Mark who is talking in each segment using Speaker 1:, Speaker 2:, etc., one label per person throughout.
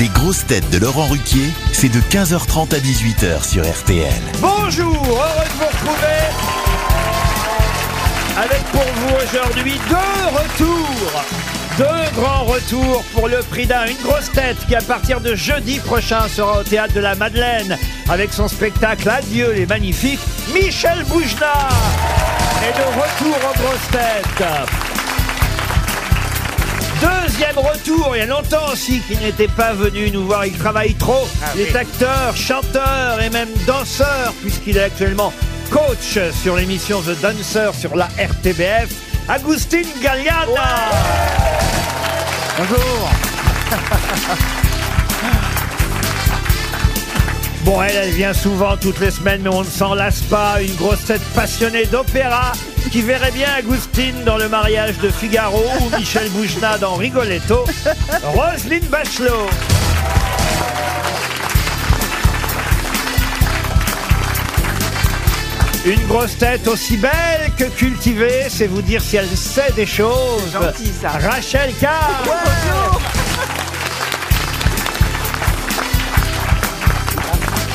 Speaker 1: Les grosses têtes de Laurent Ruquier, c'est de 15h30 à 18h sur RTL.
Speaker 2: Bonjour, heureux de vous retrouver avec pour vous aujourd'hui deux retours. Deux grands retours pour le prix d'un. Une grosse tête qui à partir de jeudi prochain sera au théâtre de la Madeleine avec son spectacle Adieu les magnifiques, Michel Boujna. Et de retour aux grosses têtes. Deuxième retour, il y a longtemps aussi qu'il n'était pas venu nous voir, il travaille trop. il est acteur, chanteur et même danseur, puisqu'il est actuellement coach sur l'émission The Dancer sur la RTBF, Agustin Galliana. Bonjour. Bon, elle, elle vient souvent toutes les semaines, mais on ne s'en lasse pas. Une grosse tête passionnée d'opéra qui verrait bien Agustine dans le mariage de Figaro ou Michel Bouchna dans Rigoletto. Roselyne Bachelot. Une grosse tête aussi belle que cultivée, c'est vous dire si elle sait des choses.
Speaker 3: gentil, ça.
Speaker 2: Rachel Carr.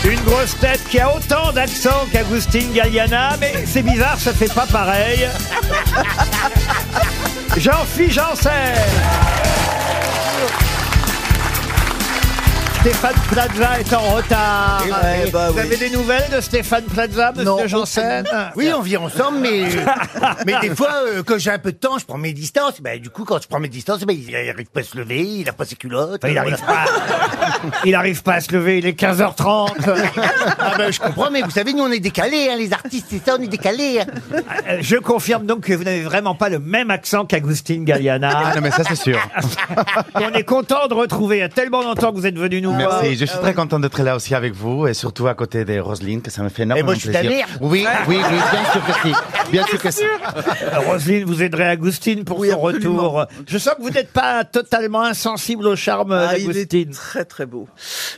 Speaker 2: Une grosse tête qui a autant d'accent qu'Agustin Galliana, mais c'est bizarre, ça fait pas pareil. Jean-Philippe Janssen. Stéphane Plaza est en retard.
Speaker 4: Eh ouais, bah
Speaker 2: Vous
Speaker 4: oui.
Speaker 2: avez des nouvelles de Stéphane Plaza, monsieur
Speaker 4: Non,
Speaker 2: Janssen
Speaker 4: Oui, on vit ensemble, mais, mais des fois, euh, quand j'ai un peu de temps, je prends mes distances. Ben, du coup, quand je prends mes distances, ben, il n'arrive pas à se lever, il n'a pas ses culottes.
Speaker 2: Enfin, il n'arrive pas. Il arrive pas à se lever, il est 15h30.
Speaker 4: Ah ben, je comprends, mais vous savez, nous, on est décalés, hein, les artistes, c'est ça, on est décalés. hein.
Speaker 2: Euh, Je confirme donc que vous n'avez vraiment pas le même accent qu'Agustin Galliana.
Speaker 5: Ah Non mais ça c'est sûr.
Speaker 2: on est content de retrouver. Il y a tellement longtemps que vous êtes venu nous voir.
Speaker 5: Merci. Je suis très content d'être là aussi avec vous et surtout à côté de Roselyne que ça me fait
Speaker 4: Et
Speaker 5: énormément
Speaker 4: moi, Eh ben, je suis ta
Speaker 5: plaisir.
Speaker 4: mère.
Speaker 5: Oui, oui, oui, bien sûr que si. Bien sûr que si.
Speaker 2: Euh, Roselyne, vous aiderez Agustine pour son retour. Je sens que vous n'êtes pas totalement insensible au charme
Speaker 3: Ah, il est
Speaker 2: d'Agustine.
Speaker 3: très très beau.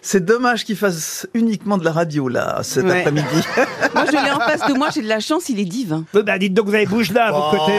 Speaker 3: C'est dommage qu'il fasse uniquement de la radio là cet
Speaker 6: Ouais.
Speaker 3: après-midi.
Speaker 6: Moi, je l'ai en face de moi, j'ai de la chance, il est divin.
Speaker 2: Euh, bah, dites donc, vous avez Boujna à
Speaker 3: Oh.
Speaker 2: vos côtés.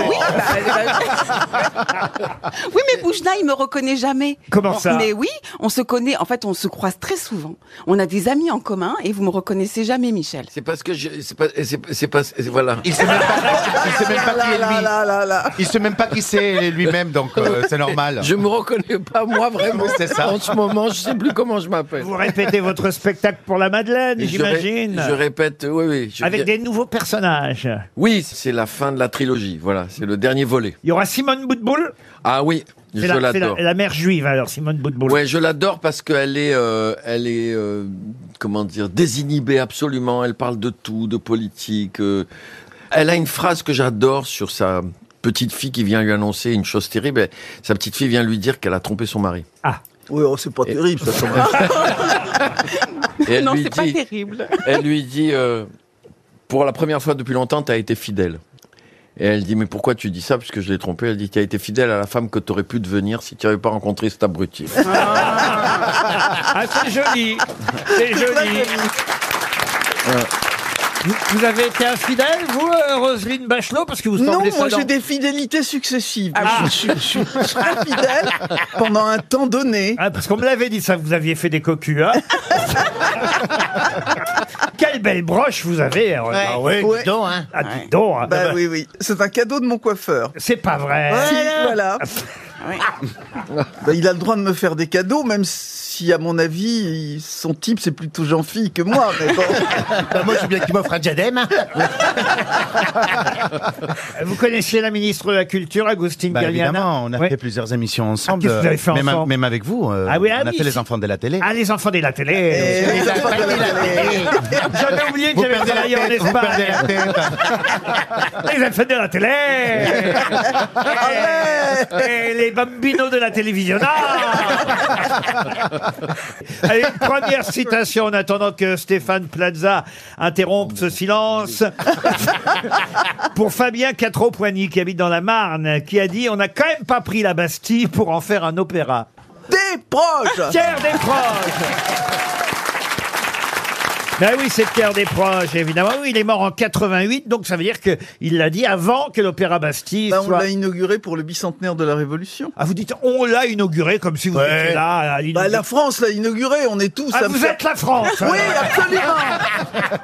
Speaker 6: Oui, mais Boujna, il me reconnaît jamais.
Speaker 2: Comment ça
Speaker 6: Mais oui, on se connaît, en fait, on se croise très souvent. On a des amis en commun et vous me reconnaissez jamais, Michel.
Speaker 7: C'est parce que je. C'est pas. C'est c'est pas. c'est- Voilà.
Speaker 5: Il sait même pas, il sait même pas qui est
Speaker 3: Ah là,
Speaker 5: lui.
Speaker 3: là, là, là.
Speaker 5: Il sait même pas qui c'est lui-même donc euh, c'est normal.
Speaker 7: Je me reconnais pas, moi, vraiment.
Speaker 5: C'est ça.
Speaker 7: En ce moment, je sais plus comment je m'appelle.
Speaker 2: Vous répétez votre spectacle pour la Madeleine,
Speaker 7: Et je ré-
Speaker 2: j'imagine.
Speaker 7: Je répète, oui, oui. je
Speaker 2: Avec
Speaker 7: dirais-
Speaker 2: des nouveaux personnages.
Speaker 7: Oui, c'est la fin de la trilogie. Voilà, c'est le dernier volet.
Speaker 2: Il y aura Simone Boutboul.
Speaker 7: Ah oui, je
Speaker 2: C'est la, c'est la-
Speaker 7: l'adore.
Speaker 2: la mère juive, alors, Simone Boutboul.
Speaker 7: Ouais, je l'adore parce qu'elle est, euh, elle est, euh, comment dire, désinhibée absolument. Elle parle de tout, de politique. euh. Elle a une phrase que j'adore sur sa petite fille qui vient lui annoncer une chose terrible. Elle- Sa petite fille vient lui dire qu'elle a trompé son mari.
Speaker 3: Oui, oh, c'est pas terrible ça. quand même.
Speaker 7: Et elle
Speaker 6: non,
Speaker 7: lui
Speaker 6: c'est pas
Speaker 7: dit-
Speaker 6: terrible.
Speaker 7: elle lui dit euh, pour la première fois depuis longtemps, t'as été fidèle. Et elle dit mais pourquoi tu dis ça Parce que je l'ai trompé. Elle dit t'as été fidèle à la femme que t'aurais pu devenir si tu n'avais pas rencontré cet abruti.
Speaker 2: Ah, c'est joli. C'est joli. Vous, vous avez été infidèle, vous, euh, Roselyne Bachelot, parce que vous
Speaker 3: Non,
Speaker 2: semblez Ah.
Speaker 3: moi
Speaker 2: ça
Speaker 3: j'ai
Speaker 2: dans-
Speaker 3: des fidélités successives. Je, suis- je suis très fidèle pendant un temps donné.
Speaker 2: Ah, parce qu'on me l'avait dit ça, vous aviez fait des cocus, hein Quelle belle broche vous avez alors. Ah ouais,
Speaker 3: Ouais.
Speaker 4: Dis donc, hein.
Speaker 2: ah, dis donc, hein. Ah
Speaker 3: Bah
Speaker 2: bah,
Speaker 3: oui, oui. C'est un cadeau de mon coiffeur.
Speaker 2: C'est pas vrai.
Speaker 3: Si, voilà. Bah, il a le droit de me faire des cadeaux, même si, à mon avis, il- son type, c'est plutôt Jean-Fille que moi. Mais bon.
Speaker 4: Ben, moi, je veux bien qu'il m'offre un diadème. hein.
Speaker 2: Euh, Vous connaissiez la ministre de la Culture, Agustine
Speaker 5: Bah,
Speaker 2: Galliana
Speaker 5: évidemment, on a
Speaker 2: Ouais. Ah,
Speaker 5: fait plusieurs émissions ensemble.
Speaker 2: qu'est-ce que vous avez fait
Speaker 5: même,
Speaker 2: ensemble
Speaker 5: même avec vous. euh,
Speaker 2: Ah oui, ah
Speaker 5: on a
Speaker 2: oui,
Speaker 5: fait
Speaker 2: si.
Speaker 5: les enfants de la télé. Eh,
Speaker 2: Ah, les enfants de la télé.
Speaker 3: Et-
Speaker 2: J'avais oublié que
Speaker 5: Vous
Speaker 2: j'avais
Speaker 5: perdez la
Speaker 2: travaillé en
Speaker 5: tête, vous perdez
Speaker 2: Espagne.
Speaker 5: la tête.
Speaker 2: Les enfants de la télé. Et les bambinos de la télévision. Ah. Allez, une première citation en attendant que Stéphane Plaza interrompe ce silence. Pour Fabien Quatreau-Poigny, qui habite dans la Marne, qui a dit On n'a quand même pas pris la Bastille pour en faire un opéra.
Speaker 3: Des proches
Speaker 2: Pierre Desproges Ah oui, c'est Pierre Desproges, évidemment. Oui, il est mort en 88, donc ça veut dire qu'il l'a dit avant que l'Opéra Bastille
Speaker 3: Bah, on
Speaker 2: soit...
Speaker 3: l'a inauguré pour le bicentenaire de la Révolution.
Speaker 2: Ah, vous dites, on l'a inauguré comme si vous
Speaker 4: Ouais.
Speaker 2: étiez là. à
Speaker 3: Bah,
Speaker 2: l'inauguration.
Speaker 3: la France l'a inauguré, on est tous.
Speaker 2: Ah,
Speaker 3: à
Speaker 2: vous
Speaker 3: faire-
Speaker 2: êtes la France
Speaker 3: Oui, absolument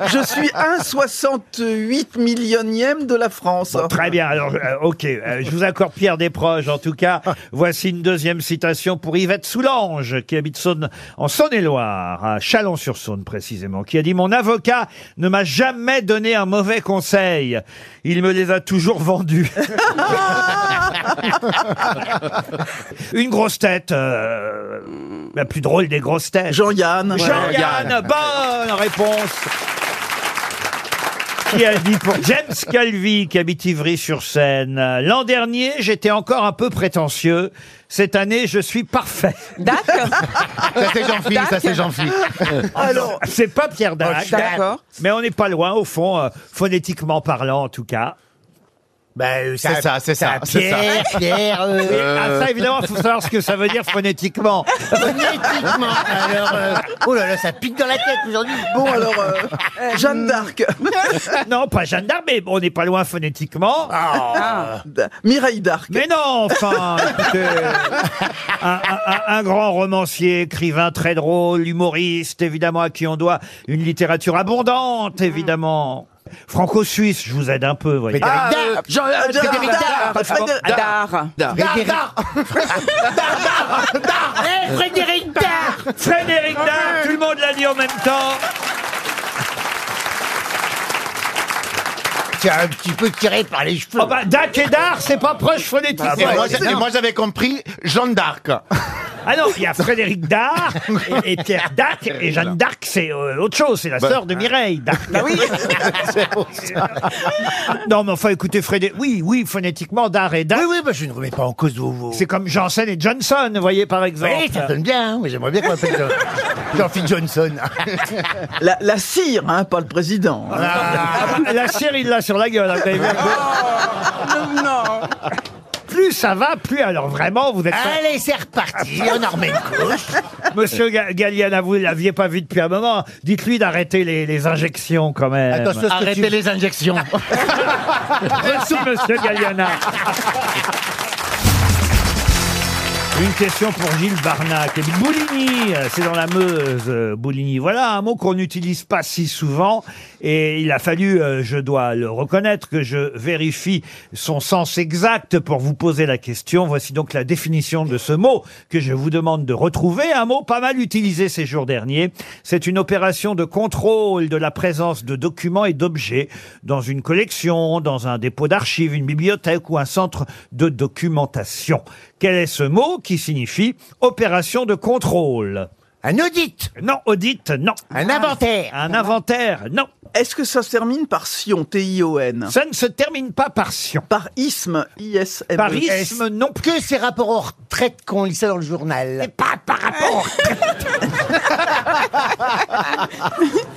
Speaker 3: Je suis 1,68 millionième de la France.
Speaker 2: Bon, Très bien, alors, euh, ok, euh, je vous accorde Pierre Desproges, en tout cas. Voici une deuxième citation pour Yvette Soulange, qui habite Saône, en Saône-et-Loire, à Chalon-sur-Saône précisément, qui a dit « Mon avocat ne m'a jamais donné un mauvais conseil. Il me les a toujours vendus. » Une grosse tête, euh, la plus drôle des grosses têtes.
Speaker 3: Jean-Yann.
Speaker 2: Jean-Yann, bonne réponse qui a dit pour James Calvi, qui habite Ivry-sur-Seine. euh, L'an dernier, j'étais encore un peu prétentieux. Cette année, je suis parfait.
Speaker 6: Dac
Speaker 5: Ça c'est Jean-Philippe, ça c'est Jean-Philippe.
Speaker 2: Alors, c'est pas Pierre Dac,
Speaker 6: D'accord.
Speaker 2: mais on n'est pas loin, au fond, euh, phonétiquement parlant, en tout cas.
Speaker 4: Ben, euh,
Speaker 5: C'est ça, c'est ça, c'est ça.
Speaker 4: Pierre, Pierre, euh,
Speaker 2: Ah, ça, évidemment, faut savoir ce que ça veut dire phonétiquement.
Speaker 4: phonétiquement. Alors, euh, oh là là, ça pique dans la tête aujourd'hui.
Speaker 3: Bon, alors, euh, Jeanne d'Arc.
Speaker 2: non, pas Jeanne d'Arc, mais on n'est pas loin phonétiquement.
Speaker 4: Ah.
Speaker 2: Ah.
Speaker 3: Mireille d'Arc.
Speaker 2: Mais non, enfin écoutez, un, un- un- un grand romancier, écrivain très drôle, humoriste, évidemment, à qui on doit une littérature abondante, évidemment. Franco-suisse, je vous aide un peu, voyez.
Speaker 4: Frédéric
Speaker 7: Ah,
Speaker 4: Dard.
Speaker 7: euh, Jean-
Speaker 3: Ah, Jean-
Speaker 7: Frédéric
Speaker 3: Dard.
Speaker 7: Dard.
Speaker 3: Frédéric-
Speaker 7: Dard.
Speaker 6: Dar.
Speaker 7: Dard.
Speaker 4: Frédéric Dard. Eh, Frédéric Dard.
Speaker 2: Frédéric Dard, tout le monde l'a dit en même temps.
Speaker 4: C'est un petit peu tiré par les cheveux.
Speaker 2: Oh bah, Dac et Dard, c'est pas proche phonétiquement.
Speaker 4: Ah, bah,
Speaker 5: Et moi, j'ai- et moi, j'avais compris Jeanne d'Arc.
Speaker 2: Ah non, il y a Frédéric Dard et, et Pierre Dac, et Jeanne d'Arc, c'est euh, autre chose, c'est la
Speaker 4: Bah,
Speaker 2: sœur de
Speaker 4: hein.
Speaker 2: Mireille Dac.
Speaker 6: oui.
Speaker 2: Non, mais enfin, écoutez, Frédéric, oui, oui, phonétiquement, Dard et Dac,
Speaker 4: Oui, oui, bah, je ne remets pas en cause vos... vos-
Speaker 2: C'est comme Janssen et Johnson, vous voyez, par exemple.
Speaker 4: Oui, ça sonne bien, hein, mais j'aimerais bien qu'on appelle Jean- Jean-Philippe Johnson.
Speaker 3: La, la cire, hein, pas le président.
Speaker 2: Ah, bah, la cire, il l'a sur la gueule. hein,
Speaker 5: Ah.
Speaker 2: vous avez vu un
Speaker 4: Ah.
Speaker 2: peu Oh, Plus ça va, plus alors vraiment, vous êtes...
Speaker 4: Allez, c'est reparti, on en remet une couche.
Speaker 2: Monsieur Ga- Galliana, vous l'aviez pas vu depuis un moment. Dites-lui d'arrêter les, les injections, quand même.
Speaker 4: Attention, ce que tu-
Speaker 5: Arrêtez les injections.
Speaker 2: Merci, monsieur Galliana. Une question pour Gilles Barnac. Et Bouligny, euh, c'est dans la Meuse, euh, Bouligny. Voilà un mot qu'on n'utilise pas si souvent. Et il a fallu, euh, je dois le reconnaître, que je vérifie son sens exact pour vous poser la question. Voici donc la définition de ce mot que je vous demande de retrouver. Un mot pas mal utilisé ces jours derniers. C'est une opération de contrôle de la présence de documents et d'objets dans une collection, dans un dépôt d'archives, une bibliothèque ou un centre de documentation. Quel est ce mot qui signifie opération de contrôle
Speaker 4: Un audit,
Speaker 2: Non, audit, non.
Speaker 4: un inventaire.
Speaker 2: Un inventaire, non.
Speaker 3: Est-ce que ça se termine par Sion, T-I-O-N
Speaker 2: Ça ne se termine pas par sion.
Speaker 3: Par isme, I-S-M-E
Speaker 2: Par isme, non plus.
Speaker 4: Que ces rapports aux retraites qu'on lisait dans le journal. Pas par rapport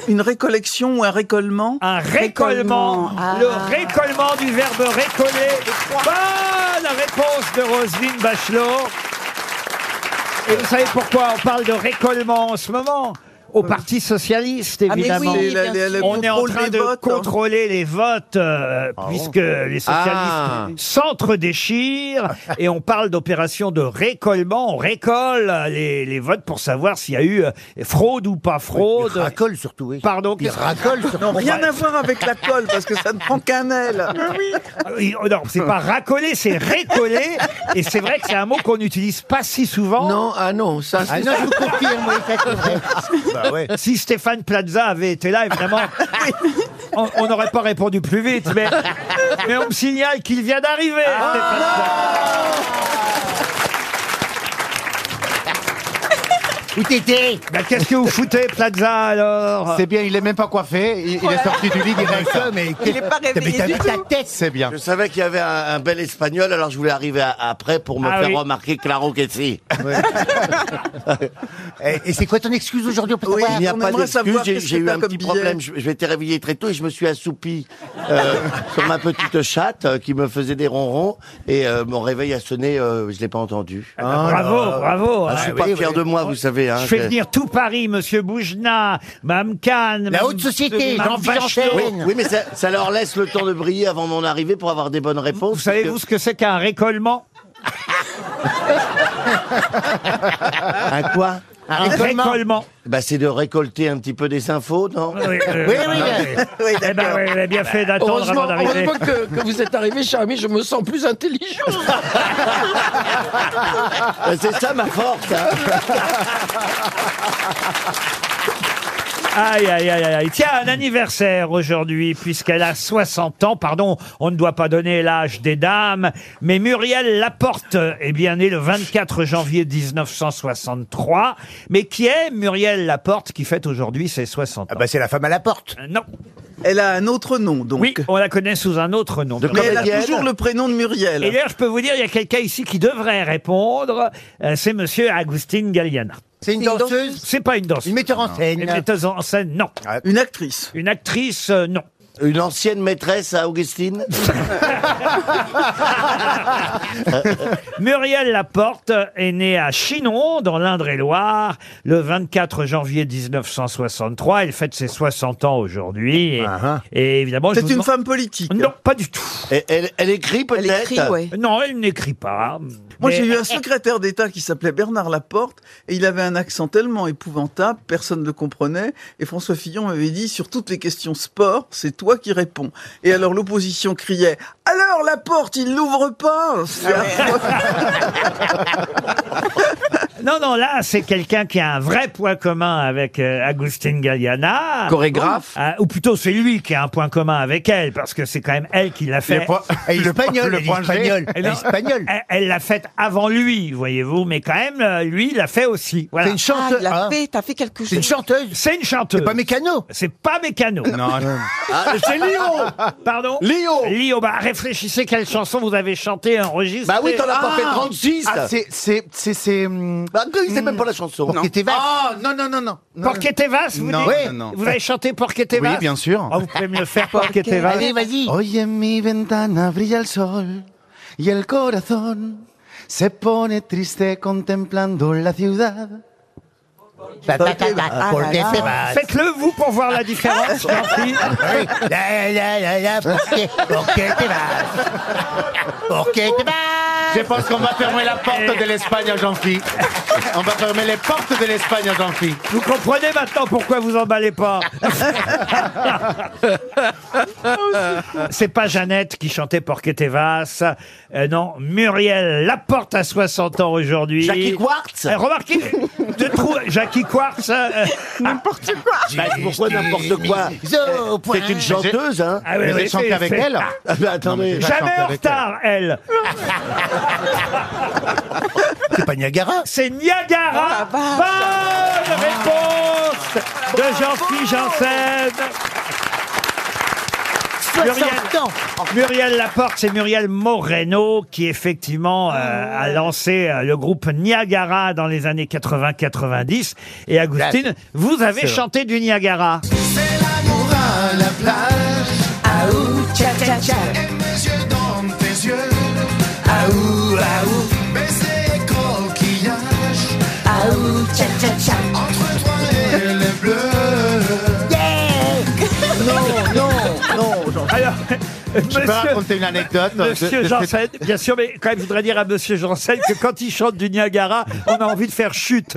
Speaker 3: Une récollection ou un récollement
Speaker 2: Un récollement.
Speaker 6: Récollement, ah.
Speaker 2: Le récollement du verbe récoller. Bonne réponse de Roselyne Bachelot. Et vous savez pourquoi on parle de récollement en ce moment Au Parti Socialiste,
Speaker 6: Euh. Ah, mais oui,
Speaker 2: évidemment.
Speaker 3: C'est la-
Speaker 6: bien
Speaker 3: la- la-
Speaker 6: sûr.
Speaker 2: On est en
Speaker 3: contrôle
Speaker 2: train
Speaker 3: des
Speaker 2: de
Speaker 3: votes, hein.
Speaker 2: contrôler les votes, euh, puisque les socialistes
Speaker 7: Ah.
Speaker 2: s'entre-déchirent, et on parle d'opération de récollement, on récolle euh, les, les votes pour savoir s'il y a eu euh, fraude ou pas fraude.
Speaker 4: Il racole surtout, oui.
Speaker 2: Pardon,
Speaker 4: Il
Speaker 2: qu'est-ce que-
Speaker 4: racole surtout.
Speaker 3: Non, rien à voir avec la colle, parce que ça ne prend qu'un L.
Speaker 2: Ah oui, oh non, c'est pas racoler, c'est récoller, et c'est vrai que c'est un mot qu'on n'utilise pas si souvent.
Speaker 7: Non, ah non, ça
Speaker 4: Ah
Speaker 7: c'est
Speaker 4: non, je vous confirme, oui, ça c'est vrai.
Speaker 5: Bah ouais.
Speaker 2: Si Stéphane Plaza avait été là, évidemment, on on n'aurait pas répondu plus vite, mais, mais on me signale qu'il vient d'arriver.
Speaker 8: Ah
Speaker 2: Stéphane
Speaker 4: Où t'étais
Speaker 2: Bah, Qu'est-ce que vous foutez, Plaza, alors
Speaker 5: C'est bien, il est même pas coiffé, il, il est sorti du lit direct.
Speaker 4: mais
Speaker 6: Il est pas
Speaker 4: Mais
Speaker 6: réveillé
Speaker 4: t'as
Speaker 6: du
Speaker 4: vu ta
Speaker 6: tout.
Speaker 4: tête
Speaker 5: C'est bien.
Speaker 8: Je savais qu'il y avait un, un bel espagnol, alors je voulais arriver à- après pour me
Speaker 2: Ah
Speaker 8: faire
Speaker 2: oui.
Speaker 8: remarquer Claro que si.
Speaker 4: Et, et c'est quoi ton excuse aujourd'hui on peut
Speaker 3: Oui,
Speaker 4: savoir
Speaker 8: Il n'y a
Speaker 3: on
Speaker 8: pas
Speaker 3: aimerait
Speaker 8: d'excuse,
Speaker 3: savoir
Speaker 8: j'ai
Speaker 3: qu'est-ce
Speaker 8: j'ai
Speaker 3: que
Speaker 8: eu
Speaker 3: t'as
Speaker 8: un
Speaker 3: comme
Speaker 8: petit
Speaker 3: billet.
Speaker 8: problème. Je, je m'étais réveillé très tôt et je me suis assoupi euh, sur ma petite chatte euh, qui me faisait des ronrons et euh, mon réveil a sonné, euh, je ne l'ai pas entendu.
Speaker 2: Bravo, bravo.
Speaker 8: Ah, je
Speaker 2: hein.
Speaker 8: suis pas
Speaker 4: oui,
Speaker 8: fier
Speaker 4: oui.
Speaker 8: de moi, vous savez. hein,
Speaker 2: Je fais
Speaker 8: que-
Speaker 2: venir tout Paris, Monsieur Boujna, Mme Kahn.
Speaker 4: La
Speaker 2: Mme-
Speaker 4: haute société,
Speaker 2: Mme
Speaker 4: Jean-Philippe
Speaker 2: Bachelot.
Speaker 4: Janssen.
Speaker 8: Oui, oui, mais ça, ça leur laisse le temps de briller avant mon arrivée pour avoir des bonnes réponses.
Speaker 2: Vous savez-vous ce que c'est qu'un récollement
Speaker 8: À quoi
Speaker 4: Un
Speaker 2: Un
Speaker 4: récollement.
Speaker 2: récollement.
Speaker 8: Bah, c'est de récolter un petit peu des infos, non
Speaker 2: Oui, euh,
Speaker 4: Oui, oui, oui.
Speaker 3: Oui,
Speaker 2: Eh ben,
Speaker 3: d'accord.
Speaker 2: oui, vous avez bien fait d'attendre
Speaker 7: Heureusement,
Speaker 2: avant d'arriver.
Speaker 7: heureusement que, que vous êtes arrivé, cher ami, je me sens plus intelligent.
Speaker 8: Bah, C'est ça ma force. hein.
Speaker 2: Aïe, aïe, aïe, aïe, aïe. Tiens, un anniversaire aujourd'hui, puisqu'elle a 60 ans. Pardon, on ne doit pas donner l'âge des dames. Mais Muriel Laporte est bien née le 24 janvier 1963. Mais qui est Muriel Laporte qui fête aujourd'hui ses 60 ans
Speaker 4: Ah bah, c'est la femme à la porte.
Speaker 2: Euh, Non.
Speaker 3: Elle a un autre nom, donc.
Speaker 2: Oui, on la connaît sous un autre nom.
Speaker 3: Mais elle a
Speaker 8: comédienne.
Speaker 3: toujours le prénom de
Speaker 2: Et
Speaker 3: Muriel.
Speaker 2: d'ailleurs, je peux vous dire, il y a quelqu'un ici qui devrait répondre. Euh, C'est monsieur Agustin Galliana.
Speaker 4: C'est une danseuse
Speaker 2: C'est pas une danseuse.
Speaker 4: Une metteur en scène.
Speaker 2: Une metteuse en scène, non.
Speaker 3: Une actrice.
Speaker 2: Une actrice, euh, non.
Speaker 8: Une ancienne maîtresse à Augustine.
Speaker 9: hein.
Speaker 2: Muriel Laporte est née à Chinon, dans l'Indre-et-Loire, le 24 janvier 1963. Elle fête ses 60 ans aujourd'hui. Et, et évidemment, je
Speaker 3: C'est
Speaker 2: vous
Speaker 3: une
Speaker 2: demande-
Speaker 3: femme politique.
Speaker 2: Non, pas du tout.
Speaker 8: Et elle, elle écrit peut-être.
Speaker 6: Elle écrit, ouais.
Speaker 2: Non, elle n'écrit pas.
Speaker 3: Moi,
Speaker 2: Mais-
Speaker 3: j'ai eu un secrétaire d'État qui s'appelait Bernard Laporte et il avait un accent tellement épouvantable, personne ne le comprenait. Et François Fillon m'avait dit sur toutes les questions sport, c'est toi qui réponds. Et alors l'opposition criait Alors Laporte, il l'ouvre pas
Speaker 6: Ah
Speaker 3: C'est affreux.
Speaker 2: Non, non, là, c'est quelqu'un qui a un vrai point commun avec euh, Agustin Galliana.
Speaker 7: Chorégraphe.
Speaker 2: Ah, ou plutôt, c'est lui qui a un point commun avec elle, parce que c'est quand même elle qui l'a fait.
Speaker 5: Les points-
Speaker 4: Et espagnole,
Speaker 5: le
Speaker 4: elle est
Speaker 5: point G.
Speaker 4: espagnole.
Speaker 2: Et
Speaker 4: Elle
Speaker 2: non,
Speaker 4: est espagnole.
Speaker 2: Elle- Elle l'a faite avant lui, voyez-vous, mais quand même, euh, lui, il l'a fait aussi. Voilà.
Speaker 4: C'est une
Speaker 6: Ah,
Speaker 4: chanteuse.
Speaker 6: il l'a
Speaker 4: hein.
Speaker 6: fait, t'as fait quelque
Speaker 4: C'est une
Speaker 6: chose.
Speaker 4: chanteuse.
Speaker 2: C'est une chanteuse.
Speaker 4: C'est pas mécano.
Speaker 2: C'est pas mécano.
Speaker 5: Non,
Speaker 8: Ah, c'est Lyon
Speaker 2: Pardon
Speaker 8: Léo.
Speaker 2: Léo, bah réfléchissez quelle chanson vous avez chantée, enregistrée.
Speaker 8: Bah oui, t'en as pas
Speaker 5: Ah.
Speaker 8: fait 36
Speaker 5: Ah, c'est. C'est. C'est. c'est, hum,
Speaker 8: Bah, il sait même pas la chanson.
Speaker 4: Qui était vache.
Speaker 5: Ah, non, non, non, non. non.
Speaker 2: Porquetevas, vous
Speaker 5: Non, non,
Speaker 2: dites
Speaker 5: non.
Speaker 2: Vous avez chanté Porquetevas
Speaker 5: Oui, bien sûr.
Speaker 2: Ah, vous pouvez me le faire, Porquetevas.
Speaker 4: Allez, vas-y.
Speaker 5: Hoy en mi ventana brilla el sol y el corazón se pone triste contemplando la ciudad.
Speaker 4: Ta, ta, ta, ta. Pour le décès, bah,
Speaker 2: Faites-le, vous, pour voir la différence, Jean-Philippe.
Speaker 4: Oui. La, la, la, la, pour que- pour que te vas. Pour que te vas.
Speaker 5: Je pense qu'on va fermer la porte de l'Espagne à Jean-Philippe. On va fermer les portes de l'Espagne à Jean-Philippe.
Speaker 2: Vous comprenez maintenant pourquoi vous emballez pas C'est pas Jeannette qui chantait Porquetevas. Euh, non, Muriel Laporte à 60 ans aujourd'hui.
Speaker 8: Jackie Quartz
Speaker 2: Euh, remarquez, de trou, Jackie Quartz. euh,
Speaker 8: Bah, Pourquoi n'importe quoi
Speaker 4: Zo, point.
Speaker 8: C'est une chanteuse, hein
Speaker 2: ah oui,
Speaker 5: Vous
Speaker 2: oui,
Speaker 5: avez chanté
Speaker 2: c'est-
Speaker 5: avec
Speaker 2: c'est-
Speaker 5: elle
Speaker 8: Ah, bah, Attendez.
Speaker 5: mais-
Speaker 2: Jamais
Speaker 5: chanté
Speaker 2: en
Speaker 5: avec elle.
Speaker 2: retard, elle.
Speaker 4: C'est pas Niagara.
Speaker 2: C'est Niagara. Bonne réponse de Jean-Philippe Janssen. Muriel.
Speaker 4: 60 ans.
Speaker 2: Muriel Laporte, c'est Muriel Moreno qui effectivement euh, a lancé euh, le groupe Niagara dans les années 80-90. Et Agustine, vous avez chanté du Niagara. Alors,
Speaker 5: Je peux
Speaker 2: monsieur,
Speaker 5: raconter une anecdote de-
Speaker 2: monsieur
Speaker 5: de-
Speaker 2: Janssen, bien sûr, mais quand même, je voudrais dire à monsieur Janssen que quand il chante du Niagara, on a envie de faire chute.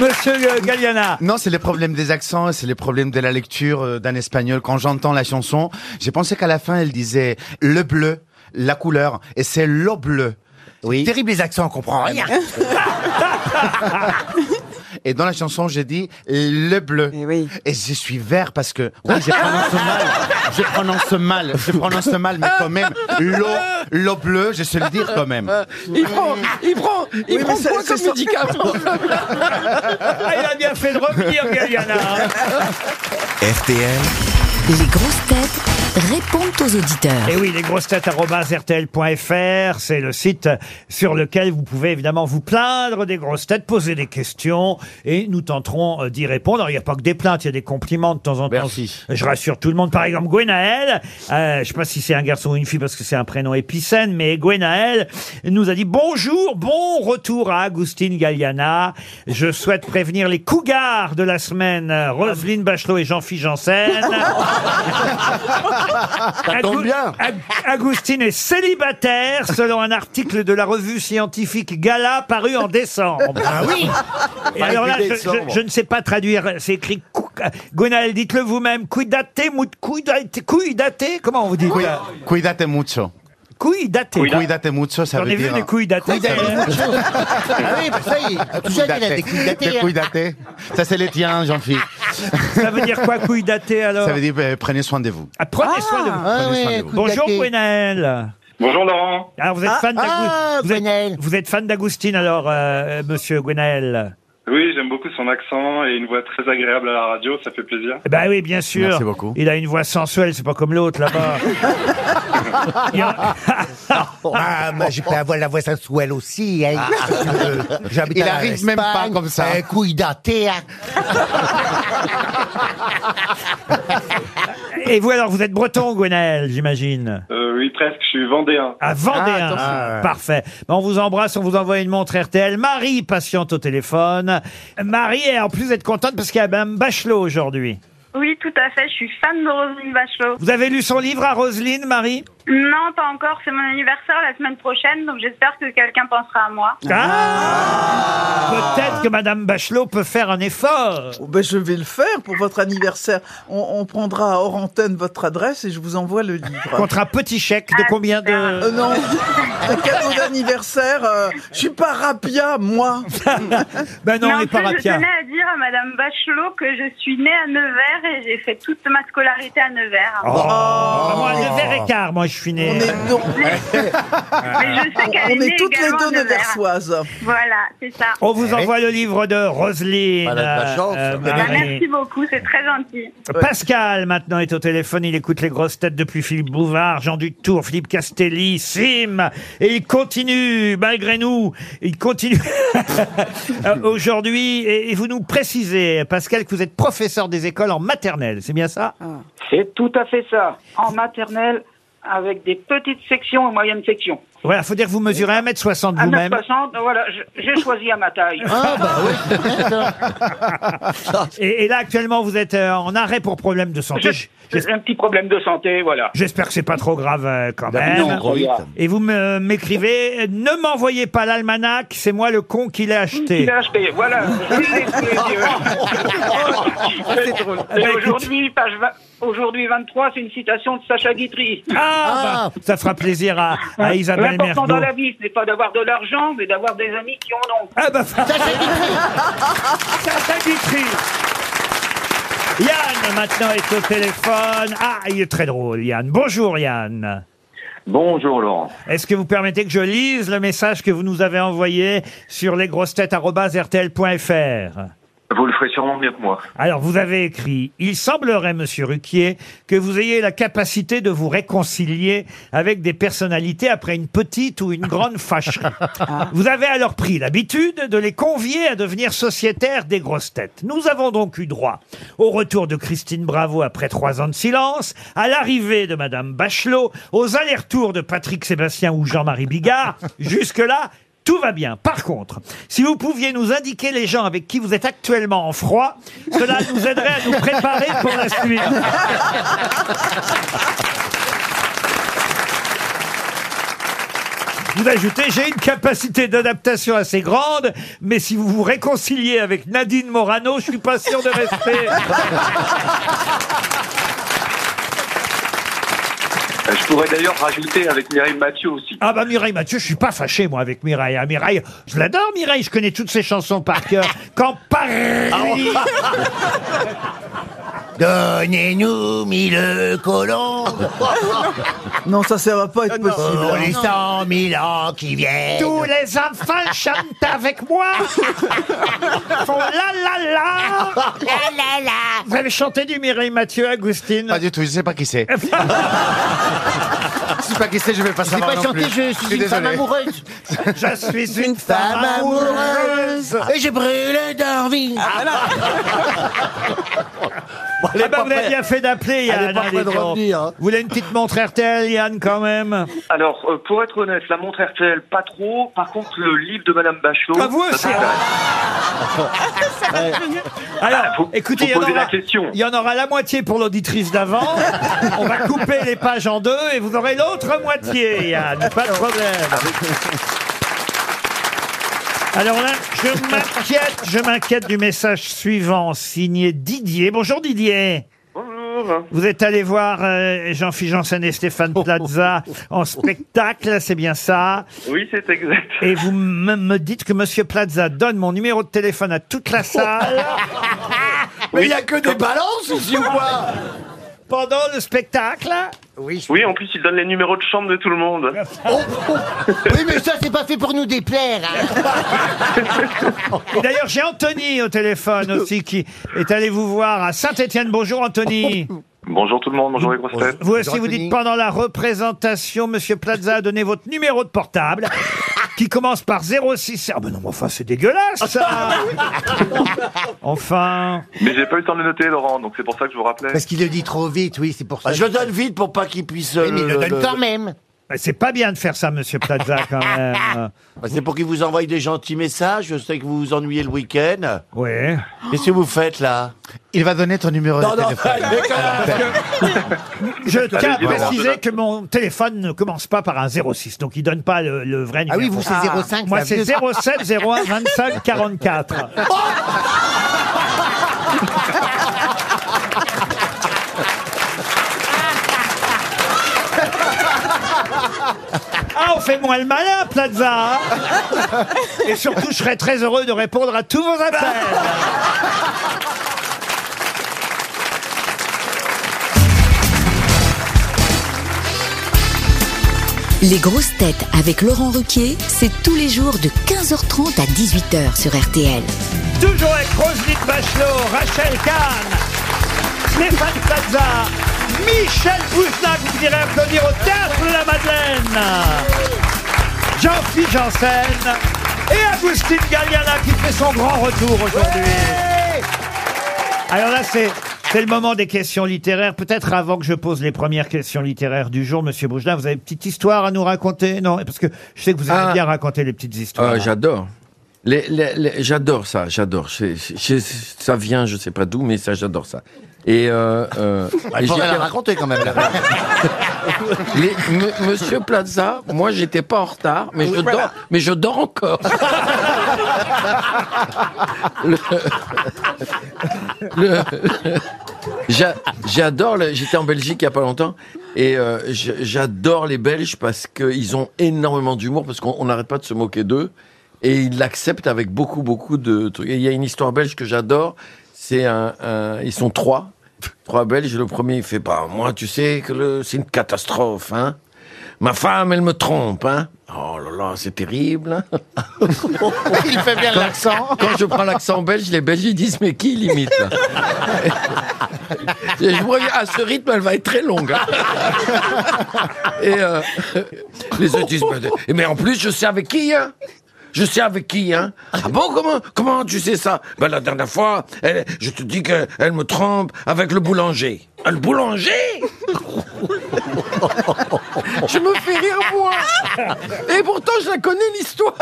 Speaker 2: Monsieur euh, Galliana,
Speaker 5: Non, c'est les problèmes des accents, c'est les problèmes de la lecture euh, d'un espagnol. Quand j'entends la chanson, j'ai pensé qu'à la fin, elle disait le bleu, la couleur, et c'est l'eau bleu.
Speaker 8: Oui.
Speaker 4: Terrible les accents, on comprend
Speaker 9: Ah
Speaker 4: rien.
Speaker 5: Et dans la chanson, j'ai dit le bleu.
Speaker 6: Eh oui.
Speaker 5: Et je suis vert parce que oui, je prononce mal. Je prononce mal. Je prononce mal, mais quand même l'eau, l'eau bleue, je sais le dire quand même.
Speaker 7: Il prend, il prend, il
Speaker 3: Oui, mais
Speaker 7: prend
Speaker 3: ça-
Speaker 7: quoi
Speaker 3: c'est
Speaker 7: comme
Speaker 3: ça-
Speaker 7: médicament
Speaker 2: Ah, il a bien fait de revenir, Galliana. hein.
Speaker 1: RTL,
Speaker 10: Les grosses têtes répondent aux auditeurs.
Speaker 2: Et Eh oui, les grosses têtes rtl.fr, c'est le site sur lequel vous pouvez évidemment vous plaindre des grosses têtes, poser des questions et nous tenterons euh, d'y répondre. Alors, il n'y a pas que des plaintes, il y a des compliments de temps en temps.
Speaker 7: Merci.
Speaker 2: Je rassure tout le monde. Par exemple, Gwenaël, euh, je ne sais pas si c'est un garçon ou une fille parce que c'est un prénom épicène, mais Gwenaël nous a dit bonjour, bon retour à Agustine Galliana. Je souhaite prévenir les cougars de la semaine, euh, Roselyne Bachelot et Jean-Philippe Janssen.
Speaker 8: Ça tombe bien.
Speaker 2: Ag- Agustine est célibataire selon un article de la revue scientifique Gala paru en décembre. Ah oui Alors là, je,
Speaker 8: décembre.
Speaker 2: je- je ne sais pas traduire, c'est écrit cou- Gonal, dites-le vous-même, cuidate, mout- cuidate, cuidate, comment on vous dit ça
Speaker 5: Cuídate mucho.
Speaker 2: Cuidate.
Speaker 5: Cuídate mucho, ça
Speaker 2: J'en
Speaker 5: veut
Speaker 2: ai vu
Speaker 5: dire.
Speaker 2: des cuidate.
Speaker 4: Ah oui, bah ça y est. Tout ça, il a des coups de daté,
Speaker 5: Des
Speaker 4: hein.
Speaker 5: cuídate. Ça, c'est les tiens, Jean-Philippe.
Speaker 2: Ça veut dire quoi, cuidate alors
Speaker 5: Ça veut dire euh, prenez soin de vous.
Speaker 2: Ah, Prenez soin de vous.
Speaker 4: Ah
Speaker 5: Prenez soin de
Speaker 4: ouais,
Speaker 5: vous.
Speaker 4: coups de
Speaker 2: Bonjour,
Speaker 4: daté.
Speaker 2: Gwenaël.
Speaker 11: Bonjour Laurent.
Speaker 2: Alors, vous êtes
Speaker 4: Ah,
Speaker 2: fan d'Agu-
Speaker 4: ah,
Speaker 2: vous,
Speaker 4: Gwenaël.
Speaker 2: êtes, vous êtes fan d'Agustine, alors, euh, euh, monsieur Gwenaël
Speaker 11: Oui, j'aime beaucoup son accent et une voix très agréable à la radio, ça fait plaisir.
Speaker 2: Eh Ben oui, bien sûr.
Speaker 5: Merci beaucoup.
Speaker 2: Il a une voix sensuelle, c'est pas comme l'autre là-bas. Il y a-
Speaker 4: Ah, moi, j'ai pas la voix, la voix sensuelle aussi. Hein. Euh, j'habite
Speaker 5: Il
Speaker 4: en
Speaker 5: arrive même pas
Speaker 4: Espagne.
Speaker 5: comme ça.
Speaker 4: Euh, couille datée. hein.
Speaker 2: Et vous alors, vous êtes breton, Gwenaël, j'imagine.
Speaker 11: Euh, oui, presque, je suis vendéen.
Speaker 2: À Vendéen.
Speaker 3: attention.
Speaker 2: Ah, Parfait. Ben, on vous embrasse, on vous envoie une montre RTL. Marie, patiente au téléphone. Marie, et en plus, vous êtes contente parce qu'il y a Mme Bachelot aujourd'hui.
Speaker 11: Oui, tout à fait, je suis fan de Roselyne Bachelot.
Speaker 2: Vous avez lu son livre à Roselyne, Marie
Speaker 11: Non, pas encore, c'est mon anniversaire la semaine prochaine, donc j'espère que quelqu'un pensera à moi.
Speaker 2: Ah Peut-être que Mme Bachelot peut faire un effort.
Speaker 3: Oh, ben, je vais le faire pour votre anniversaire. On, on prendra hors antenne votre adresse et je vous envoie le livre.
Speaker 2: Contre un petit chèque de combien
Speaker 3: Euh,
Speaker 2: de...
Speaker 3: non, un cadeau d'anniversaire. euh, je suis pas rapia, moi.
Speaker 2: Ben non,
Speaker 11: Mais
Speaker 2: on
Speaker 11: en
Speaker 2: n'est
Speaker 11: plus,
Speaker 2: pas
Speaker 11: je
Speaker 2: rapia.
Speaker 11: tenais à dire à Madame Bachelot que je suis née à Nevers et j'ai fait toute ma scolarité à Nevers.
Speaker 2: Oh, Moi, le verre écart, moi, je suis né.
Speaker 3: On est, donc-
Speaker 11: Mais je sais qu'elle
Speaker 3: Ah, on
Speaker 11: est née
Speaker 3: est toutes les
Speaker 11: également
Speaker 3: deux
Speaker 11: à Nevers.
Speaker 3: neversoises.
Speaker 11: Voilà, c'est ça.
Speaker 2: On vous envoie le livre de Roselyne.
Speaker 8: Voilà, de la
Speaker 2: euh,
Speaker 8: chance.
Speaker 2: euh,
Speaker 8: Bah,
Speaker 11: Bah,
Speaker 2: Marie.
Speaker 11: merci beaucoup, c'est très gentil.
Speaker 2: Pascal maintenant est au téléphone, il écoute les grosses têtes depuis Philippe Bouvard, Jean Dutour, Philippe Castelli, Sim, et il continue, malgré nous, il continue Euh, aujourd'hui, et, et vous nous précisez, Pascal, que vous êtes professeur des écoles en maternelle, c'est bien ça
Speaker 11: C'est tout à fait ça. En maternelle, avec des petites sections et moyennes sections.
Speaker 2: Voilà, faut dire que vous mesurez 1m60 vous-même.
Speaker 11: 1m60, ben voilà, je- j'ai choisi à ma taille.
Speaker 2: Et, et là, actuellement, vous êtes euh, en arrêt pour problème de santé.
Speaker 11: J'ai j'ai un petit problème de santé, voilà.
Speaker 2: J'espère que c'est pas trop grave euh, quand même.
Speaker 8: Non, trop vite.
Speaker 2: Et vous me- m'écrivez, euh, ne m'envoyez pas l'almanach, c'est moi le con qui l'ai acheté.
Speaker 11: Il a acheté, voilà. Je l'ai sous les yeux. Et aujourd'hui, page vingt- aujourd'hui 23, c'est une citation de Sacha Guitry.
Speaker 2: Ah, bah, ça fera plaisir à, à Isabelle
Speaker 11: Hein, L'important
Speaker 2: Mergo.
Speaker 11: dans la vie, ce n'est pas d'avoir de l'argent, mais d'avoir des amis qui en ont.
Speaker 2: Ah bah, Sacha Guitry. Yann, maintenant, est au téléphone. Ah, il est très drôle, Yann. Bonjour, Yann.
Speaker 11: Bonjour Laurent.
Speaker 2: Est-ce que vous permettez que je lise le message que vous nous avez envoyé sur lesgrossetêtes.rtl.fr
Speaker 11: Vous le ferez sûrement mieux que moi.
Speaker 2: Alors, vous avez écrit « Il semblerait, Monsieur Ruquier, que vous ayez la capacité de vous réconcilier avec des personnalités après une petite ou une grande fâcherie. Vous avez alors pris l'habitude de les convier à devenir sociétaires des grosses têtes. Nous avons donc eu droit au retour de Christine Bravo après trois ans de silence, à l'arrivée de Madame Bachelot, aux allers-retours de Patrick Sébastien ou Jean-Marie Bigard. Jusque-là, tout va bien. Par contre, si vous pouviez nous indiquer les gens avec qui vous êtes actuellement en froid, cela nous aiderait à nous préparer pour la suite. Vous ajoutez, j'ai une capacité d'adaptation assez grande, mais si vous vous réconciliez avec Nadine Morano, je suis pas sûr de rester.
Speaker 11: Euh, Je pourrais d'ailleurs rajouter avec Mireille Mathieu aussi.
Speaker 2: Ah bah Mireille Mathieu, je suis pas fâché moi avec Mireille. Ah, Mireille, je l'adore Mireille, je
Speaker 5: Ah,
Speaker 2: connais toutes ses chansons par cœur. Quand Paris
Speaker 4: Donnez-nous mille colombes
Speaker 3: Non, ça, ça va
Speaker 2: Ah,
Speaker 3: pas être possible.
Speaker 4: pour
Speaker 3: hein.
Speaker 4: Oh, les cent mille ans qui viennent.
Speaker 2: Tous les enfants chantent avec moi. Font la la la. Vous avez chanté du Mireille Mathieu, Agustine
Speaker 5: Pas du tout, je sais pas qui c'est. je sais pas qui Ah, c'est, je vais pas
Speaker 4: J'ai
Speaker 5: savoir.
Speaker 4: pas
Speaker 5: non
Speaker 4: chanté,
Speaker 5: plus.
Speaker 4: je
Speaker 5: suis
Speaker 4: suis une femme
Speaker 5: désolé.
Speaker 4: amoureuse.
Speaker 2: Je suis une
Speaker 4: Femme amoureuse. Et j'ai brûlé d'envie.
Speaker 2: Ah bah, vous avez bien fait d'appeler,
Speaker 8: Elle est
Speaker 2: Yann.
Speaker 8: pas près de
Speaker 2: dites donc.
Speaker 8: revenir, hein.
Speaker 2: Vous voulez une petite montre RTL, Yann, quand même
Speaker 11: Alors, euh, pour être honnête, la montre RTL, pas trop. Par contre, le livre de Madame Bachelot.
Speaker 2: Ah, vous aussi,
Speaker 7: Ah.
Speaker 12: ah,
Speaker 2: Alors,
Speaker 11: faut-
Speaker 2: écoutez,
Speaker 11: faut
Speaker 2: il y en
Speaker 11: poser
Speaker 2: aura-
Speaker 11: la question.
Speaker 2: il y en aura la moitié pour l'auditrice d'avant. On va couper les pages en deux et vous aurez l'autre moitié, Yann. Pas de problème. Alors là, je m'inquiète, je m'inquiète du message suivant, signé Didier. Bonjour Didier.
Speaker 11: Bonjour.
Speaker 2: Vous êtes allé voir euh, Jean-Philippe Janssen et Stéphane Plaza en spectacle, c'est bien ça
Speaker 11: Oui, c'est exact.
Speaker 2: et vous me me dites que Monsieur Plaza donne mon numéro de téléphone à toute la salle
Speaker 8: Mais il n'y a que des balances ici ou quoi
Speaker 2: pendant le spectacle.
Speaker 11: Oui, en plus, il donne les numéros de chambre de tout le monde.
Speaker 4: Oh, oh. Oui, mais ça, c'est pas fait pour nous déplaire. hein.
Speaker 2: Et d'ailleurs, j'ai Anthony au téléphone aussi qui est allé vous voir à Saint-Étienne. Bonjour Anthony.
Speaker 11: Bonjour tout le monde, bonjour les grosses têtes.
Speaker 2: Vous aussi, vous
Speaker 4: Anthony.
Speaker 2: dites pendant la représentation, Monsieur Plaza a donné votre numéro de portable qui commence par 06. Ah ben non, mais enfin, c'est dégueulasse ça. Enfin,
Speaker 11: Mais j'ai pas eu le temps de le noter, Laurent, donc c'est pour ça que je vous rappelais.
Speaker 4: Parce qu'il le dit trop vite, oui, c'est pour ça.
Speaker 8: Bah, Je le donne vite pour pas qu'il puisse. euh,
Speaker 4: Oui, mais il le donne quand même.
Speaker 2: c'est pas bien de faire ça, Monsieur Plaza quand même.
Speaker 8: Bah, C'est pour qu'il vous envoie des gentils messages. Je sais que vous vous ennuyez le week-end.
Speaker 2: Ouais. Ah.
Speaker 8: Qu'est-ce que vous faites là
Speaker 5: Il va donner ton numéro
Speaker 2: Oh,
Speaker 5: de téléphone.
Speaker 2: Je tiens à
Speaker 11: Allez, dis-moi.
Speaker 2: préciser que mon téléphone ne commence pas par un 06, donc il donne pas le, le vrai
Speaker 4: Ah
Speaker 2: numéro.
Speaker 4: oui, vous, c'est 05.
Speaker 2: Moi,
Speaker 4: ça
Speaker 2: c'est
Speaker 4: veut-
Speaker 2: 07 01 25 44. Ah, on fait moins le malin, Plaza hein Et surtout, je serais très heureux de répondre à tous vos appels
Speaker 10: Les grosses têtes avec Laurent Ruquier, c'est tous les jours de 15h30 à 18h sur RTL.
Speaker 2: Toujours avec Roselyne Bachelot, Rachel Kahn, Stéphane Plaza, Michel Bouznac, vous direz applaudir au Théâtre de la Madeleine, Jean-Philippe Janssen et Agustine Galliana qui fait son grand retour aujourd'hui. Alors là, c'est... C'est le moment des questions littéraires. Peut-être avant que je pose les premières questions littéraires du jour, Monsieur Bougelin, vous avez une petite histoire à nous raconter Non, parce que je sais que vous aimez
Speaker 7: Ah.
Speaker 2: bien raconter les petites histoires.
Speaker 7: Euh, J'adore. Les- les- les- j'adore ça, j'adore. C'est- c'est- c'est- ça vient, je sais pas d'où, mais ça, j'adore ça. Et, euh, euh, et
Speaker 8: Il faudrait la
Speaker 7: j'étais-
Speaker 8: raconter quand même. là.
Speaker 7: les- M- Monsieur Plaza, moi, j'étais pas en retard, mais je dors, mais je dors encore. Le- le- j'a- j'adore. le- J'étais en Belgique il y a pas longtemps. Et euh, j'- j'adore les Belges parce qu'ils ont énormément d'humour, parce qu'on on n'arrête pas de se moquer d'eux. Et ils l'acceptent avec beaucoup, beaucoup de trucs. Et il y a une histoire belge que j'adore. C'est un, un- Ils sont trois. Trois Belges. Le premier, il fait pas. moi, tu sais que le- c'est une catastrophe, hein. Ma femme, elle me trompe, hein. Oh là là, c'est terrible. hein.
Speaker 5: Il fait bien l'accent.
Speaker 7: Quand je prends l'accent belge, les Belges ils disent mais qui l'imite là Et je me reviens, à ce rythme, elle va être très longue. hein. Et euh, les autres disent mais, mais en plus, je sais avec qui hein je sais avec qui, hein Ah bon, comment, comment tu sais ça Ben la dernière fois, elle- je te dis qu'elle me trompe avec le boulanger. Ah, le boulanger Je me fais rire, moi Et pourtant, je la connais, l'histoire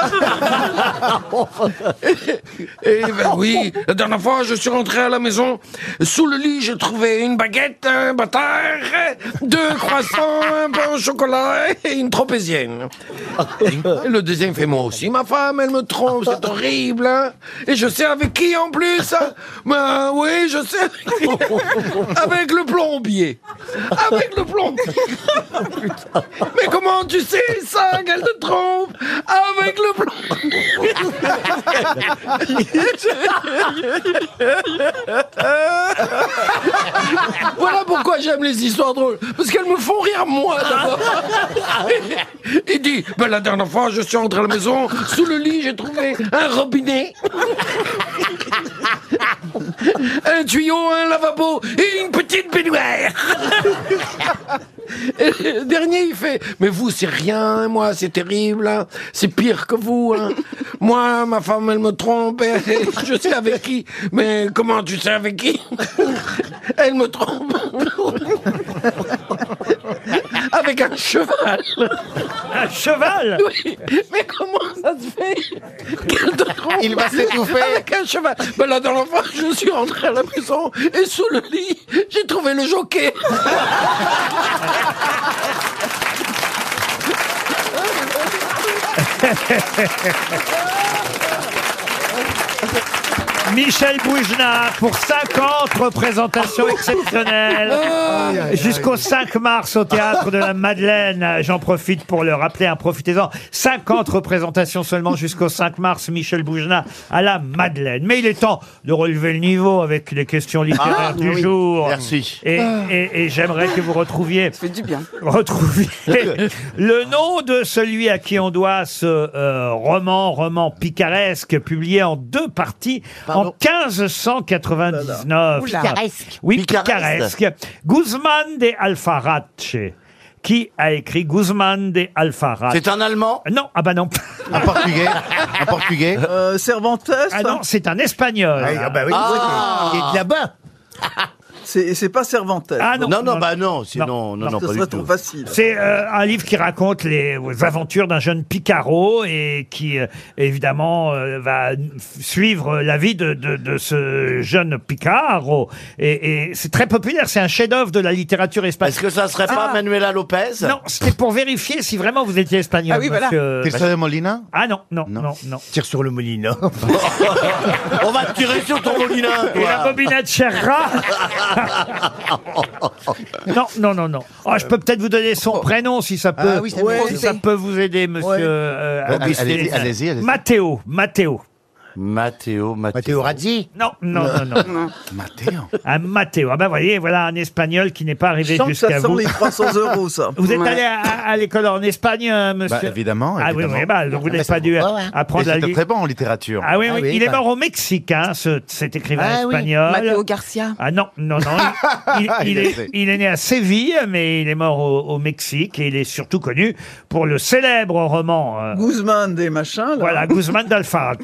Speaker 7: et ben oui, la dernière fois, je suis rentré à la maison. Sous le lit, j'ai trouvé une baguette, un bâtard, deux croissants, un pain au chocolat et une tropézienne. Et le deuxième fait moi aussi. Ma femme, elle me trompe, c'est horrible. hein. Et je sais avec qui en plus. hein. Ben oui, je sais. avec qui. Avec le plombier. Avec le plombier. Mais comment tu sais ça qu'elle te trompe avec le blanc Voilà pourquoi j'aime les histoires drôles. Parce qu'elles me font rire moi d'abord. Il dit, ben, la dernière fois, je suis rentré à la maison, sous le lit, j'ai trouvé un robinet, un tuyau, un lavabo et une petite baignoire. Et le dernier, il fait Mais vous, c'est rien, moi, c'est terrible, hein. c'est pire que vous. hein. Moi, ma femme, elle me trompe, et je sais avec qui, mais comment tu sais avec qui Elle me trompe. Avec un cheval.
Speaker 2: Un cheval
Speaker 7: Oui, mais comment ça se fait qu'elle te trompe
Speaker 5: Il va s'étouffer.
Speaker 7: Avec un cheval. Ben là, dans l'enfant, je suis rentré à la maison et sous le lit, j'ai trouvé le jockey.
Speaker 2: Michel Boujna pour 50 représentations exceptionnelles jusqu'au 5 mars au théâtre de la Madeleine. J'en profite pour le rappeler, hein, profitez-en. 50 représentations seulement jusqu'au 5 mars, Michel Boujna à la Madeleine. Mais il est temps de relever le niveau avec les questions littéraires
Speaker 8: Ah,
Speaker 2: du
Speaker 8: oui.
Speaker 2: jour.
Speaker 8: Merci.
Speaker 2: Et, et- et j'aimerais que vous retrouviez
Speaker 6: du bien.
Speaker 2: retrouver le nom de celui à qui on doit ce euh, roman, roman picaresque, publié en deux parties
Speaker 8: Pardon.
Speaker 2: en 1599.
Speaker 6: Oula. Picaresque.
Speaker 2: Oui,
Speaker 8: Picaresque.
Speaker 2: picaresque. Guzman de Alfarache. Qui a écrit Guzman de Alfarache
Speaker 8: C'est un Allemand
Speaker 2: Non, ah bah non.
Speaker 5: Un portugais Un portugais
Speaker 3: Euh, Cervantes,
Speaker 2: Ah non, c'est un espagnol.
Speaker 4: Ah bah oui, il est de là-bas.
Speaker 3: c'est c'est pas Cervantes.
Speaker 2: Ah
Speaker 8: non, non, bah non, sinon, non, non,
Speaker 2: non,
Speaker 3: Ce
Speaker 8: pas
Speaker 3: serait
Speaker 8: du
Speaker 3: trop
Speaker 8: tout.
Speaker 3: facile.
Speaker 2: C'est euh, un livre qui raconte les euh, aventures d'un jeune Picaro et qui, euh, évidemment, euh, va n- suivre la vie de, de- de ce jeune Picaro. Et, et c'est très populaire, c'est un chef-d'œuvre de la littérature
Speaker 8: Est-ce
Speaker 2: espagnole.
Speaker 8: que ça serait pas
Speaker 2: Ah.
Speaker 8: Manuela Lopez
Speaker 2: Non, c'était pour vérifier si vraiment vous étiez espagnol.
Speaker 6: Ah oui, voilà.
Speaker 2: monsieur.
Speaker 5: Tirso de Molina
Speaker 2: Ah non, non, non,
Speaker 5: Non.
Speaker 2: non.
Speaker 4: Tire sur le moulin.
Speaker 8: On va te tirer sur ton moulin,
Speaker 2: Et la
Speaker 8: toi.
Speaker 2: bobinette Cherra Non, non, non, non. Oh, je peux peut-être vous donner son prénom si ça peut,
Speaker 5: Ah oui, c'est
Speaker 2: si ça peut vous aider, monsieur.
Speaker 3: Ouais.
Speaker 2: euh,
Speaker 5: Allez-
Speaker 2: Augustin.
Speaker 5: allez-y, allez-y, allez-y.
Speaker 2: Matteo, Matteo.
Speaker 4: Matteo
Speaker 8: Matteo, Matteo.
Speaker 4: Razzi.
Speaker 2: Non, non, non, non.
Speaker 5: Matteo.
Speaker 2: Un Matteo. Ah ben, voyez, voilà un Espagnol qui n'est pas
Speaker 3: Je
Speaker 2: arrivé
Speaker 3: sens que ça
Speaker 2: jusqu'à
Speaker 3: sent
Speaker 2: vous.
Speaker 3: les 300 euros, ça.
Speaker 2: Vous êtes allé à, à l'école en Espagne, euh, monsieur
Speaker 5: Bah, évidemment,
Speaker 2: Ah oui,
Speaker 5: évidemment.
Speaker 2: oui, bah, donc vous n'avez
Speaker 4: ça
Speaker 2: pas dû
Speaker 4: vaut pas, hein.
Speaker 5: Et
Speaker 2: apprendre la
Speaker 5: C'était
Speaker 2: langue.
Speaker 5: très bon en littérature.
Speaker 2: Ah oui,
Speaker 4: Ah
Speaker 2: oui,
Speaker 4: oui,
Speaker 2: il est
Speaker 4: bah.
Speaker 2: mort au Mexique, hein, ce- cet écrivain
Speaker 4: Ah oui,
Speaker 2: espagnol.
Speaker 6: Matteo Garcia.
Speaker 2: Ah non, non, non. Il,
Speaker 6: Ah,
Speaker 2: il- il
Speaker 5: Il
Speaker 2: est,
Speaker 5: est-
Speaker 2: il est né à Séville, mais il est mort au, au Mexique et il est surtout connu pour le célèbre roman. euh,
Speaker 3: Guzman des machins, là.
Speaker 2: voilà, Guzman d'Alfarache.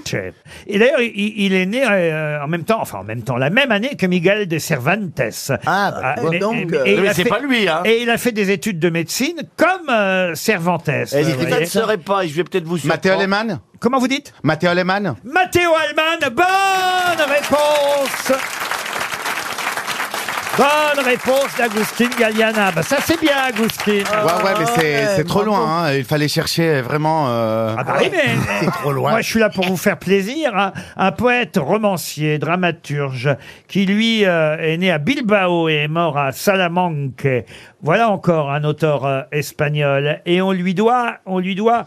Speaker 2: Et d'ailleurs, il, il est né euh, en même temps, enfin en même temps, la même année que Miguel de Cervantes.
Speaker 4: Ah, bah,
Speaker 3: ouais,
Speaker 2: et-
Speaker 3: donc,
Speaker 2: et-
Speaker 3: euh,
Speaker 2: et il
Speaker 8: Mais
Speaker 2: a
Speaker 8: c'est
Speaker 2: fait-
Speaker 8: pas lui, hein.
Speaker 2: Et il a fait des études de médecine comme euh, Cervantes.
Speaker 8: Est-ce
Speaker 2: vous
Speaker 8: que ça ne
Speaker 2: voyez.
Speaker 8: serait pas Et Je vais peut-être vous surprendre.
Speaker 5: Matteo Lehmann
Speaker 2: Comment vous dites
Speaker 5: Matteo Lehmann
Speaker 2: Matteo Alman, bonne réponse Bonne réponse d'Agustine Galliana. Bah, ça c'est bien, Agustine.
Speaker 5: Ouais, ouais, mais
Speaker 6: Ah,
Speaker 5: c'est- c'est trop
Speaker 3: bravo.
Speaker 5: loin. hein. Il fallait chercher vraiment. euh,
Speaker 2: Ah bah oui, mais-
Speaker 4: C'est trop loin.
Speaker 2: Moi, je suis là pour vous faire plaisir. hein. Un poète, romancier, dramaturge, qui lui euh, est né à Bilbao et est mort à Salamanque. Voilà encore un auteur euh, espagnol. Et on lui doit, on lui doit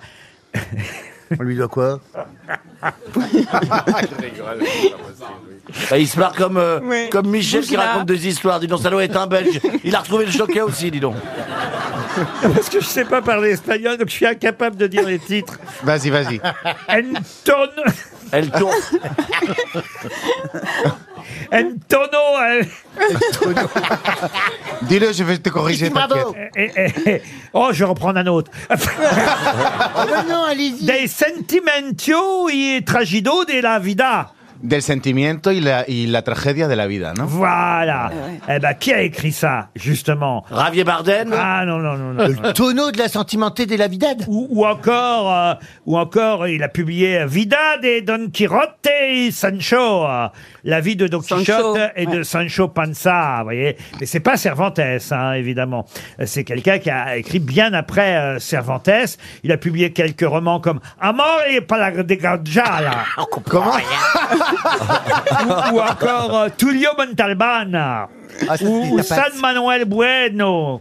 Speaker 4: On lui doit quoi
Speaker 8: Bah, il se marre comme, euh,
Speaker 6: Oui.
Speaker 8: comme Michel qui
Speaker 6: Bouge-la.
Speaker 8: raconte des histoires. Dis donc, ça doit être un Belge. Il a retrouvé le jockey aussi, dis donc.
Speaker 2: parce que je sais pas parler espagnol, donc je suis incapable de dire les titres.
Speaker 5: Vas-y, vas-y.
Speaker 2: Anton,
Speaker 8: Elle tourne.
Speaker 2: Antono. euh,
Speaker 5: Dis-le, je vais te corriger. t'inquiète.
Speaker 2: Eh, eh, eh. Oh, je vais reprendre un autre.
Speaker 4: Oh, bah Non, allez-y.
Speaker 2: Dei sentimentio y tragido de la vida.
Speaker 5: Del sentimiento y la, y la tragedia de la vida, ¿no?
Speaker 2: Voilà.
Speaker 6: Ah,
Speaker 2: Eh ben, qui a écrit ça, justement
Speaker 8: Ravier Barden
Speaker 2: Ah non, non, non, non. non.
Speaker 4: Le tonneau de la sentimentée de la Vidad.
Speaker 2: Ou, ou encore, euh, ou encore, il a publié Vida de Don Quixote y Sancho, euh, la vie de Don
Speaker 6: Sancho,
Speaker 2: Quichotte et de
Speaker 6: ouais.
Speaker 2: Sancho Panza, vous voyez. Mais c'est pas Cervantes, hein, évidemment. Euh, C'est quelqu'un qui a écrit bien après euh, Cervantes. Il a publié quelques romans comme Amor y Palagreggiala
Speaker 5: Comment
Speaker 2: ou, ou encore euh, Tullio Montalbán.
Speaker 8: Ah,
Speaker 2: ou ou San Manuel Bueno.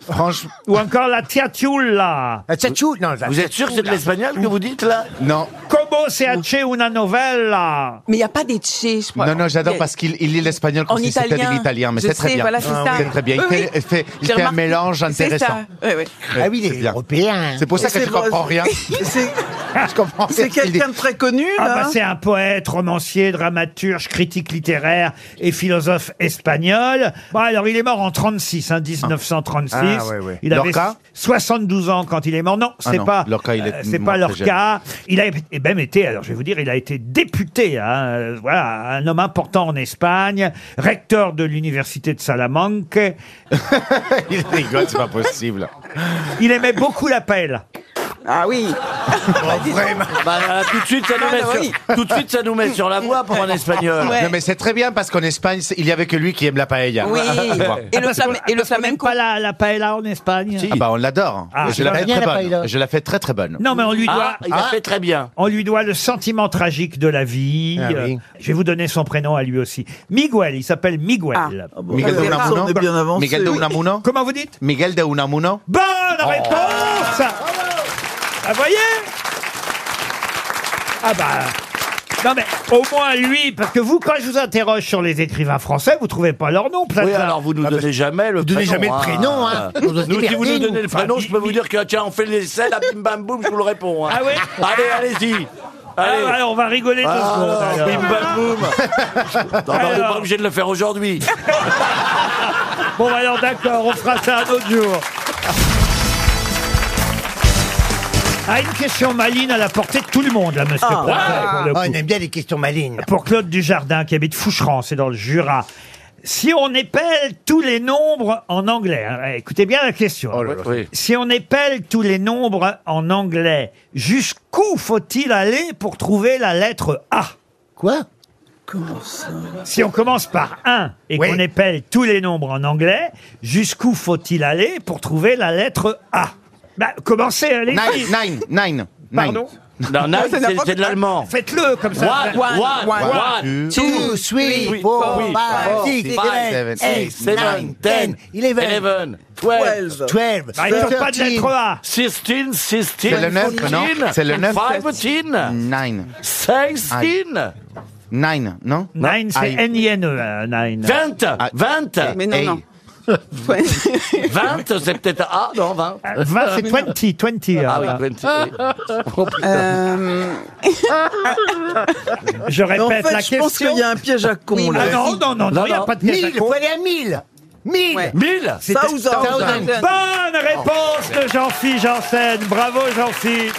Speaker 2: Ou encore la Tiatioula. La
Speaker 8: Vous êtes sûr que c'est de l'espagnol que vous dites là
Speaker 5: Non.
Speaker 2: Como se hace una novela
Speaker 6: Mais il n'y a pas des tchés, je crois.
Speaker 5: Non, non, j'adore
Speaker 6: Mais-
Speaker 5: parce qu'il il lit l'espagnol comme
Speaker 6: En
Speaker 5: si c'était de
Speaker 6: italien.
Speaker 5: l'italien, mais
Speaker 6: Je
Speaker 5: c'est très
Speaker 6: sais,
Speaker 5: bien.
Speaker 6: voilà, c'est
Speaker 5: Ah,
Speaker 6: ça.
Speaker 5: c'est très bien. Il
Speaker 6: Oui,
Speaker 5: fait,
Speaker 6: oui.
Speaker 5: il fait- il
Speaker 6: J'ai
Speaker 5: fait un
Speaker 6: remarqué.
Speaker 5: mélange
Speaker 6: C'est
Speaker 5: intéressant.
Speaker 6: ça, ouais, ouais.
Speaker 5: Ah oui, il est européen. C'est pour ça
Speaker 3: Et
Speaker 5: que
Speaker 3: c'est
Speaker 5: je comprends
Speaker 3: vrai.
Speaker 5: rien.
Speaker 3: C'est-
Speaker 5: Je comprends rien.
Speaker 3: C'est quelqu'un de très connu,
Speaker 2: Ah
Speaker 3: là. hein
Speaker 2: bah, c'est un poète, romancier, dramaturge, critique littéraire et philosophe espagnol. Bon, alors il est mort en 36, hein, 1936.
Speaker 5: Ah, ouais, ouais.
Speaker 2: Il avait
Speaker 5: Lorca
Speaker 2: 72 ans quand il est mort. Non,
Speaker 5: Ah
Speaker 2: c'est
Speaker 5: non,
Speaker 2: pas
Speaker 5: Lorca, il est
Speaker 2: euh, c'est
Speaker 5: mort
Speaker 2: pas
Speaker 5: très
Speaker 2: Lorca. Il a et même été, alors je vais vous dire, il a été député, hein, euh, voilà, un homme important en Espagne, recteur de l'université de Salamanque.
Speaker 5: Il rigole, c'est pas possible.
Speaker 2: Il aimait beaucoup la pelle.
Speaker 6: Ah oui.
Speaker 8: Bah, euh, tout, de suite, ça nous
Speaker 6: Ah,
Speaker 8: met
Speaker 6: bah
Speaker 8: sur,
Speaker 6: oui.
Speaker 8: tout de suite, ça nous met sur la voie pour un espagnol.
Speaker 6: Ouais.
Speaker 5: Non, mais c'est très bien parce qu'en Espagne, c'est- il y avait que lui qui aime la paella. Ah,
Speaker 6: Oui.
Speaker 2: Ah,
Speaker 5: Tu vois. bah,
Speaker 6: Et le, flamen- et le
Speaker 2: Même
Speaker 6: flamenco.
Speaker 2: pas la, la paella en Espagne.
Speaker 5: Ah bah on l'adore.
Speaker 2: Ah,
Speaker 5: je la
Speaker 2: c'est
Speaker 5: fais
Speaker 2: bien
Speaker 5: très
Speaker 2: la
Speaker 5: bonne. Je la fais très très bonne.
Speaker 2: Non, mais on lui doit.
Speaker 8: Ah, il a fait très bien.
Speaker 2: On lui doit le sentiment tragique de la vie.
Speaker 5: Ah oui.
Speaker 2: Euh, Je vais vous donner son prénom à lui aussi. Miguel, il s'appelle Miguel.
Speaker 6: Ah.
Speaker 3: Ah bon,
Speaker 5: Miguel de
Speaker 3: on est
Speaker 5: Unamuno.
Speaker 3: bien avancé.
Speaker 5: Miguel de
Speaker 3: Oui.
Speaker 5: Unamuno.
Speaker 2: Comment vous dites
Speaker 5: Miguel de Unamuno.
Speaker 2: Bonne Oh, réponse
Speaker 8: Oh.
Speaker 2: Ah, voyez Ah bah... Non mais au moins lui, parce que vous, quand je vous interroge sur les écrivains français, vous trouvez pas leur nom, Plaza.
Speaker 8: Oui, alors vous nous donnez jamais le
Speaker 4: Ah bah, vous donnez
Speaker 8: prénom.
Speaker 4: jamais le prénom, hein. Vous nous
Speaker 8: Nous, si vous nous
Speaker 4: divertissez,
Speaker 8: donnez le prénom, je peux vous dire que tiens, on fait l'essai, la bim bam boum, je vous le réponds. hein.
Speaker 2: Ah oui
Speaker 8: Allez, allez-y.
Speaker 2: Ah,
Speaker 8: Allez.
Speaker 2: alors, on va rigoler deux secondes.
Speaker 8: Ah,
Speaker 2: alors.
Speaker 8: bim bam boum. Non, bah, on n'est
Speaker 2: Alors.
Speaker 8: pas obligé de le faire aujourd'hui.
Speaker 2: Bon alors d'accord, on fera ça un autre jour. Ah, une question maligne à la portée de tout le monde, là, monsieur
Speaker 8: Ah.
Speaker 2: Plaza, pour le
Speaker 4: Oh,
Speaker 2: coup.
Speaker 4: on aime bien les questions malines.
Speaker 2: pour Claude Dujardin qui habite Foucheran, c'est dans le Jura. Si on épelle tous les nombres en anglais, hein, écoutez bien la question.
Speaker 8: Oh Oui.
Speaker 2: Si on épelle tous les nombres en anglais, jusqu'où faut-il aller pour trouver la lettre A
Speaker 4: Quoi
Speaker 2: Si on commence par 1 et
Speaker 4: Oui.
Speaker 2: qu'on épelle tous les nombres en anglais, jusqu'où faut-il aller pour trouver la lettre A bah, Commencez, allez
Speaker 5: Nine, nine, nine.
Speaker 2: Pardon
Speaker 8: Non, non, c'est c'est de l'allemand.
Speaker 2: Faites-le comme ça.
Speaker 8: One, one, one,
Speaker 5: One,
Speaker 4: Two, three, four,
Speaker 8: three,
Speaker 4: five,
Speaker 8: four,
Speaker 4: six,
Speaker 8: five,
Speaker 4: seven,
Speaker 8: eight,
Speaker 4: eight, nine,
Speaker 8: seven,
Speaker 4: ten, eleven,
Speaker 8: eleven, twelve,
Speaker 3: Twelve.
Speaker 4: twelve,
Speaker 2: Ah, il ne faut pas de
Speaker 4: thirteen.
Speaker 2: lettre A.
Speaker 8: sixteen, sixteen,
Speaker 5: C'est le neuf, non C'est le neuf.
Speaker 8: Fifteen,
Speaker 5: Nine.
Speaker 8: sixteen,
Speaker 5: Nine, non
Speaker 2: Nine, c'est
Speaker 5: Aïe. Ah.
Speaker 2: N-I-N-E, euh, nine.
Speaker 8: vingt, vingt,
Speaker 6: Mais non,
Speaker 5: Hey.
Speaker 6: non.
Speaker 8: vingt, c'est peut-être ah non vingt.
Speaker 2: Euh, vingt, c'est 20, 20. euh,
Speaker 8: Ah oui,
Speaker 2: voilà.
Speaker 8: vingt, oui.
Speaker 6: Euh,
Speaker 2: Je
Speaker 3: Mais en
Speaker 2: répète
Speaker 3: fait,
Speaker 2: la
Speaker 3: je
Speaker 2: question.
Speaker 3: pense qu'il y a un piège à con,
Speaker 2: Ah
Speaker 3: là.
Speaker 2: non, non, non, non,
Speaker 8: Non,
Speaker 2: il n'y a
Speaker 8: non.
Speaker 2: pas de piège à
Speaker 4: Mille,
Speaker 2: con.
Speaker 4: faut aller à mille. Mille.
Speaker 6: Ouais.
Speaker 8: Mille,
Speaker 2: C'était-
Speaker 3: Thousand.
Speaker 4: Thousand.
Speaker 2: Bonne réponse de Jean-Philippe Janssen. Bravo Jean-Philippe.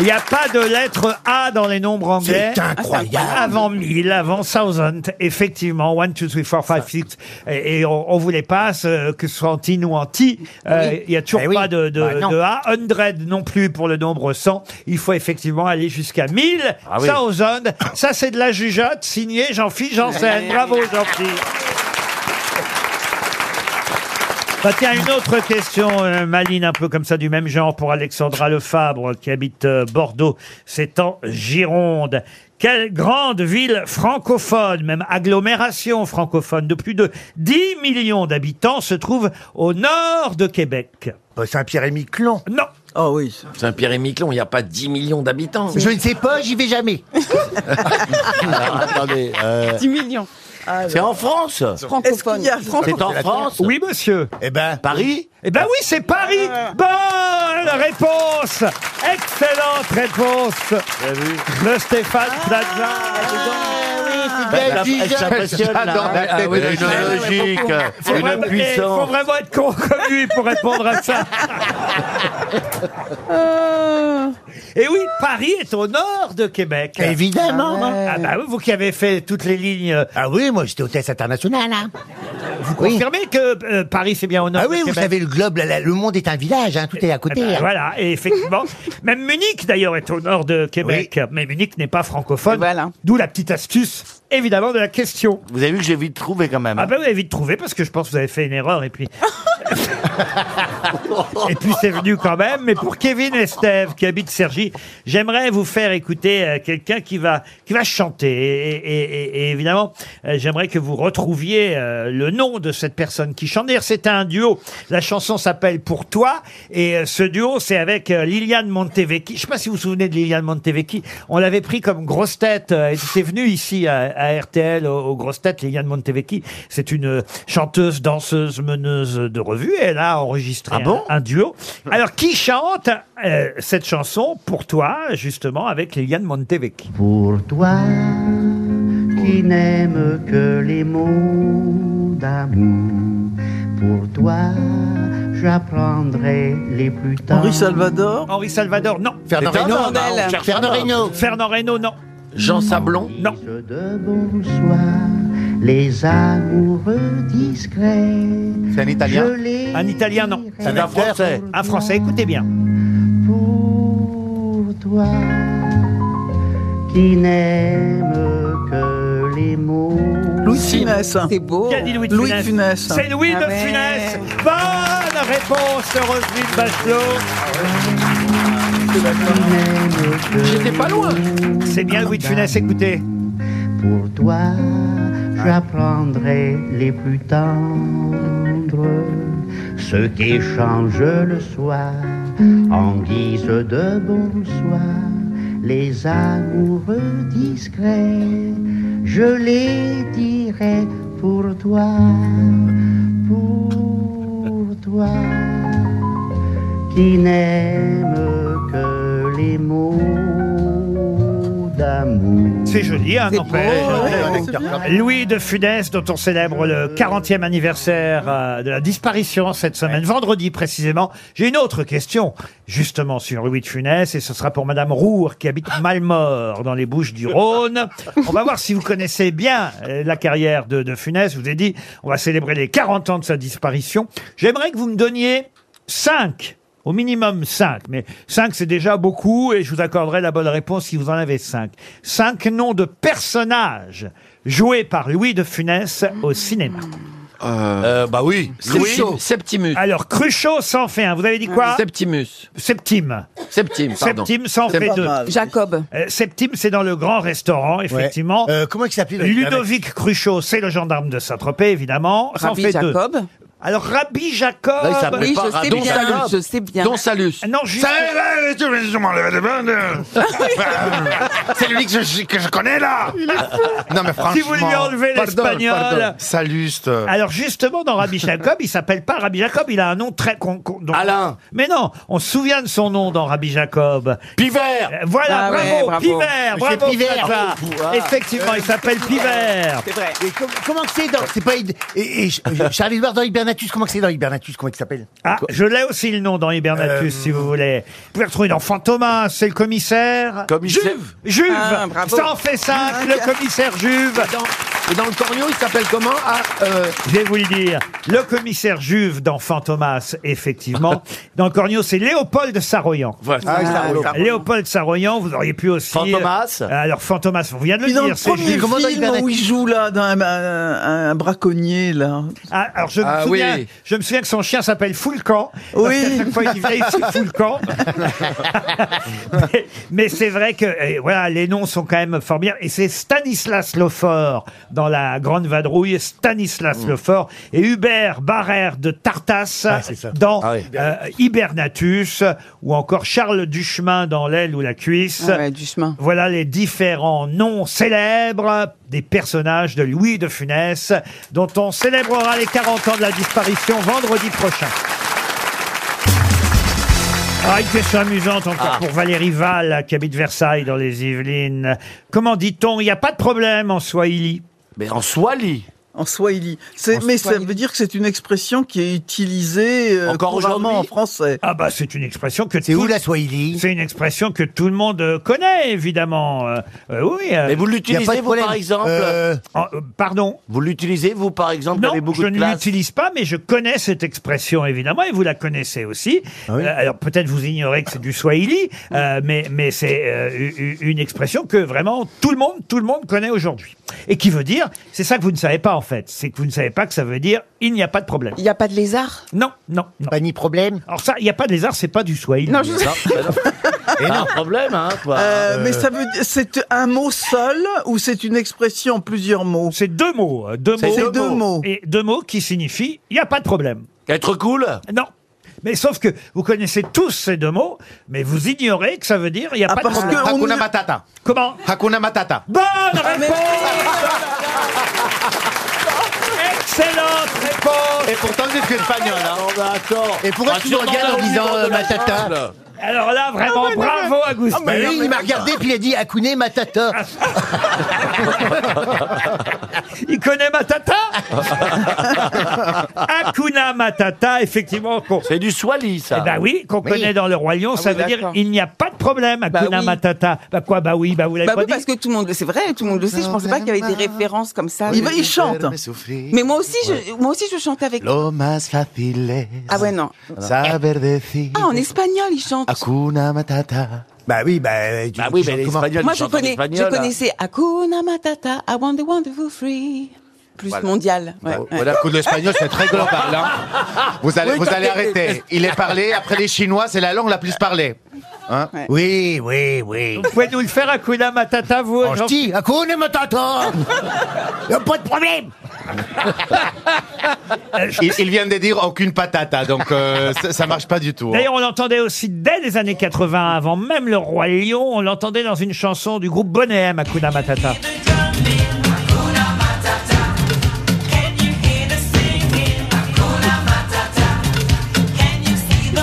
Speaker 2: Il n'y a pas de lettre A dans les nombres anglais.
Speaker 4: C'est incroyable.
Speaker 2: Avant 1000, avant 1000, effectivement, 1, 2, 3, 4, 5, 6, et, et on, on vous les passe, euh, que ce soit en tin ou en ti, euh, il n'y a toujours
Speaker 4: Eh oui.
Speaker 2: pas de, de,
Speaker 4: Bah, non.
Speaker 2: de A, 100 non plus pour le nombre 100, il faut effectivement aller jusqu'à 1000,
Speaker 8: Ah oui.
Speaker 2: 1000, ça c'est de la jugeote, signé Jean-Philippe Janssen,
Speaker 4: Eh,
Speaker 2: bravo Jean-Philippe Bah, tiens, une autre question euh, maline, un peu comme ça, du même genre, pour Alexandra Lefabre, qui habite euh, Bordeaux, c'est en Gironde. Quelle grande ville francophone, même agglomération francophone, de plus de 10 millions d'habitants se trouve au nord de Québec
Speaker 4: Oh, Saint-Pierre-et-Miquelon.
Speaker 2: Non
Speaker 3: Ah oui.
Speaker 7: Saint-Pierre et Miquelon, il n'y a pas 10 millions d'habitants.
Speaker 4: Je ne sais pas, j'y vais jamais.
Speaker 8: Alors, attendez, euh,
Speaker 6: 10 millions.
Speaker 8: c'est en France.
Speaker 3: Ah, Est-ce
Speaker 6: Francophone.
Speaker 3: qu'il y a...
Speaker 8: C'est en France.
Speaker 2: Oui, monsieur
Speaker 4: Eh ben,
Speaker 8: Paris.
Speaker 2: Eh ben oui, c'est Paris Bonne réponse Excellente réponse de Stéphane Plaza
Speaker 5: Bah,
Speaker 9: Bah,
Speaker 8: Ben, ça- ça passionne, là.
Speaker 5: J'adore la
Speaker 8: Ah
Speaker 5: tête
Speaker 8: oui,
Speaker 5: de
Speaker 8: une
Speaker 5: Joël.
Speaker 8: logique,
Speaker 2: Faut
Speaker 8: une
Speaker 2: vraiment- eh, faut
Speaker 8: puissance.
Speaker 2: vraiment être con comme lui pour répondre à ça. Et oui, Paris est au nord de Québec.
Speaker 4: évidemment. hein.
Speaker 2: Ah bah oui, vous qui avez fait toutes les lignes, euh,
Speaker 4: Ah oui, moi j'étais hôtesse internationale. hein.
Speaker 2: vous confirmez que euh, Paris c'est bien au nord
Speaker 4: Ah
Speaker 2: de
Speaker 4: oui, vous
Speaker 2: Québec
Speaker 4: savez, le globe, là, là, le monde est un village, hein, tout est à
Speaker 2: Eh
Speaker 4: côté.
Speaker 2: ben,
Speaker 4: hein.
Speaker 2: voilà, et effectivement, même Munich d'ailleurs est au nord de Québec, mais Munich n'est pas francophone,
Speaker 6: Et voilà.
Speaker 2: d'où la petite astuce, évidemment, de la question.
Speaker 8: Vous avez vu que j'ai vite trouvé quand même. hein.
Speaker 2: Ah ben vous avez vite trouvé parce que je pense que vous avez fait une erreur et puis Et puis c'est venu quand même. Mais pour Kevin Estève, qui habite Cergy, j'aimerais vous faire écouter euh, quelqu'un qui va, qui va chanter. Et, et- et- et évidemment, euh, j'aimerais que vous retrouviez euh, le nom de cette personne qui chante. D'ailleurs, c'est un duo. La chanson s'appelle Pour toi. Et euh, ce duo, c'est avec euh, Liliane Montevecchi. Je ne sais pas si vous vous souvenez de Liliane Montevecchi. On l'avait pris comme grosse tête. euh, Elle était venue ici à, à RTL, aux, aux grosses têtes. Liliane Montevecchi, c'est une euh, chanteuse, danseuse, meneuse de revue. Et elle a enregistré un- un, duo. Alors, qui chante euh, cette chanson pour toi, justement, avec Liliane Montevecchi
Speaker 13: Pour toi qui n'aime que les mots d'amour, pour toi j'apprendrai les plus tard.
Speaker 2: Salvador Henri Salvador, non.
Speaker 13: Fernand Les Reynaud, Tendres, non, on cherche
Speaker 2: Fernand
Speaker 13: pas.
Speaker 2: Reynaud. Fernand Reynaud, non.
Speaker 13: Jean Sablon
Speaker 2: Non.
Speaker 13: De bonsoir, les amoureux discrets.
Speaker 5: C'est un
Speaker 13: Italien Je
Speaker 2: Un Italien, non.
Speaker 13: C'est un Français.
Speaker 2: Un Français, écoutez bien.
Speaker 13: Pour toi qui n'aime que les mots.
Speaker 3: Louis de Funès.
Speaker 13: C'est beau.
Speaker 2: Qui a dit Louis de
Speaker 3: Louis
Speaker 2: Funès
Speaker 3: de Funès.
Speaker 2: C'est Louis
Speaker 3: Ah
Speaker 2: de
Speaker 3: ouais.
Speaker 2: Funès. Bonne réponse de Roselyne Bachelot. J'étais pas loin. C'est bien Louis de Funès, écoutez.
Speaker 13: Pour toi, j'apprendrai les plus tendres, ceux qu'échangent le soir en guise de bonsoir, les amoureux discrets. Je les dirai pour toi, pour toi, qui n'aime que les mots d'amour.
Speaker 2: C'est joli, hein,
Speaker 13: C'est
Speaker 2: n'empêche.
Speaker 13: beau, ouais, Euh.
Speaker 2: Louis de Funès, dont on célèbre le 40e anniversaire euh, de la disparition cette semaine, vendredi précisément. J'ai une autre question, justement, sur Louis de Funès, et ce sera pour Madame Roure, qui habite Malmort, dans les Bouches du Rhône. On va voir si vous connaissez bien euh, la carrière de, de Funès. Je vous ai dit, on va célébrer les 40 ans de sa disparition. J'aimerais que vous me donniez 5 au minimum 5, mais 5 c'est déjà beaucoup et je vous accorderai la bonne réponse si vous en avez 5. 5 noms de personnages joués par Louis de Funès au cinéma.
Speaker 8: Euh,
Speaker 7: bah oui.
Speaker 2: Cruchot.
Speaker 7: Septimus.
Speaker 2: Alors Cruchot s'en fait un. Vous avez dit quoi
Speaker 7: Septimus.
Speaker 2: Septime.
Speaker 7: Septime, pardon.
Speaker 2: Septime s'en
Speaker 7: C'est
Speaker 2: fait
Speaker 7: pas
Speaker 2: deux.
Speaker 7: mal.
Speaker 2: Jacob. Septime c'est dans le grand restaurant, effectivement.
Speaker 7: Euh,
Speaker 2: comment il s'appelle Ludovic Cruchot, c'est le gendarme de Saint-Tropez, évidemment. S'en
Speaker 6: Rabbi
Speaker 2: fait
Speaker 6: Jacob.
Speaker 2: deux. Alors Rabbi Jacob. Ah
Speaker 6: Là, il s'appelait Oui, pas je sais Radon bien, Salus. je sais bien. Don
Speaker 7: Salus.
Speaker 2: Non, juste.
Speaker 5: C'est lui que je, que je connais là Non mais franchement.
Speaker 2: Si vous lui enlevez
Speaker 5: Pardon,
Speaker 2: l'espagnol.
Speaker 5: pardon. Saluste.
Speaker 2: Alors justement, dans Rabbi Jacob, il s'appelle pas Rabbi Jacob, il a un nom très... Alain Mais non, on se souvient de son nom dans Rabbi Jacob.
Speaker 8: Pivert
Speaker 2: Euh, Voilà,
Speaker 8: Ah
Speaker 2: bravo,
Speaker 8: ouais, bravo.
Speaker 2: Pivert,
Speaker 8: Monsieur
Speaker 2: bravo
Speaker 8: Pivert.
Speaker 2: Plaza.
Speaker 8: Ah.
Speaker 2: Effectivement, il s'appelle Pivert.
Speaker 4: hein. Euh, C'est vrai. Et com- comment que c'est dans. C'est pas. Id- Et, et, et- Charlie Loire dans Hibernatus, comment que c'est dans Hibernatus Comment il s'appelle Euh,
Speaker 2: Ah, je l'ai aussi le nom dans Hibernatus, si vous voulez. Vous pouvez retrouver dans Fantomas, c'est le commissaire.
Speaker 7: Commissaire.
Speaker 2: Juve. Juve.
Speaker 7: Ah, bravo.
Speaker 2: Ça en fait cinq,
Speaker 7: Ah,
Speaker 2: le
Speaker 7: tiens.
Speaker 2: commissaire Juve.
Speaker 7: Et dans le corneau, il s'appelle comment Ah, euh,
Speaker 2: Je vais vous le dire. Le commissaire Juve dans Fantomas, effectivement. dans le Cornio, c'est Léopold Saroyan.
Speaker 7: Voilà. Ah, Saroyan.
Speaker 2: Léopold Saroyan, vous auriez pu aussi. euh,
Speaker 7: Fantomas.
Speaker 2: Alors, Fantomas, on vient de le
Speaker 3: Puis dans le
Speaker 2: dire. c'est
Speaker 3: premier
Speaker 2: Juve.
Speaker 3: film où il joue là, dans un, un- un braconnier là.
Speaker 2: Ah, alors je me,
Speaker 3: Ah
Speaker 2: souviens,
Speaker 3: oui.
Speaker 2: je me souviens que son chien s'appelle Foulcan. Parce
Speaker 3: Oui.
Speaker 2: qu'à chaque fois qu'il vient, il s'appelle Foulcan. mais mais c'est vrai que eh, voilà, les noms sont quand même formidables. Et c'est Stanislas Lefort dans la Grande Vadrouille, Stanislas Lefort et Hubert Barrère de Tartas dans euh, Hibernatus ou encore Charles Duchemin dans L'aile ou la cuisse. Voilà les différents noms célèbres des personnages de Louis de Funès dont on célébrera les 40 ans de la disparition vendredi prochain. Ah, une question amusante encore
Speaker 8: Ah.
Speaker 2: pour Valérie Val, qui habite Versailles dans les Yvelines. Comment dit-on Il n'y a pas de problème en Swahili.
Speaker 8: Mais en Swahili
Speaker 3: En Swahili. C'est- mais ça veut dire que c'est une expression qui est utilisée euh,
Speaker 2: Encore
Speaker 3: couramment en
Speaker 2: aujourd'hui
Speaker 3: français.
Speaker 2: Ah bah c'est une expression que c'est où la Swahili C'est une expression que tout le monde euh, connaît évidemment. Euh, euh, oui.
Speaker 8: Mais vous l'utilisez, vous, par exemple
Speaker 2: Euh, Pardon
Speaker 8: Vous l'utilisez, vous, par exemple
Speaker 2: Non,
Speaker 8: avez beaucoup
Speaker 2: je
Speaker 8: de
Speaker 2: ne
Speaker 8: classe
Speaker 2: l'utilise pas, mais je connais cette expression évidemment et vous la connaissez aussi.
Speaker 4: Ah
Speaker 2: Euh, alors peut-être vous ignorez que c'est du swahili, euh, mais mais c'est euh, u- u- une expression que vraiment tout le monde tout le monde connaît aujourd'hui et qui veut dire c'est ça que vous ne savez pas en fait. C'est que vous ne savez pas que ça veut dire il n'y a pas de problème.
Speaker 6: Il n'y a pas de lézard
Speaker 2: Non, non, non.
Speaker 4: Pas ni problème
Speaker 2: Alors ça, il n'y a pas de lézard, c'est pas du swahili.
Speaker 6: Non, je-
Speaker 2: Lézard, bah non.
Speaker 3: Pas un
Speaker 8: problème, hein,
Speaker 3: Euh, Mais ça veut dire, c'est un mot seul ou c'est une expression en plusieurs mots
Speaker 2: C'est deux mots. euh, Deux
Speaker 3: C'est
Speaker 2: mots.
Speaker 3: deux mots.
Speaker 2: Et deux mots qui signifient il n'y a pas de problème.
Speaker 8: Être cool
Speaker 2: Non. Mais sauf que vous connaissez tous ces deux mots, mais vous ignorez que ça veut dire il n'y a
Speaker 5: Ah,
Speaker 2: pas
Speaker 5: parce
Speaker 2: de problème.
Speaker 5: que on Hakuna nous- Matata.
Speaker 2: Comment
Speaker 5: Hakuna Matata.
Speaker 2: Bonne réponse Excellente réponse ben,
Speaker 5: Et pourtant, je suis espagnol. Hein. Et pourquoi tu nous
Speaker 8: Rassure-nous,
Speaker 5: regardes en
Speaker 8: on a
Speaker 5: disant
Speaker 8: oublié
Speaker 5: euh,
Speaker 8: de la
Speaker 5: Matata
Speaker 8: table.
Speaker 2: Alors là, vraiment,
Speaker 4: Ah ouais, non,
Speaker 2: bravo
Speaker 4: mais-
Speaker 2: à Agustin.
Speaker 4: Ah, mais lui, il m'a regardé puis il a dit Akune Matata.
Speaker 2: Il connaît Matata Hakuna Matata, effectivement.
Speaker 8: C'est du Swahili, ça.
Speaker 2: Eh ben oui, qu'on connaît dans le Roi Lion, ça
Speaker 6: oui,
Speaker 2: veut dire
Speaker 6: d'accord.
Speaker 2: il n'y a pas de problème, Hakuna
Speaker 6: oui.
Speaker 2: Matata. Bah quoi, bah oui, bah vous l'avez
Speaker 6: Bah
Speaker 2: pas
Speaker 6: oui,
Speaker 2: dit
Speaker 6: parce que tout le monde, le- c'est vrai, tout le monde le sait. Je pensais pas qu'il y avait des références comme ça.
Speaker 3: Il, va- il chante.
Speaker 6: Mais moi aussi, je, moi aussi, je chantais avec.
Speaker 5: Lo más fácil es
Speaker 6: Ah ouais, non.
Speaker 5: saber decir
Speaker 6: Ah, en espagnol, il chante.
Speaker 5: Hakuna Matata.
Speaker 4: Bah oui,
Speaker 2: euh,
Speaker 4: bah.
Speaker 8: Bah oui, mais les Espagnols,
Speaker 6: Moi,
Speaker 8: ils
Speaker 6: je
Speaker 8: chantent en
Speaker 6: connais,
Speaker 8: espagnol,
Speaker 6: je
Speaker 8: hein.
Speaker 6: connaissais Hakuna Matata, I want the wonderful free. Plus
Speaker 8: Voilà.
Speaker 6: mondial. ouais, ouais.
Speaker 5: Voilà, coup de l'espagnol, c'est très global.
Speaker 2: Ah,
Speaker 5: hein. Vous allez,
Speaker 8: Oui,
Speaker 5: vous
Speaker 8: t'as-
Speaker 5: allez arrêter. Il est parlé. Après les Chinois, c'est la langue la plus parlée. Hein
Speaker 4: Oui, oui, oui.
Speaker 2: Vous pouvez nous le faire, Hakuna Matata, vous
Speaker 5: Oh,
Speaker 4: En
Speaker 2: Jean-
Speaker 4: ch'ti, Hakune Matata. Y a pas de problème.
Speaker 5: Ils, ils viennent de dire aucune patata, donc euh, ça, ça marche pas du tout. hein.
Speaker 2: D'ailleurs, on l'entendait aussi dès les années 80, avant même le Roi Lion, on l'entendait dans une chanson du groupe Bonnet M, Hakuna Matata.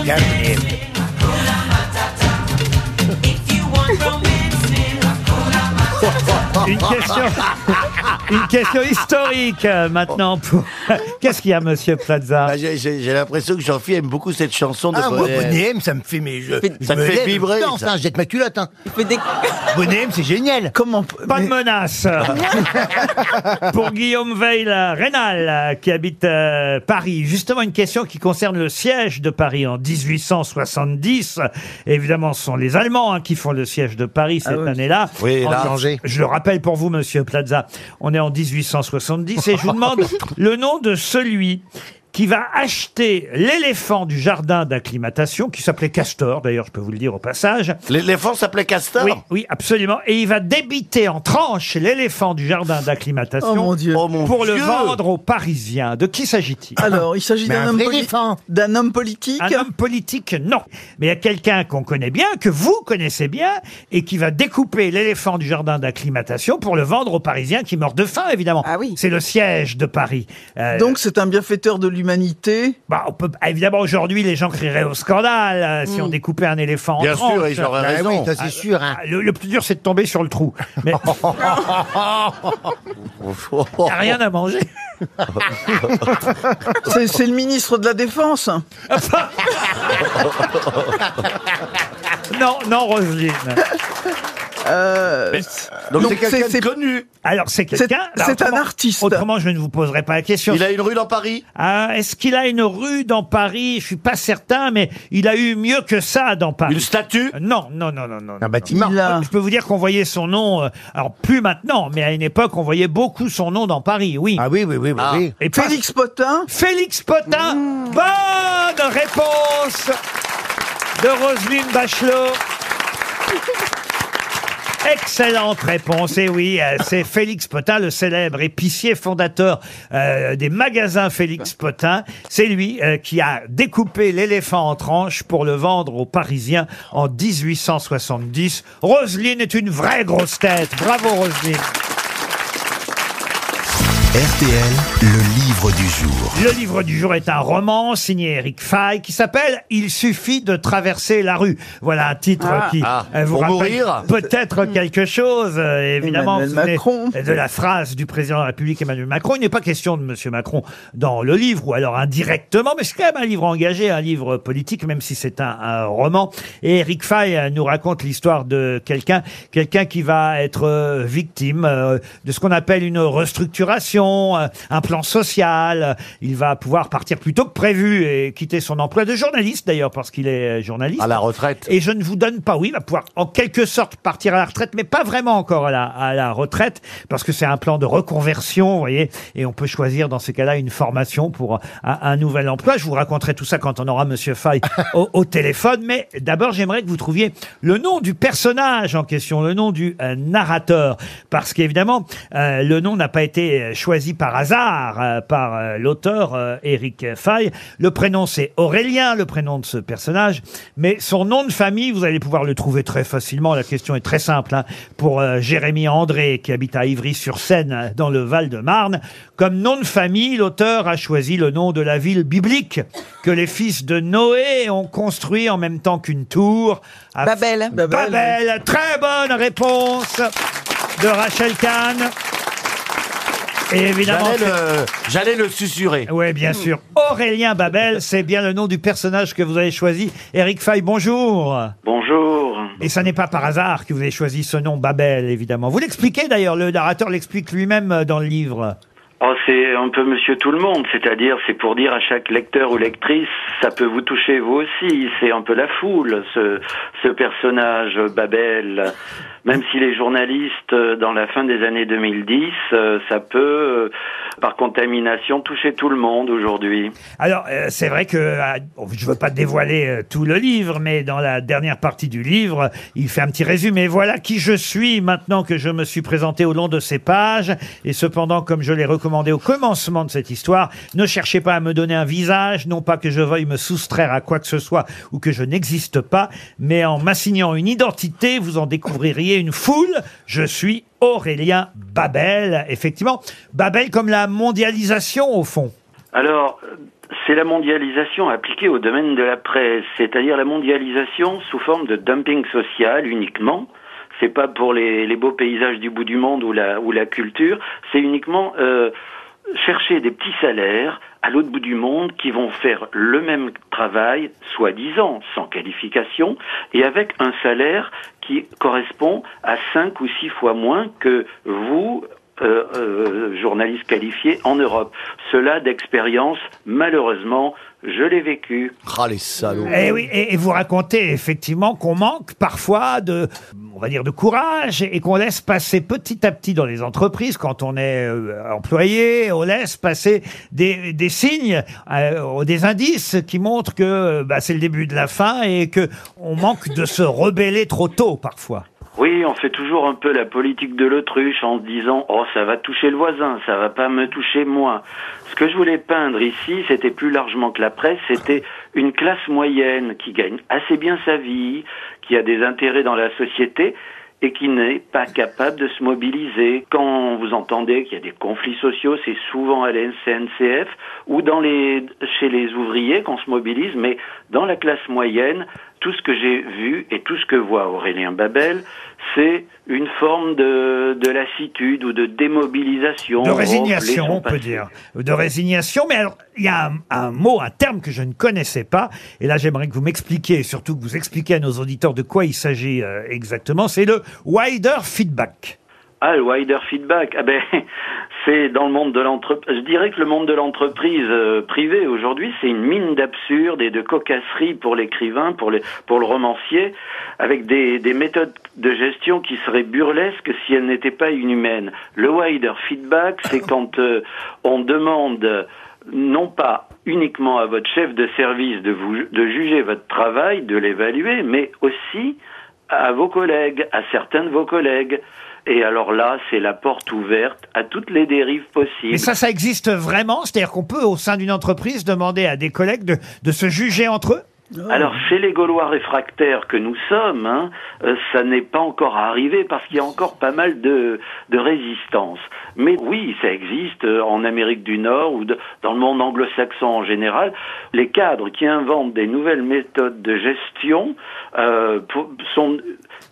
Speaker 4: Bien, mais-
Speaker 2: Une question, une question historique euh, maintenant. Pour... Qu'est-ce qu'il y a, Monsieur Plaza
Speaker 8: Bah, j'ai- J'ai j'ai l'impression que Jean-Philippe aime beaucoup cette chanson de
Speaker 4: Ah, moi,
Speaker 8: Bonnet M.
Speaker 4: Bonnet M, ça me fait mes jeux.
Speaker 8: Ça te fait vibrer,
Speaker 4: Danse,
Speaker 8: ça.
Speaker 4: hein, je jette ma culotte. Hein.
Speaker 6: Il fait des-
Speaker 4: Bonnet M, c'est génial.
Speaker 3: Comment on peut-
Speaker 2: Pas de
Speaker 3: mais-
Speaker 2: menace pour Guillaume Veil euh, Rénal euh, qui habite euh, Paris. Justement, une question qui concerne le siège de Paris en 1870. Évidemment, ce sont les Allemands hein, qui font le siège de Paris
Speaker 3: Ah
Speaker 2: cette année-là.
Speaker 8: Oui,
Speaker 2: En-
Speaker 8: là.
Speaker 2: Je le rappelle pour vous, monsieur Plaza, on est en 1870 et je vous demande le nom de celui qui va acheter l'éléphant du jardin d'acclimatation, qui s'appelait Castor, d'ailleurs, je peux vous le dire au passage,
Speaker 8: L'éléphant s'appelait Castor
Speaker 2: oui, oui, absolument. Et il va débiter en tranches l'éléphant du jardin d'acclimatation
Speaker 3: Oh mon Dieu.
Speaker 8: Oh mon
Speaker 2: pour le
Speaker 8: Dieu.
Speaker 2: vendre aux Parisiens. De qui s'agit-il
Speaker 3: Alors, il s'agit
Speaker 4: Mais
Speaker 3: d'un
Speaker 4: un
Speaker 3: homme,
Speaker 4: vrai
Speaker 3: poli-
Speaker 4: éléphant.
Speaker 3: d'un homme politique.
Speaker 2: un homme politique, non. Mais il y a quelqu'un qu'on connaît bien, que vous connaissez bien, et qui va découper l'éléphant du jardin d'acclimatation pour le vendre aux Parisiens qui meurent de faim, évidemment.
Speaker 6: Ah oui.
Speaker 2: C'est le siège de Paris. Euh,
Speaker 3: Donc, c'est un bienfaiteur de l'humanité.
Speaker 2: bah, on peut, évidemment, aujourd'hui, les gens crieraient au scandale euh,
Speaker 6: Mm.
Speaker 2: si on découpait un éléphant en
Speaker 8: Bien
Speaker 2: tranches. Bah
Speaker 8: sûr, ils auraient
Speaker 4: Ah oui,
Speaker 8: raison.
Speaker 4: ça c'est sûr. Hein.
Speaker 2: Ah, Le, le plus dur, c'est de tomber sur le trou. Mais Ah, y a rien à manger.
Speaker 3: C'est c'est le ministre de la Défense.
Speaker 2: Non, non, Roselyne.
Speaker 3: Euh,
Speaker 8: Donc,
Speaker 3: donc
Speaker 8: c'est quelqu'un
Speaker 3: c'est-
Speaker 8: de connu.
Speaker 2: Alors, c'est quelqu'un.
Speaker 3: C'est-
Speaker 2: alors,
Speaker 3: c'est un
Speaker 2: autrement-
Speaker 3: artiste.
Speaker 2: Autrement, je ne vous poserai pas la question.
Speaker 8: Il a une rue dans Paris
Speaker 2: Ah, Est-ce qu'il a une rue dans Paris Je suis pas certain, mais il a eu mieux que ça dans Paris. Euh,
Speaker 8: Une statue
Speaker 2: Non, non, non, non, non.
Speaker 4: Un
Speaker 2: non.
Speaker 4: bâtiment.
Speaker 3: Il a-
Speaker 2: Je peux vous dire qu'on voyait son nom, euh, alors plus maintenant, mais à une époque, on voyait beaucoup son nom dans Paris, oui.
Speaker 4: Ah oui, oui, oui, oui.
Speaker 8: Ah.
Speaker 4: oui. Mmh.
Speaker 2: Et pas-
Speaker 3: Félix Potin.
Speaker 2: Félix Potin, bonne réponse de Roselyne Bachelot. Excellente réponse, et oui, euh, c'est Félix Potin, le célèbre épicier fondateur euh, des magasins Félix Potin. C'est lui euh, qui a découpé l'éléphant en tranches pour le vendre aux Parisiens en 1870. Roselyne est une vraie grosse tête. Bravo Roselyne.
Speaker 1: RTL, le livre du jour.
Speaker 2: Le livre du jour est un roman signé Eric Fay qui s'appelle Il suffit de traverser la rue. Voilà un titre qui
Speaker 8: ah,
Speaker 2: euh, vous
Speaker 8: pour
Speaker 2: rappelle
Speaker 8: mourir.
Speaker 2: peut-être quelque chose. euh, évidemment,
Speaker 3: Hmm. Emmanuel
Speaker 2: vous venez
Speaker 3: Macron.
Speaker 2: de la phrase du président de la République Emmanuel Macron. Il n'est pas question de Monsieur Macron dans le livre ou alors indirectement, mais c'est quand même un livre engagé, un livre politique, même si c'est un, un roman. Et Eric Fay euh, nous raconte l'histoire de quelqu'un, quelqu'un qui va être euh, victime euh, de ce qu'on appelle une restructuration pension, euh, un plan social. Il va pouvoir partir plus tôt que prévu et quitter son emploi de journaliste d'ailleurs parce qu'il est euh, journaliste. À la retraite. Et je ne vous donne pas, oui, il va pouvoir en quelque sorte partir à la retraite, mais pas vraiment encore à la, à la retraite parce que c'est un plan de reconversion, vous voyez. Et on peut choisir dans ces cas-là une formation pour un, un nouvel emploi. Je vous raconterai tout ça quand on aura Monsieur Fay au, au téléphone. Mais d'abord, j'aimerais que vous trouviez le nom du personnage en question, le nom du euh, narrateur, parce qu'évidemment, euh, le nom n'a pas été euh, choisi par hasard euh, par euh, l'auteur euh, Eric Fay. Le prénom c'est Aurélien, le prénom de ce personnage, mais son nom de famille, vous allez pouvoir le trouver très facilement. La question est très simple hein, pour euh, Jérémy André qui habite à Ivry-sur-Seine euh, dans le Val-de-Marne. Comme nom de famille, l'auteur a choisi le nom de la ville biblique que les fils de Noé ont construit en même temps qu'une tour. à-
Speaker 6: Babel.
Speaker 2: Babel. Très bonne réponse de Rachel Kahn. Et évidemment,
Speaker 8: J'allais le-
Speaker 2: j'allais le susurrer. Oui, bien sûr. Aurélien Babel, c'est bien le nom du personnage que vous avez choisi. Eric Fay, bonjour.
Speaker 14: Bonjour.
Speaker 2: Et ça n'est pas par hasard que vous avez choisi ce nom Babel, évidemment. Vous l'expliquez d'ailleurs, le narrateur l'explique lui-même euh, dans le livre.
Speaker 14: Oh, c'est un peu monsieur tout le monde, c'est-à-dire c'est pour dire à chaque lecteur ou lectrice, ça peut vous toucher vous aussi, c'est un peu la foule, ce, ce personnage euh, Babel. Même si les journalistes, euh, dans la fin des années 2010, euh, ça peut, euh, par contamination, toucher tout le monde aujourd'hui.
Speaker 2: Alors, euh, c'est vrai que euh, je ne veux pas dévoiler euh, tout le livre, mais dans la dernière partie du livre, euh, il fait un petit résumé. Voilà qui je suis maintenant que je me suis présenté au long de ces pages. Et cependant, comme je l'ai recommandé au commencement de cette histoire, ne cherchez pas à me donner un visage, non pas que je veuille me soustraire à quoi que ce soit ou que je n'existe pas, mais en m'assignant une identité, vous en découvririez une foule. Je suis Aurélien Babel, effectivement. Babel comme la mondialisation, au fond.
Speaker 14: Alors, c'est la mondialisation appliquée au domaine de la presse, c'est-à-dire la mondialisation sous forme de dumping social uniquement. C'est pas pour les, les beaux paysages du bout du monde ou la, ou la culture, c'est uniquement euh, chercher des petits salaires à l'autre bout du monde qui vont faire le même travail, soi-disant, sans qualification, et avec un salaire qui correspond à 5 ou 6 fois moins que vous, euh, euh, journalistes qualifiés en Europe. Cela d'expérience, malheureusement, je l'ai vécu. Ah les salauds
Speaker 2: Et Eh oui, et, et vous racontez effectivement qu'on manque parfois de, on va dire, de courage et qu'on laisse passer petit à petit dans les entreprises quand on est euh, employé, on laisse passer des, des signes, euh, des indices qui montrent que euh, bah, c'est le début de la fin et que on manque de se rebeller trop tôt parfois.
Speaker 14: Oui, on fait toujours un peu la politique de l'autruche en se disant oh ça va toucher le voisin, ça va pas me toucher moi. Ce que je voulais peindre ici, c'était plus largement que la presse, c'était une classe moyenne qui gagne assez bien sa vie, qui a des intérêts dans la société et qui n'est pas capable de se mobiliser. Quand vous entendez qu'il y a des conflits sociaux, c'est souvent à la SNCF ou dans les, chez les ouvriers qu'on se mobilise, mais dans la classe moyenne, tout ce que j'ai vu et tout ce que voit Aurélien Babel, c'est une forme de, de lassitude ou de démobilisation.
Speaker 2: De
Speaker 14: Oh,
Speaker 2: résignation,
Speaker 14: laissons
Speaker 2: on peut
Speaker 14: passer.
Speaker 2: dire. De résignation. Mais alors, il y a un, un mot, un terme que je ne connaissais pas. Et là, j'aimerais que vous m'expliquiez, et surtout que vous expliquiez à nos auditeurs de quoi il s'agit euh, exactement. C'est le wider feedback.
Speaker 14: Ah, le wider feedback. Ah ben, c'est dans le monde de l'entreprise. Je dirais que le monde de l'entreprise euh, privée aujourd'hui, c'est une mine d'absurde et de cocasserie pour l'écrivain, pour le, pour le romancier, avec des, des méthodes de gestion qui seraient burlesques si elles n'étaient pas inhumaines. Le wider feedback, c'est quand euh, on demande non pas uniquement à votre chef de service de, vous, de juger votre travail, de l'évaluer, mais aussi à vos collègues, à certains de vos collègues. Et alors là, c'est la porte ouverte à toutes les dérives possibles.
Speaker 2: Mais ça, ça existe vraiment. C'est-à-dire qu'on peut, au sein d'une entreprise, demander à des collègues de, de se juger entre eux.
Speaker 14: Alors, chez les Gaulois réfractaires que nous sommes, hein, euh, ça n'est pas encore arrivé parce qu'il y a encore pas mal de, de résistance. Mais oui, ça existe euh, en Amérique du Nord ou de- dans le monde anglo-saxon en général. Les cadres qui inventent des nouvelles méthodes de gestion euh, pour- sont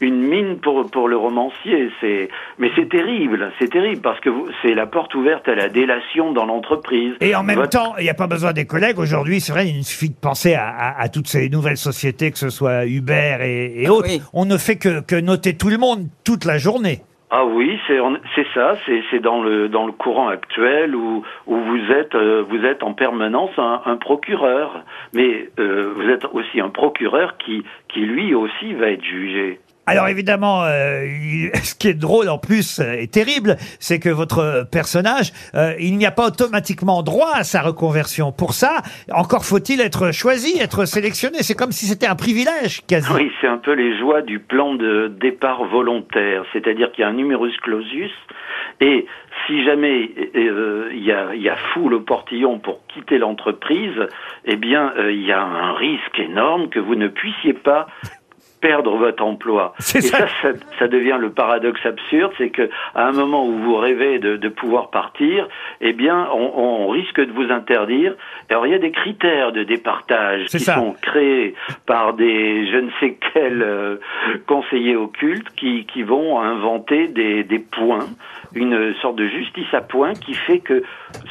Speaker 14: une mine pour, pour le romancier. C'est, mais c'est terrible, c'est terrible parce que vous- c'est la porte ouverte à la délation dans l'entreprise.
Speaker 2: Et en même
Speaker 14: Votre-
Speaker 2: temps, il n'y a pas besoin des collègues. Aujourd'hui, c'est vrai, il suffit de penser à, à- à toutes ces nouvelles sociétés, que ce soit Uber et, et autres. On ne fait que- que noter tout le monde toute la journée.
Speaker 14: Ah oui, c'est en- c'est ça, c'est c'est dans le dans le courant actuel où où vous êtes euh, vous êtes en permanence un, un procureur, mais euh, vous êtes aussi un procureur qui qui lui aussi va être jugé.
Speaker 2: Alors évidemment, euh, il- ce qui est drôle en plus euh, et terrible, c'est que votre personnage, euh, il n'y a pas automatiquement droit à sa reconversion. Pour ça, encore faut-il être choisi, être sélectionné. C'est comme si c'était un privilège quasi.
Speaker 14: Oui, c'est un peu les joies du plan de départ volontaire, c'est-à-dire qu'il y a un numerus clausus, et si jamais euh, il y, a, il y a foule au portillon pour quitter l'entreprise, eh bien, euh, il y a un risque énorme que vous ne puissiez pas perdre votre emploi. Et ça. Ça, ça devient le paradoxe absurde, c'est que à un moment où vous rêvez de, de pouvoir partir, eh bien, on, on risque de vous interdire. Alors, il y a des critères de départage
Speaker 2: C'est
Speaker 14: qui
Speaker 2: ça.
Speaker 14: sont créés par des je ne sais quels euh, conseillers occultes qui, qui vont inventer des, des points, une sorte de justice à points qui fait que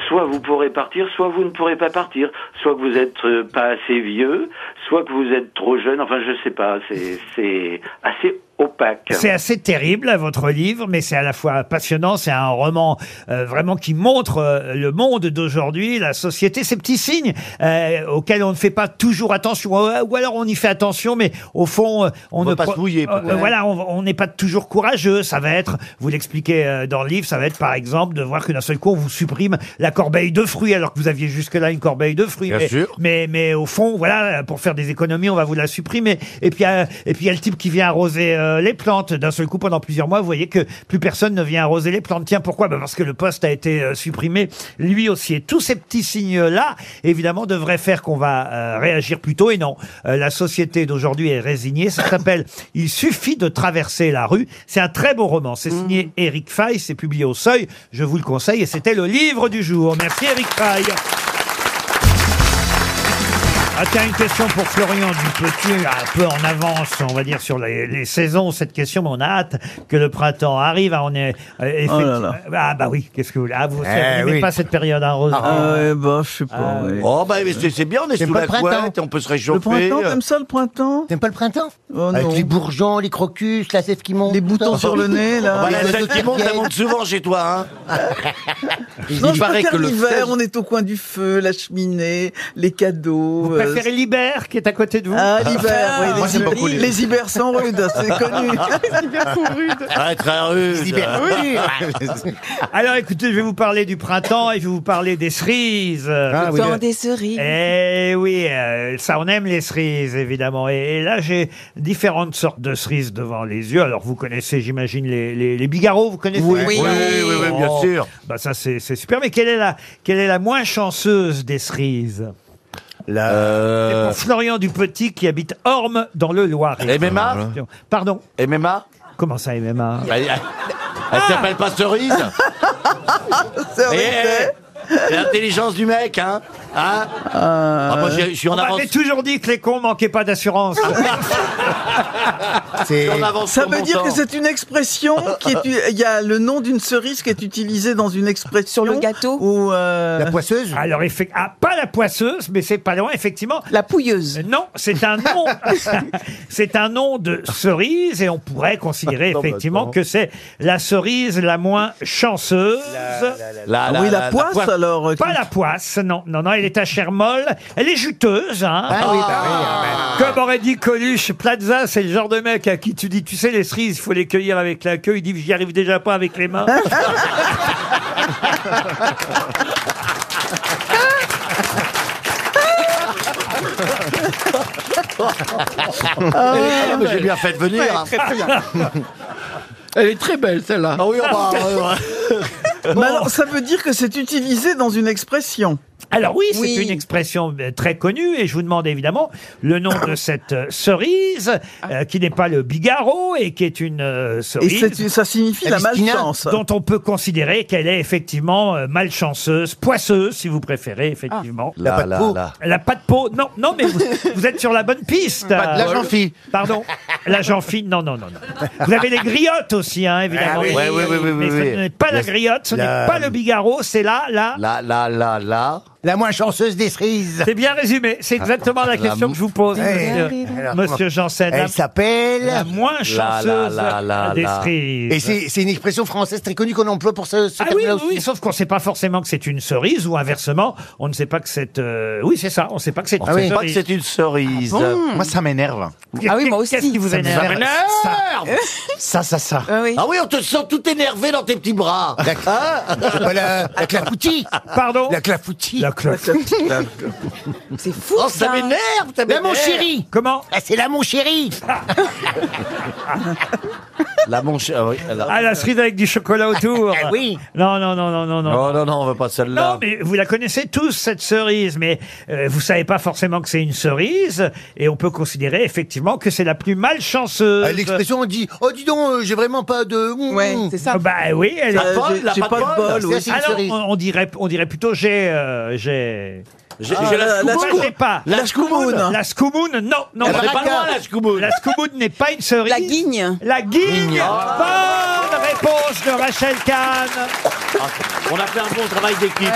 Speaker 14: soit vous pourrez partir, soit vous ne pourrez pas partir, soit que vous êtes euh, pas assez vieux, soit que vous êtes trop jeune. Enfin, je sais pas. C'est c'est assez opaque.
Speaker 2: C'est assez terrible, là, votre livre, mais c'est à la fois passionnant. C'est un roman euh, vraiment qui montre euh, le monde d'aujourd'hui, la société, ces petits signes euh, auxquels on ne fait pas toujours attention. Ou, ou alors on y fait attention, mais au fond, euh, on,
Speaker 8: On va
Speaker 2: ne
Speaker 8: pas
Speaker 2: pro-
Speaker 8: se mouiller,
Speaker 2: euh,
Speaker 8: peut-être.
Speaker 2: voilà, on on n'est pas toujours courageux. Ça va être, vous l'expliquez euh, dans le livre, ça va être par exemple de voir que d'un seul coup on vous supprime la corbeille de fruits alors que vous aviez jusque-là une corbeille de fruits.
Speaker 8: Bien
Speaker 2: mais,
Speaker 8: sûr.
Speaker 2: mais mais au fond, voilà, pour faire des économies, on va vous la supprimer. Et puis euh, et puis il y a le type qui vient arroser euh, les plantes d'un seul coup pendant plusieurs mois. Vous voyez que plus personne ne vient arroser les plantes. Tiens, pourquoi Bah, parce que le poste a été euh, supprimé, lui aussi. Et tous ces petits signes là, évidemment, devraient faire qu'on va euh, réagir plus tôt. Et non, Euh, la société d'aujourd'hui est résignée. Ça s'appelle Il suffit de traverser la rue. C'est un très beau roman. C'est signé Eric Fay. C'est publié au Seuil. Je vous le conseille. Et c'était le livre du jour. Merci Eric Fay. Ah tiens, une question pour Florian Dupetit, un peu en avance, on va dire, sur les, les saisons, cette question, mais on a hâte que le printemps arrive. Ah, On est,
Speaker 3: Oh
Speaker 2: euh,
Speaker 3: là
Speaker 2: effectivement- Ah bah oui, qu'est-ce que vous voulez Ah, vous
Speaker 3: Eh
Speaker 2: n'aimez
Speaker 3: oui.
Speaker 2: pas cette période, hein, Rose
Speaker 3: Ah, ouais, bah, je sais pas. ouais.
Speaker 8: Oh, bah, mais c'est c'est bien, on est
Speaker 3: C'est
Speaker 8: sous
Speaker 3: pas
Speaker 8: la
Speaker 3: le printemps.
Speaker 8: couette, on peut se
Speaker 3: Le
Speaker 8: réchauffer.
Speaker 3: printemps, t'aimes ça le printemps
Speaker 4: T'aimes pas le printemps
Speaker 2: Oh
Speaker 8: Avec
Speaker 4: les bourgeons, les crocus, la sève qui monte.
Speaker 3: Les boutons sur le nez, là.
Speaker 8: Bah, la tête qui monte, elle monte souvent chez toi. Hein.
Speaker 3: Non, je préfère l'hiver,
Speaker 8: seize-
Speaker 3: on est au coin du feu, la cheminée, les cadeaux. Vous
Speaker 2: préférez l'hiver qui est à côté de vous
Speaker 3: Ah, l'hiver, oui,
Speaker 8: Moi,
Speaker 3: les,
Speaker 8: j'aime
Speaker 3: hi-
Speaker 8: beaucoup l'hiver.
Speaker 3: les hivers sont rudes, hein, c'est connu.
Speaker 8: Les hivers sont
Speaker 3: rudes.
Speaker 8: Ah, très rude.
Speaker 2: Alors écoutez, je vais vous parler du printemps et je vais vous parler des cerises.
Speaker 6: Ah, oui, Temps mais- des cerises.
Speaker 2: Eh oui, euh, ça on aime les cerises évidemment. Et, et là j'ai différentes sortes de cerises devant les yeux. Alors vous connaissez, j'imagine les, les, les bigarots, vous connaissez
Speaker 8: Oui. Oui, oui, oui, oui, bien
Speaker 2: Oh,
Speaker 8: sûr.
Speaker 2: Bah ça c'est c'est super. Mais quelle est la quelle est la moins chanceuse des cerises
Speaker 8: Euh.
Speaker 2: C'est pour Florian Dupetit qui habite Orme dans le Loiret.
Speaker 8: MMA?
Speaker 2: Pardon.
Speaker 8: MMA
Speaker 2: Comment ça MMA
Speaker 8: Bah, Elle elle s'appelle pas cerise Eh, eh, eh, L'intelligence du mec, hein, hein Ah, moi, je je suis en
Speaker 2: On
Speaker 8: avance. Ah,
Speaker 2: m'avait toujours dit que les cons manquaient pas d'assurance.
Speaker 8: Je suis en avance
Speaker 3: Ça
Speaker 8: sur
Speaker 3: veut
Speaker 8: mon
Speaker 3: dire
Speaker 8: temps.
Speaker 3: que c'est une expression qui est. u- Il y a le nom d'une cerise qui est utilisée dans une expression. Sur le gâteau ou euh, La
Speaker 2: poisseuse Alors, effe- ah, pas la poisseuse, mais c'est pas loin, effectivement. La pouilleuse Non, c'est un nom. c'est un nom de cerise et on pourrait considérer
Speaker 8: Non, bah,
Speaker 2: effectivement
Speaker 8: non.
Speaker 2: que c'est la cerise la moins chanceuse.
Speaker 8: la- Ah oui, la la- la poisse, euh, poisse.
Speaker 3: alors.
Speaker 2: Pas la poisse, non. Non, non, elle est à chair molle. Elle est juteuse, hein.
Speaker 8: Ah oui, bah oui, ah
Speaker 2: Comme aurait dit Coluche, Plaza, c'est le genre de mec à qui tu dis, tu sais, les cerises, faut les cueillir avec la queue. Il dit, j'y arrive déjà pas avec les mains.
Speaker 8: Ah, mais J'ai bien fait de venir.
Speaker 2: Ouais,
Speaker 8: hein.
Speaker 2: très, très
Speaker 8: Elle est très belle celle-là. Ah oui, on
Speaker 9: bah,
Speaker 8: va.
Speaker 3: Mais alors, ça veut dire que c'est utilisé dans une expression.
Speaker 2: Alors oui, c'est une expression euh, très connue et je vous demande évidemment le nom de cette euh, cerise euh, qui n'est pas le bigarro et qui est une euh, cerise.
Speaker 3: c'est- ça signifie la Avistina. malchance.
Speaker 2: Dont on peut considérer qu'elle est effectivement euh, malchanceuse, poisseuse si vous préférez effectivement.
Speaker 8: La Là, patte là, peau. là.
Speaker 2: La patte peau. Non, non, mais vous, vous êtes sur la bonne piste.
Speaker 8: Pas de la
Speaker 2: euh,
Speaker 8: Jean-Phi.
Speaker 2: Pardon. La Jean-Phi, non, non, non, non. Vous avez les griottes aussi, hein, évidemment.
Speaker 8: Ah oui, oui, oui, oui,
Speaker 2: mais
Speaker 8: oui,
Speaker 2: ce
Speaker 8: oui.
Speaker 2: n'est pas la
Speaker 8: La-
Speaker 2: griotte, ce n'est
Speaker 8: la-
Speaker 2: pas le bigarro, c'est là, là.
Speaker 8: Là, là, là, là.
Speaker 4: la moins chanceuse des cerises.
Speaker 2: C'est bien résumé. C'est exactement la question que je vous pose,
Speaker 8: Eh,
Speaker 2: monsieur- monsieur Janssen. La-
Speaker 4: Elle s'appelle
Speaker 2: La moins La, chanceuse la, la, la, des la. cerises.
Speaker 4: Et c'est c'est une expression française très connue qu'on emploie pour ce, ce
Speaker 2: Ah oui,
Speaker 4: terme-là
Speaker 2: oui, oui, sauf qu'on ne sait pas forcément que c'est une cerise ou inversement, on ne sait pas que c'est. euh, Oui, c'est ça, on ne sait pas que c'est
Speaker 5: On sait pas que c'est
Speaker 2: une
Speaker 4: Ah
Speaker 2: cerise.
Speaker 5: euh, Moi, ça m'énerve.
Speaker 2: Ah oui, moi aussi. Qu'est-ce qui vous
Speaker 5: Ça
Speaker 2: énerve
Speaker 5: m'énerve.
Speaker 8: m'énerve
Speaker 5: Ça, ça, ça.
Speaker 8: Ah oui, on te sent tout énervé dans tes petits bras. Hein
Speaker 4: Ah, C'est pas la, la clafoutis.
Speaker 2: Pardon
Speaker 4: La clafoutis.
Speaker 2: La clafoutis.
Speaker 4: C'est
Speaker 8: fou, Oh, ça ça. m'énerve, ça
Speaker 4: La mon
Speaker 8: m'énerve.
Speaker 4: chéri.
Speaker 2: Comment
Speaker 4: ah, C'est la mon chéri.
Speaker 8: La mon ch- ah oui, elle a-
Speaker 2: Ah, la cerise avec du chocolat autour.
Speaker 8: Ah oui.
Speaker 2: Non, non, non, non, non, non.
Speaker 8: Non, non, non, on veut pas celle-là.
Speaker 2: Non, mais vous la connaissez tous, cette cerise, mais euh, vous savez pas forcément que c'est une cerise, et on peut considérer effectivement que c'est la plus malchanceuse.
Speaker 4: Euh, L'expression, on dit Oh, dis donc, euh, j'ai vraiment pas de.
Speaker 2: Ouais, c'est ça. Bah oui, elle
Speaker 4: Ah,
Speaker 2: est-
Speaker 4: j'ai- j'ai pas de bol, oui.
Speaker 2: Ah non,
Speaker 4: C'est une cerise.
Speaker 2: on, on dirait, on dirait plutôt j'ai, euh, j'ai.
Speaker 8: J'ai-
Speaker 2: Ah,
Speaker 8: j'ai la
Speaker 2: bah,
Speaker 8: scoumoune.
Speaker 2: j'ai pas.
Speaker 8: La scoumoune.
Speaker 2: La scoumoune, non, non.
Speaker 8: Elle est pas loin, la
Speaker 2: scoumoune. La scoumoune n'est pas une cerise. La guigne. La guigne. Bonne réponse de Rachel Kahn.
Speaker 8: Ah, On a fait un bon travail d'équipe.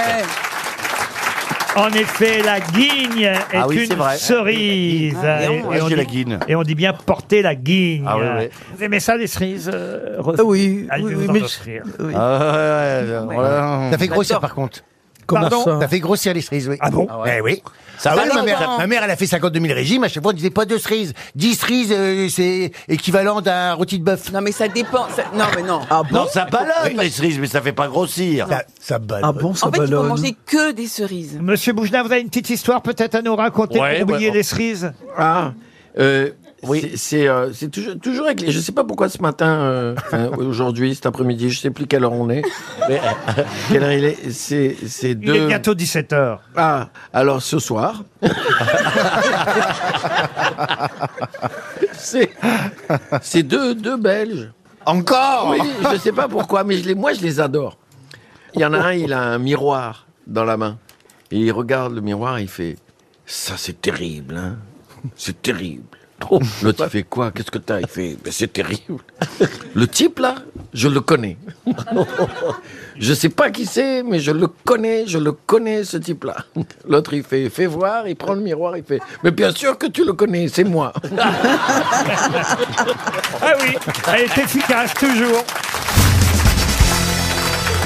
Speaker 2: En effet, la guigne est
Speaker 8: Ah oui, c'est
Speaker 2: une
Speaker 8: vrai.
Speaker 2: cerise.
Speaker 8: Ah,
Speaker 2: Et-
Speaker 8: oui,
Speaker 2: et
Speaker 8: moi, je
Speaker 2: on
Speaker 8: dis
Speaker 2: dit-
Speaker 8: la guigne.
Speaker 2: Et on dit bien porter la guigne.
Speaker 8: Ah oui, oui.
Speaker 2: Vous aimez ça, les cerises euh, Rose
Speaker 3: oui,
Speaker 2: Allez, je vais
Speaker 3: oui,
Speaker 2: vous en
Speaker 3: mais-
Speaker 2: offrir.
Speaker 3: oui.
Speaker 8: Ah.
Speaker 4: Ça fait grossir, par contre.
Speaker 2: Comment ça
Speaker 4: fait grossir les cerises, oui.
Speaker 2: Ah bon Ah
Speaker 4: Eh oui. Ça
Speaker 8: va,
Speaker 4: va, ma
Speaker 8: non,
Speaker 4: mère,
Speaker 8: non.
Speaker 4: ma mère, elle a fait 52 000 régimes, à chaque fois, on disait pas de cerises. 10 cerises, euh, c'est équivalent d'un rôti de bœuf.
Speaker 6: Non, mais ça dépend. ça- Non, mais non.
Speaker 4: Ah
Speaker 8: non, ça balade les cerises, mais ça fait pas grossir.
Speaker 4: Ça, ça
Speaker 6: Ah bon,
Speaker 4: ça
Speaker 6: en fait, il faut manger que des cerises.
Speaker 2: Monsieur Boujna, vous avez une petite histoire peut-être à nous raconter
Speaker 7: Ouais,
Speaker 2: pour oublier
Speaker 7: ouais.
Speaker 2: les cerises
Speaker 7: Ah, euh, c'est- c'est euh, c'est toujours, toujours avec les. Je sais pas pourquoi ce matin, euh, enfin, aujourd'hui, cet après-midi, je sais plus quelle heure on est. mais, euh, quelle heure il est C'est c'est
Speaker 2: Il
Speaker 7: deux.
Speaker 2: est bientôt 17h.
Speaker 7: Ah, alors ce soir. c'est c'est deux, deux Belges.
Speaker 8: Encore
Speaker 7: Oui, je sais pas pourquoi, mais je les, moi je les adore. Il y en a un, il a un miroir dans la main. Et il regarde le miroir, il fait Ça c'est terrible, hein C'est terrible. L'autre il fait quoi Qu'est-ce que t'as Il fait Ben, C'est terrible. Le type là, je le connais. Je sais pas qui c'est, mais je le connais, je le connais, ce type-là. L'autre, il fait, fais voir, il prend le miroir, il fait, mais bien sûr que tu le connais, c'est moi.
Speaker 2: Ah oui, elle est efficace toujours.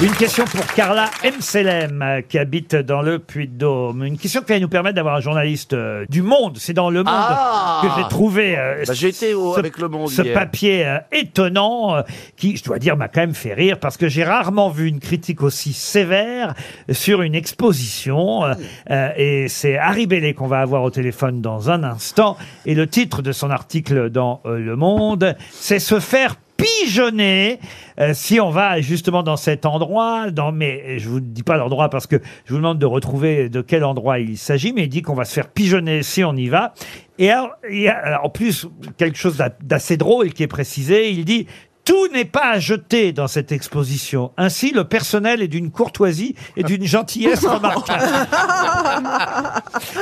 Speaker 2: Une question pour Carla Mselem, euh, qui habite dans le Puy-de-Dôme. Une question qui va nous permettre d'avoir un journaliste euh, du Monde. C'est dans le Monde
Speaker 8: Ah
Speaker 2: que j'ai trouvé euh,
Speaker 8: Bah, j'ai été au-
Speaker 2: ce-
Speaker 8: avec Le Monde
Speaker 2: ce
Speaker 8: hier.
Speaker 2: papier euh, étonnant euh, qui, je dois dire, m'a quand même fait rire parce que j'ai rarement vu une critique aussi sévère sur une exposition. euh, euh, et c'est Harry Bellé qu'on va avoir au téléphone dans un instant. Et le titre de son article dans euh, Le Monde, c'est Se faire pigeonner Euh, si on va justement dans cet endroit dans mais je vous dis pas l'endroit parce que je vous demande de retrouver de quel endroit il s'agit mais il dit qu'on va se faire pigeonner si on y va et alors, il y a alors, en plus quelque chose d'a- d'assez drôle qui est précisé il dit tout n'est pas à jeter dans cette exposition. Ainsi, le personnel est d'une courtoisie et d'une gentillesse remarquable.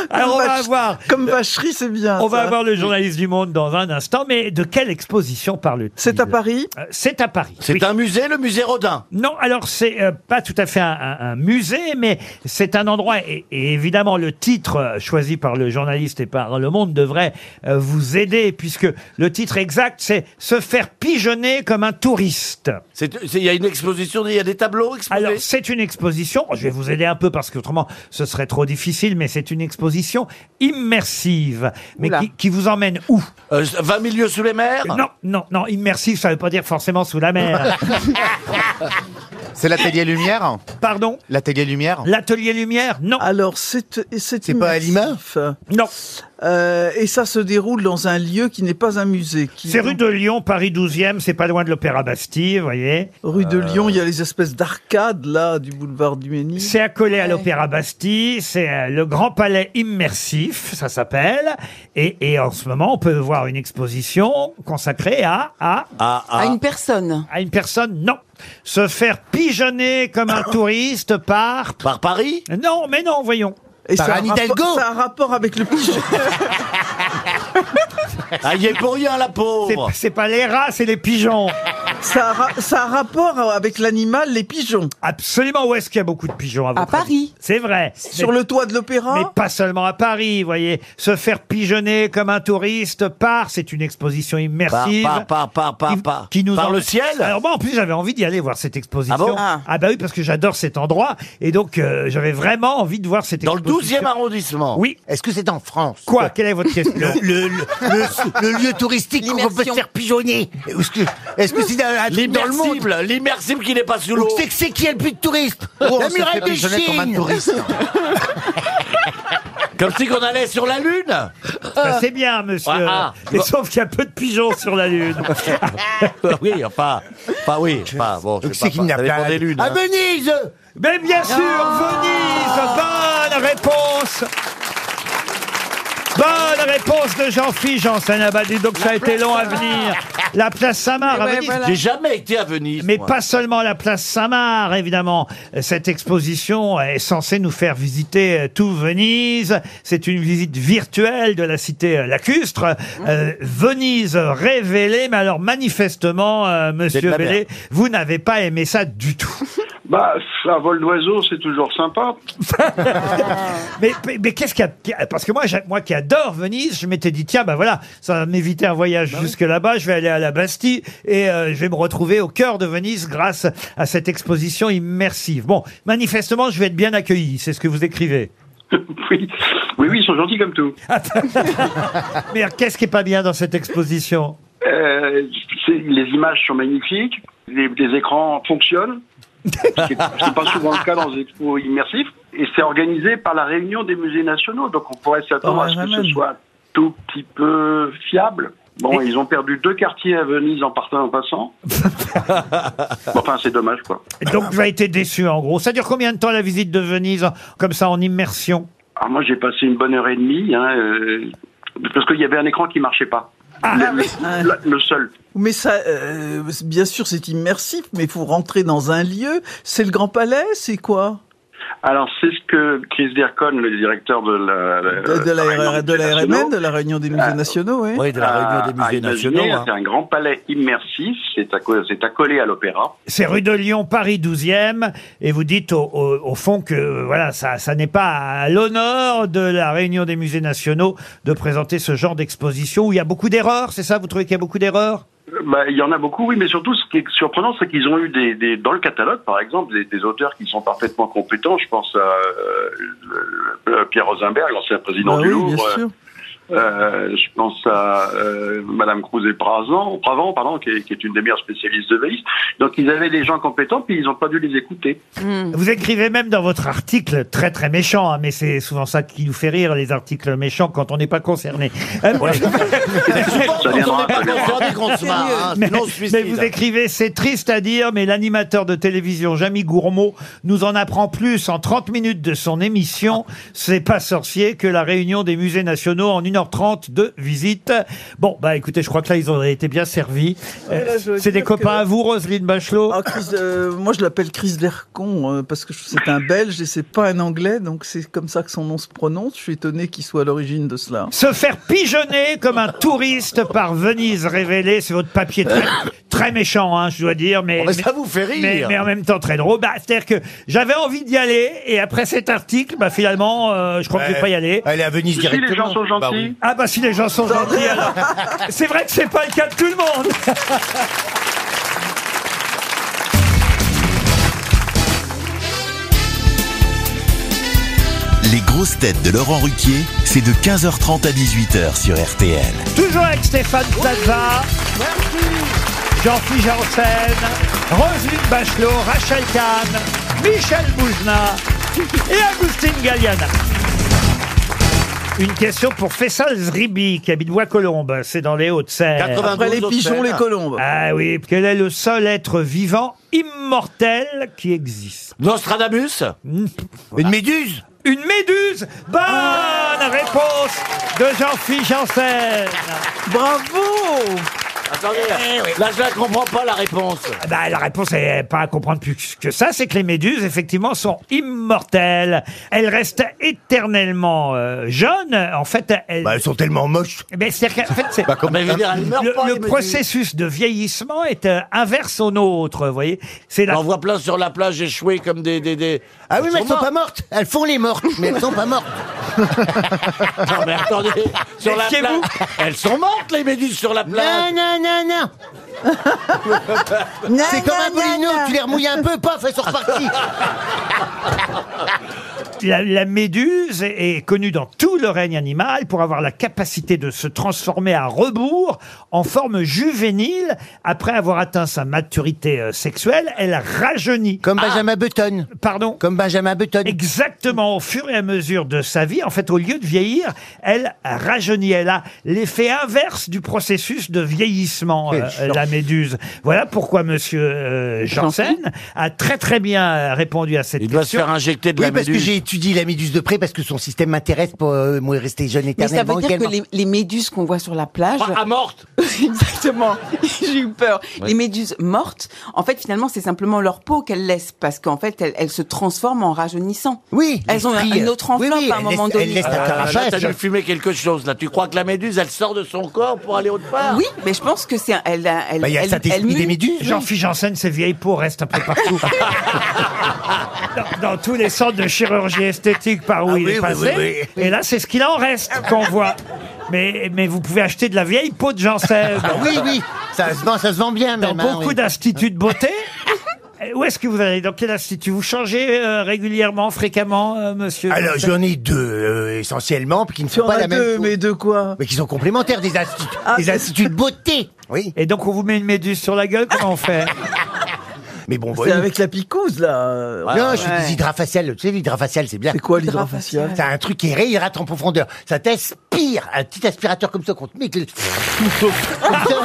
Speaker 2: Alors, on va avoir-
Speaker 3: Comme vacherie, c'est bien.
Speaker 2: On va
Speaker 3: ça.
Speaker 2: avoir le journaliste du monde dans un instant, mais de quelle exposition parle-t-il
Speaker 3: C'est à Paris
Speaker 2: Euh, C'est à Paris.
Speaker 8: C'est
Speaker 2: oui.
Speaker 8: un musée, le musée Rodin.
Speaker 2: Non, alors c'est euh, pas tout à fait un, un- un musée, mais c'est un endroit, et, et évidemment le titre euh, choisi par le journaliste et par Le Monde devrait euh, vous aider, puisque le titre exact c'est « Se faire pigeonner comme un touriste ».
Speaker 8: C'est- c'est- Il y a une exposition, il y a des tableaux exposés.
Speaker 2: Alors, c'est une exposition, je vais vous aider un peu parce qu'autrement ce serait trop difficile, mais c'est une exposition immersive, mais qui, qui vous emmène où
Speaker 8: Euh, 20 000 lieux sous les mers
Speaker 2: Non, non, non, immersive, ça veut pas dire forcément sous la mer.
Speaker 5: C'est l'atelier Lumière
Speaker 2: Pardon
Speaker 5: L'atelier Lumière
Speaker 2: L'atelier lumière Non.
Speaker 3: Alors, c'est c'est
Speaker 5: pas à Lima
Speaker 3: immersif.
Speaker 2: Non.
Speaker 3: Euh, et ça se déroule dans un lieu qui n'est pas un musée. qui-
Speaker 2: C'est rue de Lyon, Paris 12e, c'est pas loin de l'Opéra Bastille, vous voyez. Euh,
Speaker 3: Rue de Lyon, il y a les espèces d'arcades là du boulevard du Ménil.
Speaker 2: C'est accolé à l'Opéra Bastille, c'est euh, le Grand Palais Immersif, ça s'appelle. Et, et en ce moment, on peut voir une exposition consacrée à, à,
Speaker 8: Ah, ah.
Speaker 6: À une personne.
Speaker 2: à une personne, non. Se faire pigeonner comme un touriste par...
Speaker 8: Par Paris
Speaker 2: Non, mais non, voyons.
Speaker 3: Et
Speaker 4: Par
Speaker 3: ça a
Speaker 4: Anne
Speaker 3: un rapport-
Speaker 4: Hidalgo
Speaker 3: ça a un rapport avec le pigeon.
Speaker 8: Ah, il y est pour rien, la
Speaker 2: C'est-
Speaker 8: pauvre
Speaker 2: C'est pas les rats, c'est les pigeons.
Speaker 3: Ça a, ra- ça a rapport euh, avec l'animal, les pigeons.
Speaker 2: Absolument, où est-ce qu'il y a beaucoup de pigeons À,
Speaker 3: Paris.
Speaker 2: C'est vrai.
Speaker 3: Sur le toit de l'opéra
Speaker 2: Mais pas seulement à Paris, vous voyez. Se faire pigeonner comme un touriste par, c'est une exposition immersive.
Speaker 8: Par- par- par- par-
Speaker 2: qui,
Speaker 8: par-
Speaker 2: qui nous
Speaker 8: par
Speaker 2: en-
Speaker 8: le ciel
Speaker 2: Alors moi, en plus, j'avais envie d'y aller voir cette exposition.
Speaker 8: Ah bon
Speaker 2: bah oui, parce que j'adore cet endroit. Et donc, euh, j'avais vraiment envie de voir cette
Speaker 8: Dans le
Speaker 2: exposition.
Speaker 8: 12e arrondissement.
Speaker 2: Oui.
Speaker 4: Est-ce que c'est en France
Speaker 2: Quoi Quelle est votre question
Speaker 4: le, le- le- le lieu touristique où on peut se faire pigeonner. Est-ce que est-ce que c'est dans, un truc dans le monde
Speaker 8: L'immersible, l'immersible qui n'est pas sous
Speaker 4: Où
Speaker 8: l'eau. Oh,
Speaker 4: C'est que c'est qui a le plus de touristes
Speaker 8: Où on
Speaker 4: La
Speaker 8: se fait
Speaker 4: muraille de
Speaker 8: pigeonner
Speaker 4: Chine
Speaker 8: comme un touriste. Comme si qu'on allait sur la Lune.
Speaker 2: Ça, c'est bien, monsieur.
Speaker 8: Ouais, ah.
Speaker 2: Mais sauf qu'il y a peu de pigeons sur la Lune.
Speaker 8: oui, enfin, enfin oui, enfin, bon,
Speaker 2: Donc, c'est qu'il n'y a pas-
Speaker 8: des lunes. hein.
Speaker 4: À Venise
Speaker 2: Mais bien sûr,
Speaker 8: Ah.
Speaker 2: Venise Bonne réponse Bonne réponse de Jean-Philippe Janssen. Ah bah dis donc, ça a été long à venir. La place
Speaker 4: eh ben,
Speaker 2: Samar à Venise.
Speaker 8: Eh ben, J'ai jamais été à Venise.
Speaker 2: ah, Mais
Speaker 8: moi.
Speaker 2: pas seulement la place Samar, évidemment. Cette exposition est censée nous faire visiter euh, tout Venise. C'est une visite virtuelle de la cité euh, lacustre. Euh, Venise révélée, mais alors manifestement, euh,
Speaker 8: de
Speaker 2: monsieur
Speaker 8: la
Speaker 2: Bellé,
Speaker 8: merde.
Speaker 2: vous n'avez pas aimé ça du tout.
Speaker 15: Bah, un vol d'oiseau, c'est toujours sympa.
Speaker 2: Mais, mais- mais qu'est-ce qu'il y a Parce que moi, j'a- moi qui adore Venise, je m'étais dit, tiens, ben voilà, ça va m'éviter un voyage jusque là-bas, je vais aller à la Bastille et euh, je vais me retrouver au cœur de Venise grâce à cette exposition immersive. Bon, manifestement, je vais être bien accueilli, c'est ce que vous écrivez.
Speaker 15: Oui, oui, ils sont gentils comme tout.
Speaker 2: Ah, Mais alors, qu'est-ce qui est pas bien dans cette exposition
Speaker 15: Euh, c'est- les images sont magnifiques, les, les écrans fonctionnent. C'est c'est pas souvent le cas dans les expos immersifs. Et c'est organisé par la réunion des musées nationaux. Donc on pourrait s'attendre
Speaker 3: Oh,
Speaker 15: à ce que
Speaker 3: quand même.
Speaker 15: ce soit un tout petit peu fiable. Bon, ils ont perdu deux quartiers à Venise en partant en passant. Bon, enfin, c'est dommage, quoi.
Speaker 2: Donc, vous avez été déçu, en gros. Ça dure combien de temps la visite de Venise, comme ça, en immersion
Speaker 15: Alors Ah, moi, j'ai passé une bonne heure et demie, hein, euh, parce qu'il y avait un écran qui marchait pas. le, le- le seul.
Speaker 3: Mais ça, euh, bien sûr, c'est immersif, mais il faut rentrer dans un lieu. C'est le Grand Palais, c'est quoi
Speaker 15: Alors, c'est ce que Chris Dercon, le directeur de Euh, la,
Speaker 3: De, de la, RR de la
Speaker 15: Nationaux.
Speaker 3: RMN, de la Réunion des musées nationaux, oui.
Speaker 15: a- a imaginé, hein, C'est un grand palais immersif, c'est acco- c'est accolé à l'opéra.
Speaker 2: C'est rue de Lyon, Paris 12e, et vous dites au, au- au fond que euh, voilà, ça, ça n'est pas à l'honneur de la Réunion des musées nationaux de présenter ce genre d'exposition où il y a beaucoup d'erreurs, c'est ça Vous trouvez qu'il y a beaucoup d'erreurs
Speaker 15: Euh, bah, il y en a beaucoup, oui, mais surtout, ce qui est surprenant, c'est qu'ils ont eu des, des- dans le catalogue, par exemple, des, des auteurs qui sont parfaitement compétents. Je pense à euh, le- le- Pierre Rosenberg, l'ancien président
Speaker 3: Bah
Speaker 15: du
Speaker 3: oui,
Speaker 15: Louvre.
Speaker 3: bien sûr.
Speaker 15: Euh, je pense à euh, Madame Crouzet Pravant, Pravant pardon, qui, est, qui est une des meilleures spécialistes de Vélis. Donc ils avaient des gens compétents, puis ils n'ont pas dû les écouter.
Speaker 2: Vous écrivez même dans votre article, très très méchant, hein, mais c'est souvent ça qui nous fait rire, les articles méchants, quand on n'est pas concerné. Euh,
Speaker 15: Ça viendra,
Speaker 2: Ah,
Speaker 15: ça viendra.
Speaker 2: mais, mais vous écrivez, c'est triste à dire, mais l'animateur de télévision Jamy Gourmaud nous en apprend plus en 30 minutes de son émission. C'est pas sorcier que la réunion des musées nationaux en 1h30 de visite. Bon, bah écoutez, je crois que là, ils auraient été bien servis. Euh,
Speaker 3: Ah, Là, je veux
Speaker 2: c'est des
Speaker 3: dire
Speaker 2: copains
Speaker 3: que-
Speaker 2: à vous, Roselyne Bachelot
Speaker 3: Ah, Chris, euh, moi, je l'appelle Chris Lercon euh, parce que je- c'est un Belge et c'est pas un Anglais, donc c'est comme ça que son nom se prononce. Je suis étonné qu'il soit à l'origine de cela.
Speaker 2: Se faire pigeonner comme un touriste par Venise révélée, c'est votre papier très, très méchant, hein, je dois dire. Mais,
Speaker 8: Oh, mais ça vous fait rire.
Speaker 2: Mais, mais en même temps très drôle. Bah, C'est-à-dire que j'avais envie d'y aller et après cet article, bah, finalement, euh, je crois que je vais
Speaker 4: Ouais.
Speaker 2: pas y aller.
Speaker 4: Allez à Venise
Speaker 15: Si les
Speaker 4: directement.
Speaker 15: gens sont gentils.
Speaker 4: Bah oui.
Speaker 2: Ah bah si les gens sont gentils, alors. c'est vrai que c'est pas le cas de tout le monde.
Speaker 1: Les grosses têtes de Laurent Ruquier, c'est de 15h30 à 18h sur RTL.
Speaker 2: Toujours avec Stéphane Plaza. Jean-Philippe Janssen, Roselyne Bachelot, Rachel Kahn, Michel Boujna et Agustin Galliana. Une question pour Fessal Zribi, qui habite Bois-Colombes, c'est dans les Hauts-de-Seine.
Speaker 3: 92 Après les pigeons, Hauts-de-Seine. les colombes.
Speaker 2: Ah oui, quel est le seul être vivant immortel qui existe
Speaker 8: Nostradamus Une méduse
Speaker 2: Une méduse Bonne réponse de Jean-Philippe Janssen
Speaker 3: Bravo
Speaker 8: Attendez,
Speaker 2: Eh
Speaker 8: là je la comprends pas la réponse.
Speaker 2: Bah, la réponse est pas à comprendre plus que ça, c'est que les méduses, effectivement, sont immortelles. Elles restent éternellement euh, jeunes. En fait, elles...
Speaker 4: Bah, elles sont tellement moches.
Speaker 2: Mais c'est-à-dire qu'en fait, c'est...
Speaker 4: comme- Bah, je veux dire, elles meurent
Speaker 2: le,
Speaker 4: pas,
Speaker 2: le
Speaker 4: les méduses.
Speaker 2: processus de vieillissement est euh, inverse au nôtre, vous voyez. C'est la...
Speaker 8: On voit plein sur la plage échoués comme des. des, des-
Speaker 4: Ah oui, mais elles sont pas mortes. Elles font les mortes, mais elles sont pas mortes.
Speaker 8: Non, mais attendez, sur la plage.
Speaker 4: Méfiez-vous.
Speaker 8: Elles sont mortes, les méduses, sur la plage.
Speaker 4: Non, non, non, non. C'est comme un bolino, tu les remouilles un peu, paf, elles sont reparties.
Speaker 2: La, la méduse est, est connue dans tout le règne animal pour avoir la capacité de se transformer à rebours en forme juvénile. Après avoir atteint sa maturité euh, sexuelle, elle rajeunit. Ah.
Speaker 4: Comme Benjamin Button.
Speaker 2: Pardon
Speaker 4: Comme Benjamin Button.
Speaker 2: Exactement. Au fur et à mesure de sa vie, en fait, au lieu de vieillir, elle rajeunit. Elle a l'effet inverse du processus de vieillissement,
Speaker 16: Quelle
Speaker 2: euh,
Speaker 16: chance.
Speaker 2: la méduse. Voilà pourquoi Monsieur euh, Janssen a très très bien euh, répondu à cette question.
Speaker 8: doit se faire injecter
Speaker 4: Oui, parce que j'ai étudié la méduse de près, parce que son système m'intéresse pour euh, moi rester jeune
Speaker 6: Mais ça
Speaker 4: éternellement.
Speaker 6: veut dire que
Speaker 4: également.
Speaker 6: les, les méduses qu'on voit sur la plage.
Speaker 4: Ah, ah,
Speaker 8: mortes
Speaker 6: Exactement. J'ai eu peur.
Speaker 4: Ouais.
Speaker 6: Les méduses mortes, en fait, finalement, c'est simplement leur peau qu'elles laissent parce qu'en fait, elles, elles se transforment en rajeunissant.
Speaker 4: Oui.
Speaker 6: Elles ont un-
Speaker 8: cris,
Speaker 6: une
Speaker 8: euh,
Speaker 6: autre enveloppe à un moment donné.
Speaker 8: Ah, là, T'as dû fumer quelque chose là. Tu crois que la méduse, elle sort de son corps pour aller autre part
Speaker 6: Oui, mais je pense que c'est un- elle, a-
Speaker 4: Bah,
Speaker 6: elle, elle, elle mue.
Speaker 2: Jean-Philippe Janssen, ses vieilles peaux restent un peu partout. dans, dans tous les centres de chirurgie esthétique par où il
Speaker 4: Ah oui,
Speaker 2: est
Speaker 4: oui,
Speaker 2: passé.
Speaker 4: oui, oui. Ah.
Speaker 2: Et là, c'est ce qu'il en reste qu'on voit. Mais, mais vous pouvez acheter de la vieille peau de Janssen.
Speaker 4: Ah oui, oui, ça se vend, ça se vend bien
Speaker 2: Dans
Speaker 4: même, hein,
Speaker 2: beaucoup
Speaker 4: oui.
Speaker 2: d'instituts de beauté. Euh, Où est-ce que vous allez Dans quel institut Vous changez euh, régulièrement, fréquemment, euh, monsieur
Speaker 4: Alors
Speaker 2: Janssen
Speaker 4: j'en ai deux euh, essentiellement, puis qui ne sont pas
Speaker 2: as
Speaker 4: la même.
Speaker 2: deux,
Speaker 4: mais
Speaker 3: de quoi
Speaker 4: Mais qui sont complémentaires des instituts, des instituts de beauté. Oui.
Speaker 2: Ah. Et donc on vous met une méduse sur la gueule, comment on fait
Speaker 4: Mais bon,
Speaker 3: C'est avec la picouse, là. Ah,
Speaker 4: non, je suis des hydrafaciales. Tu sais, l'hydrafacial, c'est bien. C'est quoi l'hydrafacial C'est un truc qui réhydrate en profondeur. Ça t'aspire. Un petit aspirateur comme ça qu'on te met. que- Comme ça.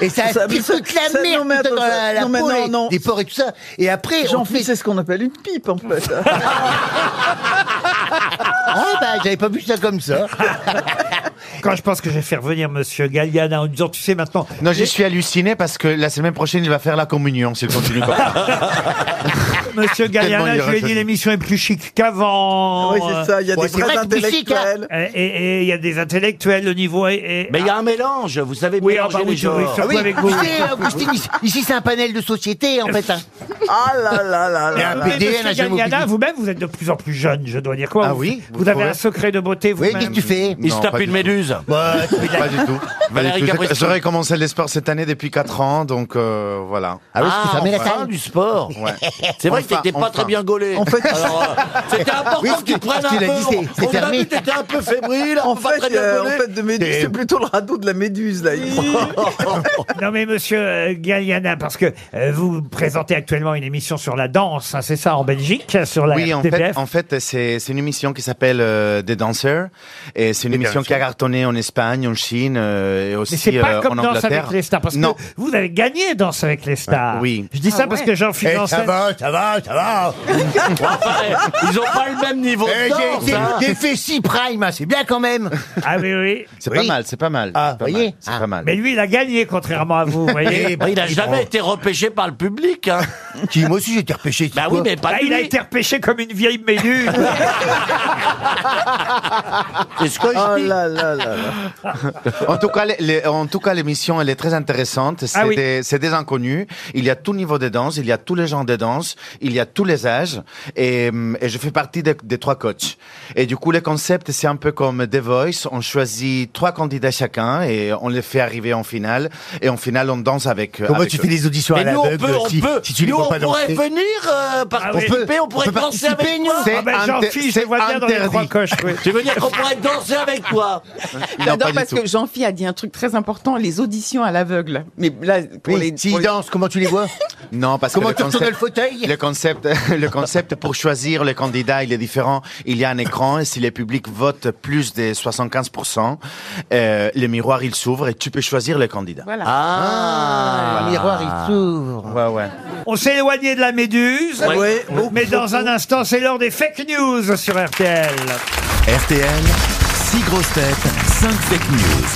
Speaker 4: Et ça
Speaker 3: Ça-
Speaker 4: aspire
Speaker 3: ça-
Speaker 4: toute la
Speaker 3: ça-
Speaker 4: merde
Speaker 3: non, mais
Speaker 4: putain, dans
Speaker 3: attends,
Speaker 4: la, la
Speaker 3: non, mais
Speaker 4: peau,
Speaker 3: non,
Speaker 4: les-
Speaker 3: non.
Speaker 4: les pores et tout ça. Et après,
Speaker 3: J'en
Speaker 4: on fait...
Speaker 3: fais, c'est ce qu'on appelle une pipe, en fait.
Speaker 4: Ah bah, j'avais pas vu ça comme ça.
Speaker 2: Quand je pense que je vais faire venir monsieur Galliana en lui disant, tu sais maintenant...
Speaker 5: Non, je suis halluciné parce que la semaine prochaine, il va faire la communion s'il continue comme ça.
Speaker 2: Monsieur Galliana,
Speaker 5: Tellement il
Speaker 2: je lui ai dit
Speaker 5: aurait-
Speaker 2: l'émission est plus chic qu'avant.
Speaker 3: Oui, c'est ça, il y a des vrais intellectuels.
Speaker 2: hein. Et- Et et il y a des intellectuels, le niveau est.
Speaker 8: Mais il y a un mélange, vous savez
Speaker 2: Oui,
Speaker 8: mélanger
Speaker 2: ah bah oui,
Speaker 8: les genres.
Speaker 2: oui, surtout
Speaker 4: Ah oui,
Speaker 2: avec vous.
Speaker 4: tu sais, Augustine, ici, ici, c'est un panel de société, en fait. hein.
Speaker 3: Ah là là là
Speaker 4: Il y a
Speaker 3: là
Speaker 4: un
Speaker 3: là.
Speaker 2: Mais
Speaker 4: PDN,
Speaker 2: monsieur
Speaker 4: un jeune
Speaker 2: Galliana,
Speaker 4: mobilité.
Speaker 2: vous-même, vous êtes de plus en plus jeune, je dois dire quoi.
Speaker 4: Ah
Speaker 2: vous-
Speaker 4: oui,
Speaker 2: Vous,
Speaker 4: vous
Speaker 2: avez
Speaker 4: trouvez
Speaker 2: un secret de beauté, vous
Speaker 4: Oui, qu'est-ce que tu fais
Speaker 8: Il se
Speaker 5: Non,
Speaker 8: tape
Speaker 5: pas
Speaker 8: une
Speaker 5: du
Speaker 8: méduse.
Speaker 4: Bah, tu fais de la-
Speaker 5: Pas du tout.
Speaker 8: Valérie
Speaker 5: Pas du tout.
Speaker 8: Caprisky.
Speaker 5: J'aurais commencé le sport cette année depuis 4 ans, donc euh, voilà.
Speaker 4: Ah oui, parce que ça met la
Speaker 5: enfin.
Speaker 4: salle.
Speaker 8: du sport.
Speaker 5: Ouais.
Speaker 8: C'est vrai que
Speaker 5: Enfin,
Speaker 8: t'étais pas
Speaker 5: enfin.
Speaker 8: très bien gaulé.
Speaker 5: En fait-
Speaker 8: Alors, euh, c'était important
Speaker 4: Oui,
Speaker 8: que tu prennes
Speaker 4: parce
Speaker 8: un
Speaker 4: qu'il a
Speaker 8: peu.
Speaker 4: dit, c'est- c'est
Speaker 8: on a
Speaker 4: fermé.
Speaker 8: vu que t'étais un peu fébrile,
Speaker 3: En
Speaker 8: un peu pas
Speaker 3: fait,
Speaker 8: très bien
Speaker 3: euh,
Speaker 8: gaulé.
Speaker 3: en fait, de méduse, c'est plutôt le radeau de la méduse, là.
Speaker 2: non, mais monsieur euh, Galliana, parce que euh, vous présentez actuellement une émission sur la danse, hein, c'est ça, en Belgique, sur la
Speaker 5: Oui, en
Speaker 2: TPF.
Speaker 5: fait, en fait c'est c'est une émission qui s'appelle euh, Des danseurs et c'est une émission qui a cartonné en Espagne, en Chine euh, et aussi
Speaker 2: Mais c'est pas
Speaker 5: euh,
Speaker 2: comme
Speaker 5: en
Speaker 2: Danse
Speaker 5: Angleterre.
Speaker 2: avec les stars, parce
Speaker 5: non. Euh,
Speaker 2: que vous avez gagné Danse avec les stars.
Speaker 5: Oui.
Speaker 2: Je dis
Speaker 8: Ah
Speaker 2: ça parce que
Speaker 4: Eh,
Speaker 2: Jean-Philippe
Speaker 4: ça
Speaker 2: Janssen-
Speaker 4: va, ça va, ça va.
Speaker 8: Ils ont pas le même niveau
Speaker 4: Eh,
Speaker 8: de
Speaker 4: j'ai-
Speaker 8: danse.
Speaker 4: j'ai-
Speaker 8: hein.
Speaker 4: J'ai fait 6 prime, hein, c'est bien quand même.
Speaker 2: Ah oui, oui.
Speaker 5: C'est
Speaker 4: Oui.
Speaker 5: pas mal, c'est pas mal.
Speaker 4: Ah,
Speaker 5: c'est pas
Speaker 4: voyez
Speaker 5: mal, C'est pas mal.
Speaker 2: Mais lui, il a gagné, contrairement à vous, vous voyez.
Speaker 4: Eh ben,
Speaker 8: Bah, il a
Speaker 4: ils
Speaker 8: jamais
Speaker 4: sont-
Speaker 8: été repêché par le public. hein.
Speaker 4: Qui, moi aussi, j'ai été repêché.
Speaker 8: Bah oui, mais pas
Speaker 2: Bah,
Speaker 8: lui.
Speaker 2: il a été repêché comme une vieille méduse.
Speaker 8: C'est ce que je
Speaker 3: Oh
Speaker 8: dis.
Speaker 3: là là là là.
Speaker 5: En tout cas, les- les- en tout cas, l'émission elle est très intéressante. C'est
Speaker 2: Ah oui.
Speaker 5: des, c'est des inconnus. Il y a tout niveau de danse, il y a tous les genres de danse, il y a tous les âges. Et, hum, et je fais partie des, des trois coachs. Et du coup, le concept c'est un peu comme The Voice. On choisit trois candidats chacun et on les fait arriver en finale. Et en finale, on danse avec.
Speaker 4: Comment
Speaker 5: avec
Speaker 4: tu
Speaker 5: eux.
Speaker 4: fais les auditions à
Speaker 8: Mais nous, on
Speaker 4: l'aveugle
Speaker 8: peut, on
Speaker 4: si,
Speaker 8: peut.
Speaker 4: si tu les
Speaker 8: nous,
Speaker 4: vois
Speaker 8: on
Speaker 4: pas
Speaker 8: pourrait
Speaker 4: danser
Speaker 8: venir euh, participer,
Speaker 4: peut-
Speaker 8: on pourrait
Speaker 4: Ah on peut
Speaker 8: danser avec
Speaker 4: participer,
Speaker 8: toi.
Speaker 5: C'est
Speaker 2: Ah ben,
Speaker 5: inter-
Speaker 2: Jean-Philippe, je
Speaker 5: c'est
Speaker 2: le vois bien dans les trois
Speaker 5: interdit.
Speaker 2: coches, oui.
Speaker 8: Tu veux dire qu'on pourrait danser avec toi
Speaker 5: Non,
Speaker 6: J'adore
Speaker 5: pas du
Speaker 6: parce
Speaker 5: tout.
Speaker 6: que Jean-Phi a dit un truc très important, les auditions à l'aveugle. Mais là, pour
Speaker 4: Oui,
Speaker 6: les...
Speaker 4: S'ils
Speaker 6: pour les-
Speaker 4: dansent, comment tu les vois
Speaker 5: Non, parce
Speaker 4: Comment
Speaker 5: que
Speaker 4: tu
Speaker 5: le
Speaker 4: retournes le
Speaker 5: concept,
Speaker 4: fauteuil
Speaker 5: le concept, le concept pour choisir le candidat, il est différent. Il y a un écran et si le public vote plus de 75%, euh, le miroir il s'ouvre et tu peux choisir le candidat.
Speaker 6: Voilà.
Speaker 8: Ah,
Speaker 4: Le miroir, il s'ouvre.
Speaker 5: Ouais, ouais.
Speaker 2: On s'est éloigné de la méduse.
Speaker 8: Ouais.
Speaker 3: Ouais, beaucoup,
Speaker 2: Mais dans un
Speaker 3: beaucoup.
Speaker 2: instant, c'est l'heure des fake news sur RTL.
Speaker 1: RTL, 6 grosses têtes, 5 fake news.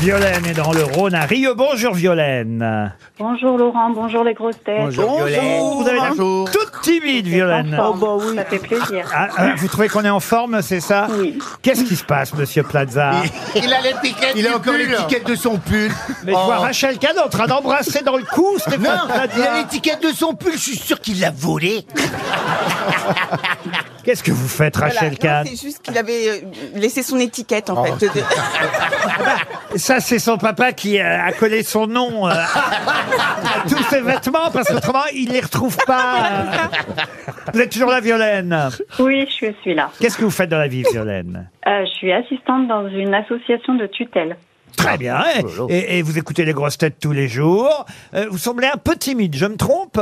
Speaker 2: Violaine est dans le Rhône à Rio. Bonjour Violaine.
Speaker 16: Bonjour Laurent, bonjour les grosses têtes.
Speaker 2: Vous avez l'air toute timide Violaine.
Speaker 16: Oh, bah oui. Ça fait plaisir.
Speaker 2: Ah, ah, vous trouvez qu'on est en forme, c'est ça Oui. Qu'est-ce qui se passe, monsieur Plaza
Speaker 4: Il a l'étiquette
Speaker 2: Il a
Speaker 4: du
Speaker 2: encore
Speaker 4: pull.
Speaker 2: l'étiquette
Speaker 4: de son pull. Oh.
Speaker 2: Mais je vois Rachel Kahn en train d'embrasser dans le cou Stéphane
Speaker 4: Non,
Speaker 2: Plaza.
Speaker 4: il a l'étiquette de son pull, je suis sûr qu'il l'a volé.
Speaker 2: Qu'est-ce que vous faites,
Speaker 6: Voilà.
Speaker 2: Rachel
Speaker 6: Non,
Speaker 2: Kahn Oh.
Speaker 6: C'est juste qu'il avait euh, laissé son étiquette, en fait.
Speaker 16: Euh,
Speaker 2: Ça, c'est son papa qui euh, a collé son nom euh, à tous ses vêtements parce qu'autrement, il les retrouve pas. euh. Vous êtes toujours là, Violaine
Speaker 16: Oui, je suis là.
Speaker 2: Qu'est-ce que vous faites dans la vie, Violaine
Speaker 16: Euh, je suis assistante dans une association de tutelle.
Speaker 2: Très bien.
Speaker 8: Ah,
Speaker 2: hein. Et, et vous écoutez les grosses têtes tous les jours. Euh, vous semblez un peu timide, je me trompe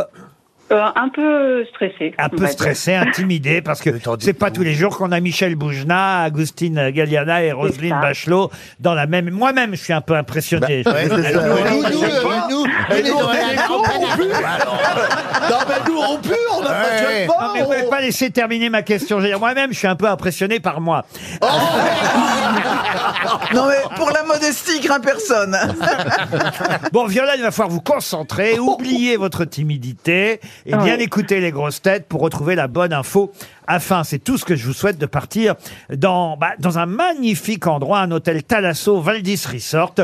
Speaker 16: Euh, un peu stressée.
Speaker 2: un peu stressé, intimidé, parce que c'est pas tous les jours qu'on a Michel Boujna, Agustine Galliana et Roselyne
Speaker 16: ça.
Speaker 2: Bachelot dans la même. Moi-même, je suis un peu impressionné.
Speaker 8: Bah, ouais,
Speaker 2: Je vous
Speaker 8: c'est
Speaker 2: le
Speaker 8: ça.
Speaker 2: dis.
Speaker 8: Ouais, Nous, nous, euh, nous,
Speaker 2: Elle
Speaker 8: nous,
Speaker 2: est
Speaker 8: on
Speaker 2: dans la
Speaker 8: est cons, on pue. Non, mais nous, on pue, on n'a pas de
Speaker 2: Ouais.
Speaker 8: jeune
Speaker 2: Non, mais vous m'avez pas laissé terminer ma question. Je veux dire, Moi-même, je suis un peu impressionné par moi.
Speaker 3: Non mais pour la modestie, craint personne.
Speaker 2: Bon, Violaine, il va falloir vous concentrer,
Speaker 3: Oh.
Speaker 2: oublier votre timidité
Speaker 3: Ah
Speaker 2: et bien écouter les grosses têtes pour retrouver la bonne info. Afin, c'est tout ce que je vous souhaite de partir dans, bah, dans un magnifique endroit, un hôtel Thalasso Valdis Resort.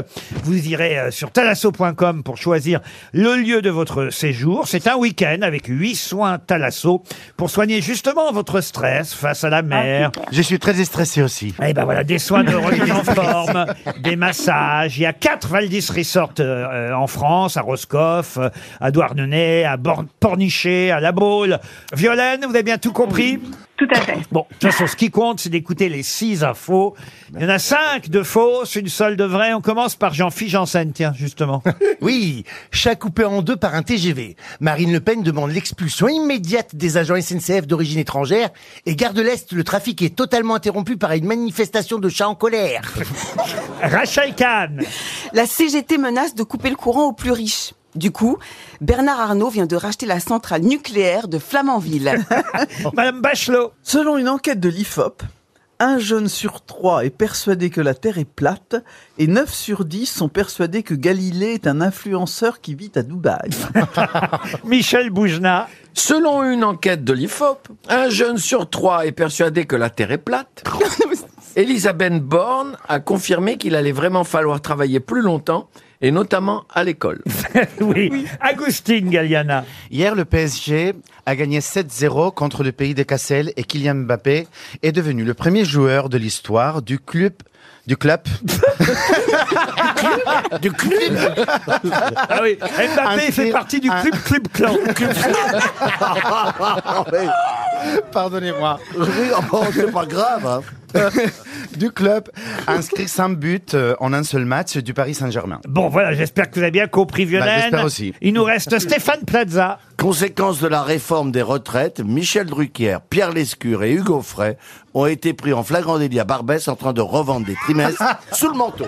Speaker 2: Vous irez euh, sur thalasso.com pour choisir le lieu de votre séjour. C'est un week-end avec huit soins Thalasso pour soigner justement votre stress face à la mer.
Speaker 5: Ah, Je suis très stressé aussi.
Speaker 2: Eh ben voilà, des soins de remise en forme, des massages. Il y a quatre Valdis Resorts euh, euh, en France, à Roscoff, euh, à Douarnenez, à Bor- Pornichet, à La Baule. Violaine, vous avez bien tout compris
Speaker 16: Tout à fait.
Speaker 2: Bon, de toute façon, ce qui compte, c'est d'écouter les six infos. Il y en a cinq de fausses, une seule de vraie. On commence par Jean-Philippe Janssen, tiens, justement.
Speaker 4: Oui, chat coupé en deux par un TGV. Marine Le Pen demande l'expulsion immédiate des agents SNCF d'origine étrangère et garde l'Est, le trafic est totalement interrompu par une manifestation de chats en colère.
Speaker 2: Rachel Kahn
Speaker 6: La CGT menace de couper le courant aux plus riches. Du coup, Bernard Arnault vient de racheter la centrale nucléaire de Flamanville.
Speaker 2: Madame Bachelot.
Speaker 3: Selon une enquête de l'IFOP, un jeune sur trois est persuadé que la Terre est plate et 9 sur 10 sont persuadés que Galilée est un influenceur qui vit à Dubaï.
Speaker 2: Michel Boujna.
Speaker 7: Selon une enquête de l'IFOP, un jeune sur trois est persuadé que la Terre est plate. Elisabeth Borne a confirmé qu'il allait vraiment falloir travailler plus longtemps, et notamment à l'école.
Speaker 2: oui, Agustine Galliana.
Speaker 5: Hier, le PSG a gagné 7-0 contre le pays de Cassel et Kylian Mbappé est devenu le premier joueur de l'histoire du club du club
Speaker 4: du club
Speaker 2: Ah oui, Mbappé
Speaker 5: Un-
Speaker 2: fait partie du
Speaker 5: un-
Speaker 2: club club clan.
Speaker 5: Pardonnez-moi.
Speaker 8: Oui, oh, bon, c'est pas grave. hein.
Speaker 5: du club inscrit 5 buts euh, en un seul match du Paris Saint-Germain.
Speaker 2: Bon, voilà, j'espère que vous avez bien compris, Violaine.
Speaker 5: Bah, j'espère aussi.
Speaker 2: Il nous reste Stéphane Plaza.
Speaker 8: Conséquence de la réforme des retraites, Michel Drucker, Pierre Lescure et Hugo Frey ont été pris en flagrant délit à Barbès en train de revendre des
Speaker 4: Ah,
Speaker 8: trimestres sous le manteau.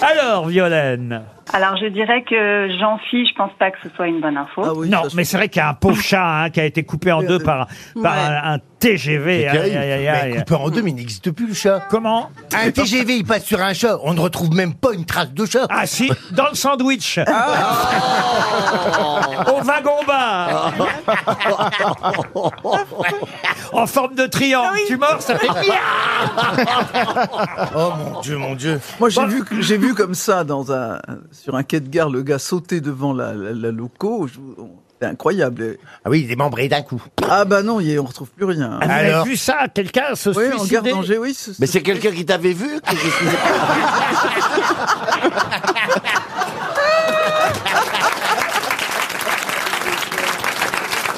Speaker 2: Alors, Violaine.
Speaker 16: Alors, je dirais que j'en fiche, je pense pas que ce soit une bonne
Speaker 6: Ah
Speaker 16: info.
Speaker 2: non, mais c'est vrai qu'il y a un pauvre chat hein, qui a été coupé en deux par, par
Speaker 16: Ouais.
Speaker 2: un, un TGV.
Speaker 4: C'est terrible.
Speaker 2: Aïe, aïe, aïe, aïe.
Speaker 4: Mais coupé en deux, mais il n'existe plus le chat.
Speaker 2: Comment
Speaker 4: Un TGV, il passe sur un chat, on ne retrouve même pas une trace de chat. Ah.
Speaker 2: Ah si, dans le sandwich. Au wagon bar.
Speaker 4: Ah.
Speaker 2: en forme de triangle. Tu mords, ça fait
Speaker 4: Oh mon dieu, mon dieu.
Speaker 3: Moi, j'ai vu, que- j'ai vu comme ça dans un, sur un quai de gare le gars sauter devant la, la, la loco. Je- on- C'est incroyable.
Speaker 4: Ah oui, il est démembré d'un coup.
Speaker 3: Ah bah non, il y a- on retrouve plus rien.
Speaker 2: Ah, vous avez vu ça Quelqu'un se
Speaker 3: Oui, en garde
Speaker 2: suicider
Speaker 3: d'Angers, oui. ce-
Speaker 8: Mais c'est quelqu'un qui t'avait vu que je suis-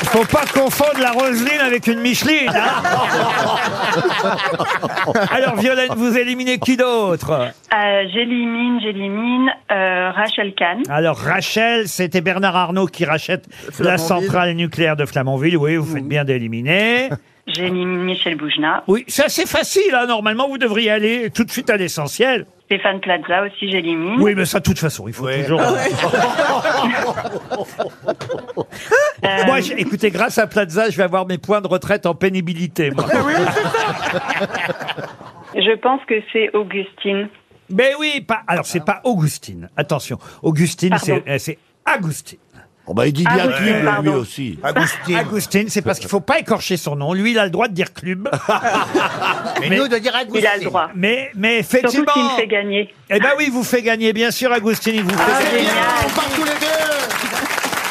Speaker 2: Faut pas confondre la Roselyne avec une Micheline. hein. Alors, Violaine, vous éliminez qui d'autre
Speaker 16: Euh, j'élimine, j'élimine euh, Rachel Kahn.
Speaker 2: Alors Rachel, c'était Bernard Arnault qui rachète la
Speaker 3: Flamanville.
Speaker 2: centrale nucléaire de Flamanville. Oui, vous faites bien d'éliminer.
Speaker 16: J'ai mis Michel Boujna.
Speaker 2: Oui, c'est assez facile, hein, normalement, vous devriez aller tout de suite à l'essentiel.
Speaker 16: Stéphane Plaza aussi, j'ai
Speaker 4: Mm.
Speaker 16: mis.
Speaker 2: Oui, mais ça, de toute façon, il faut toujours... hein. Moi, j'ai- écoutez, grâce à Plaza, je vais avoir mes points de retraite en pénibilité. moi.
Speaker 16: Je pense que c'est Augustine.
Speaker 2: Mais oui, pas. Alors, c'est pas Augustine. Attention. Augustine,
Speaker 16: Pardon.
Speaker 2: c'est euh, c'est Agustine.
Speaker 8: Oh bah, il dit bien Agustine, Club, lui pardon. aussi.
Speaker 2: Agustine. Agustine, c'est parce qu'il faut pas écorcher son nom. Lui, il a le droit de dire club. mais,
Speaker 16: nous, de dire Agustine. Il a le droit.
Speaker 2: Mais, mais effectivement.
Speaker 16: Surtout qu'il me fait gagner.
Speaker 2: Eh ben oui, il vous fait gagner, bien sûr, Agustine. Il vous fait gagner.
Speaker 16: on part tous les deux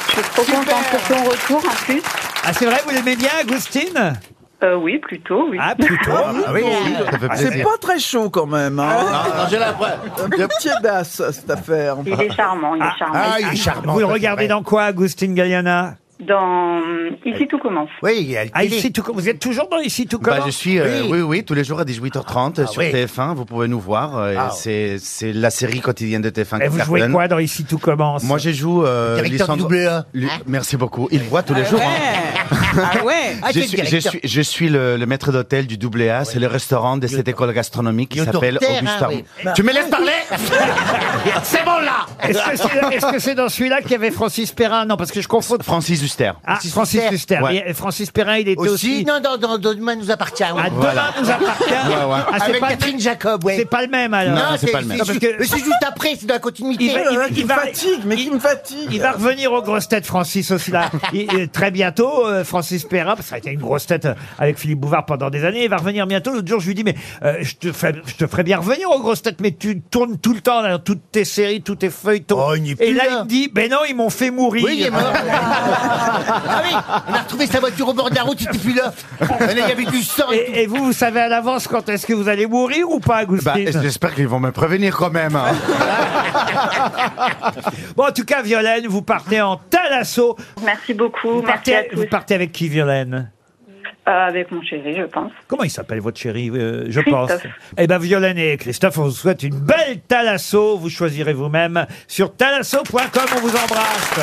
Speaker 16: Je suis trop contente pour ton retour en plus.
Speaker 2: Ah, c'est vrai, vous l'aimez bien, Agustine
Speaker 16: Euh, oui, plutôt, bah oui.
Speaker 2: Ah, plutôt.
Speaker 3: Ah oui,
Speaker 2: ça fait plaisir.
Speaker 3: c'est pas très chaud quand même. Hein.
Speaker 2: Non, non, j'ai l'impression.
Speaker 3: Un petit audace, cette affaire.
Speaker 16: Il est charmant, il est charmant. Ah, il est charmant,
Speaker 2: Vous le
Speaker 16: ça,
Speaker 2: regardez
Speaker 16: c'est vrai.
Speaker 2: dans quoi, Agustine Galliana
Speaker 16: Dans euh, Ici tout commence.
Speaker 4: Oui,
Speaker 2: Ah, ici, tout, vous êtes toujours dans ici tout
Speaker 5: Bah,
Speaker 2: comment
Speaker 5: je suis, euh,
Speaker 2: Oui.
Speaker 5: oui. oui, tous les jours à 18h30
Speaker 2: Ah,
Speaker 5: sur
Speaker 2: oui.
Speaker 5: TF1. Vous pouvez nous voir. euh, et
Speaker 2: Ah.
Speaker 5: c'est, c'est la série quotidienne de TF1. qui
Speaker 2: Et vous jouez
Speaker 5: cartonne.
Speaker 2: quoi dans Ici tout commence
Speaker 5: Moi, je joue. Euh,
Speaker 2: Directeur
Speaker 5: Lisandro-
Speaker 2: du Hein WE.
Speaker 5: Lu- Merci beaucoup. Il voit tous les jours. hein.
Speaker 3: Ah ouais
Speaker 5: je, suis, je suis- je suis le, le maître d'hôtel du double A, c'est le restaurant de cette école gastronomique qui s'appelle
Speaker 2: Yotorter,
Speaker 5: Augusta
Speaker 2: hein,
Speaker 5: Roux.
Speaker 2: oui.
Speaker 5: Bah. Tu me laisses parler
Speaker 4: C'est bon là
Speaker 2: Est-ce que c'est- est-ce que c'est dans celui-là qu'il y avait Francis Perrin Non, parce que je confonds.
Speaker 5: Francis Huster.
Speaker 2: Ah, Francis
Speaker 4: Huster.
Speaker 2: Huster.
Speaker 4: Ouais.
Speaker 2: Mais Francis Perrin, il était aussi.
Speaker 4: Non, dans, dans, dans Demain nous appartient. oui.
Speaker 2: Ah, Voilà. Demain nous appartient.
Speaker 4: Ouais, ouais.
Speaker 2: Ah, c'est
Speaker 4: Avec
Speaker 2: pas-
Speaker 4: Catherine Jacob, ouais.
Speaker 2: C'est pas le même, alors.
Speaker 4: Non,
Speaker 2: Non, c'est
Speaker 4: c'est
Speaker 2: pas le même.
Speaker 4: c'est
Speaker 2: Parce
Speaker 4: juste-
Speaker 2: que-
Speaker 4: mais c'est juste après, c'est dans la continuité.
Speaker 2: fatigue, mais il me fatigue. Il va revenir aux grosses têtes, Francis aussi là. Il- il- très bientôt, euh, Francis Perrin, parce qu'il a été une grosse tête euh, avec Philippe Bouvard pendant des années. Il va revenir bientôt. L'autre jour, je lui dis, mais euh, je, te fais- je te ferai bien revenir aux grosses têtes, mais tu tournes tout le temps dans toutes tes séries, tous tes feuilletons. Et là, Oh, il me dit, ben non, ils m'ont fait mourir.
Speaker 4: Oui, il est mort. ah oui, on a retrouvé sa voiture au bord de la route, il était plus là. Il y avait du sang.
Speaker 2: Et, et vous, vous savez à l'avance quand est-ce que vous allez mourir ou pas, Agustin
Speaker 5: Bah, J'espère qu'ils vont me prévenir quand même. hein.
Speaker 2: Bon, en tout cas, Violaine, vous partez en tel assaut.
Speaker 16: Merci beaucoup,
Speaker 2: Vous
Speaker 16: merci
Speaker 2: partez,
Speaker 16: à tous.
Speaker 2: vous partez avec qui, Violaine
Speaker 16: Euh, avec mon chéri, je pense.
Speaker 2: Comment il s'appelle votre chéri euh, Je pense.
Speaker 16: Christophe.
Speaker 2: Eh ben, Violaine et Christophe, on vous souhaite une belle Talasso. Vous choisirez vous-même sur talasso.com. On vous embrasse.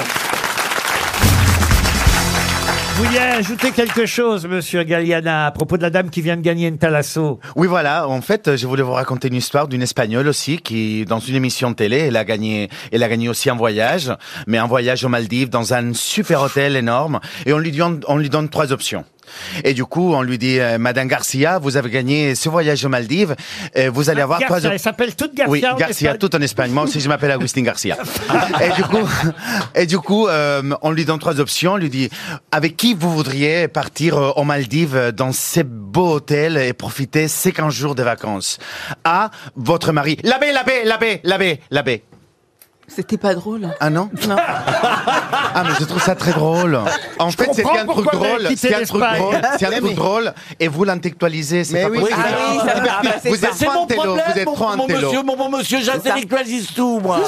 Speaker 2: Vous vouliez ajouter quelque chose, monsieur Galliana, à propos de la dame qui vient de gagner une Talasso
Speaker 5: Oui, voilà. En fait, euh, je voulais vous raconter une histoire d'une Espagnole aussi qui, dans une émission de télé, elle a gagné, elle a gagné aussi un voyage, mais un voyage aux Maldives dans un super hôtel énorme. Et on lui donne, on lui donne trois options. Et du coup, on lui dit, euh, Madame Garcia, vous avez gagné ce voyage aux Maldives. euh, vous allez avoir
Speaker 2: Garcia,
Speaker 5: trois options.
Speaker 2: elle s'appelle toute Garcia
Speaker 5: Oui,
Speaker 2: en
Speaker 5: Garcia,
Speaker 2: Espagne.
Speaker 5: tout en Espagne. Moi aussi, je m'appelle Agustin Garcia. et du coup, et du coup euh, on lui donne trois options. On lui dit avec qui vous voudriez partir euh, aux Maldives euh, dans ces beaux hôtels et profiter ces 15 jours de vacances A, votre mari. L'abbé, l'abbé, l'abbé, l'abbé, l'abbé.
Speaker 6: C'était pas drôle.
Speaker 5: Ah non
Speaker 6: Non.
Speaker 5: Ah mais je trouve ça très drôle. En
Speaker 6: Je
Speaker 5: fait, c'est
Speaker 6: comprends
Speaker 5: un truc
Speaker 6: pourquoi vous avez
Speaker 5: drôle,
Speaker 6: quitté
Speaker 5: c'est un truc
Speaker 6: l'Espagne.
Speaker 5: drôle, c'est
Speaker 6: Mais
Speaker 5: un truc
Speaker 6: oui.
Speaker 5: drôle et vous l'intellectualisez, c'est
Speaker 6: Mais
Speaker 5: pas
Speaker 6: oui,
Speaker 5: possible.
Speaker 6: c'est Ah oui, ça. ça- ah bah, c'est
Speaker 5: Vous
Speaker 6: ça.
Speaker 5: êtes
Speaker 6: C'est
Speaker 5: trop
Speaker 6: mon
Speaker 5: intello,
Speaker 6: problème,
Speaker 5: vous êtes
Speaker 6: mon-
Speaker 5: trop
Speaker 6: mon
Speaker 5: intello.
Speaker 6: monsieur, mon- mon monsieur,
Speaker 5: C'est ça.
Speaker 4: j'intellectualise tout, moi.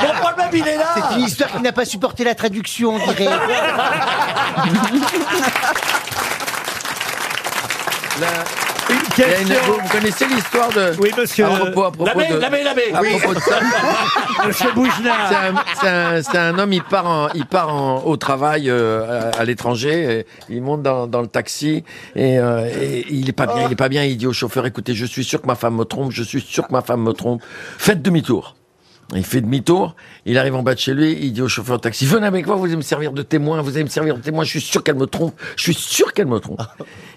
Speaker 6: Mon problème, il est là.
Speaker 4: C'est une histoire qui n'a pas supporté la traduction, on dirait.
Speaker 7: Il y a une- vous, vous connaissez l'histoire de.
Speaker 2: Oui, monsieur.
Speaker 7: À propos, à propos
Speaker 2: L'abbé,
Speaker 7: de-
Speaker 2: l'abbé, l'abbé.
Speaker 7: À
Speaker 2: Oui.
Speaker 7: propos de ça.
Speaker 2: Monsieur Bougenat.
Speaker 7: C'est un- C'est un, c'est un homme, il part, en- il part en- au travail euh, à, à l'étranger, et il monte dans, dans le taxi et, euh, et il est pas bien, il est pas bien, il dit au chauffeur, écoutez, je suis sûr que ma femme me trompe, je suis sûr que ma femme me trompe, faites demi-tour. Il fait demi-tour, il arrive en bas de chez lui, il dit au chauffeur de taxi, venez avec moi, vous allez me servir de témoin, vous allez me servir de témoin, je suis sûr qu'elle me trompe, je suis sûr qu'elle me trompe.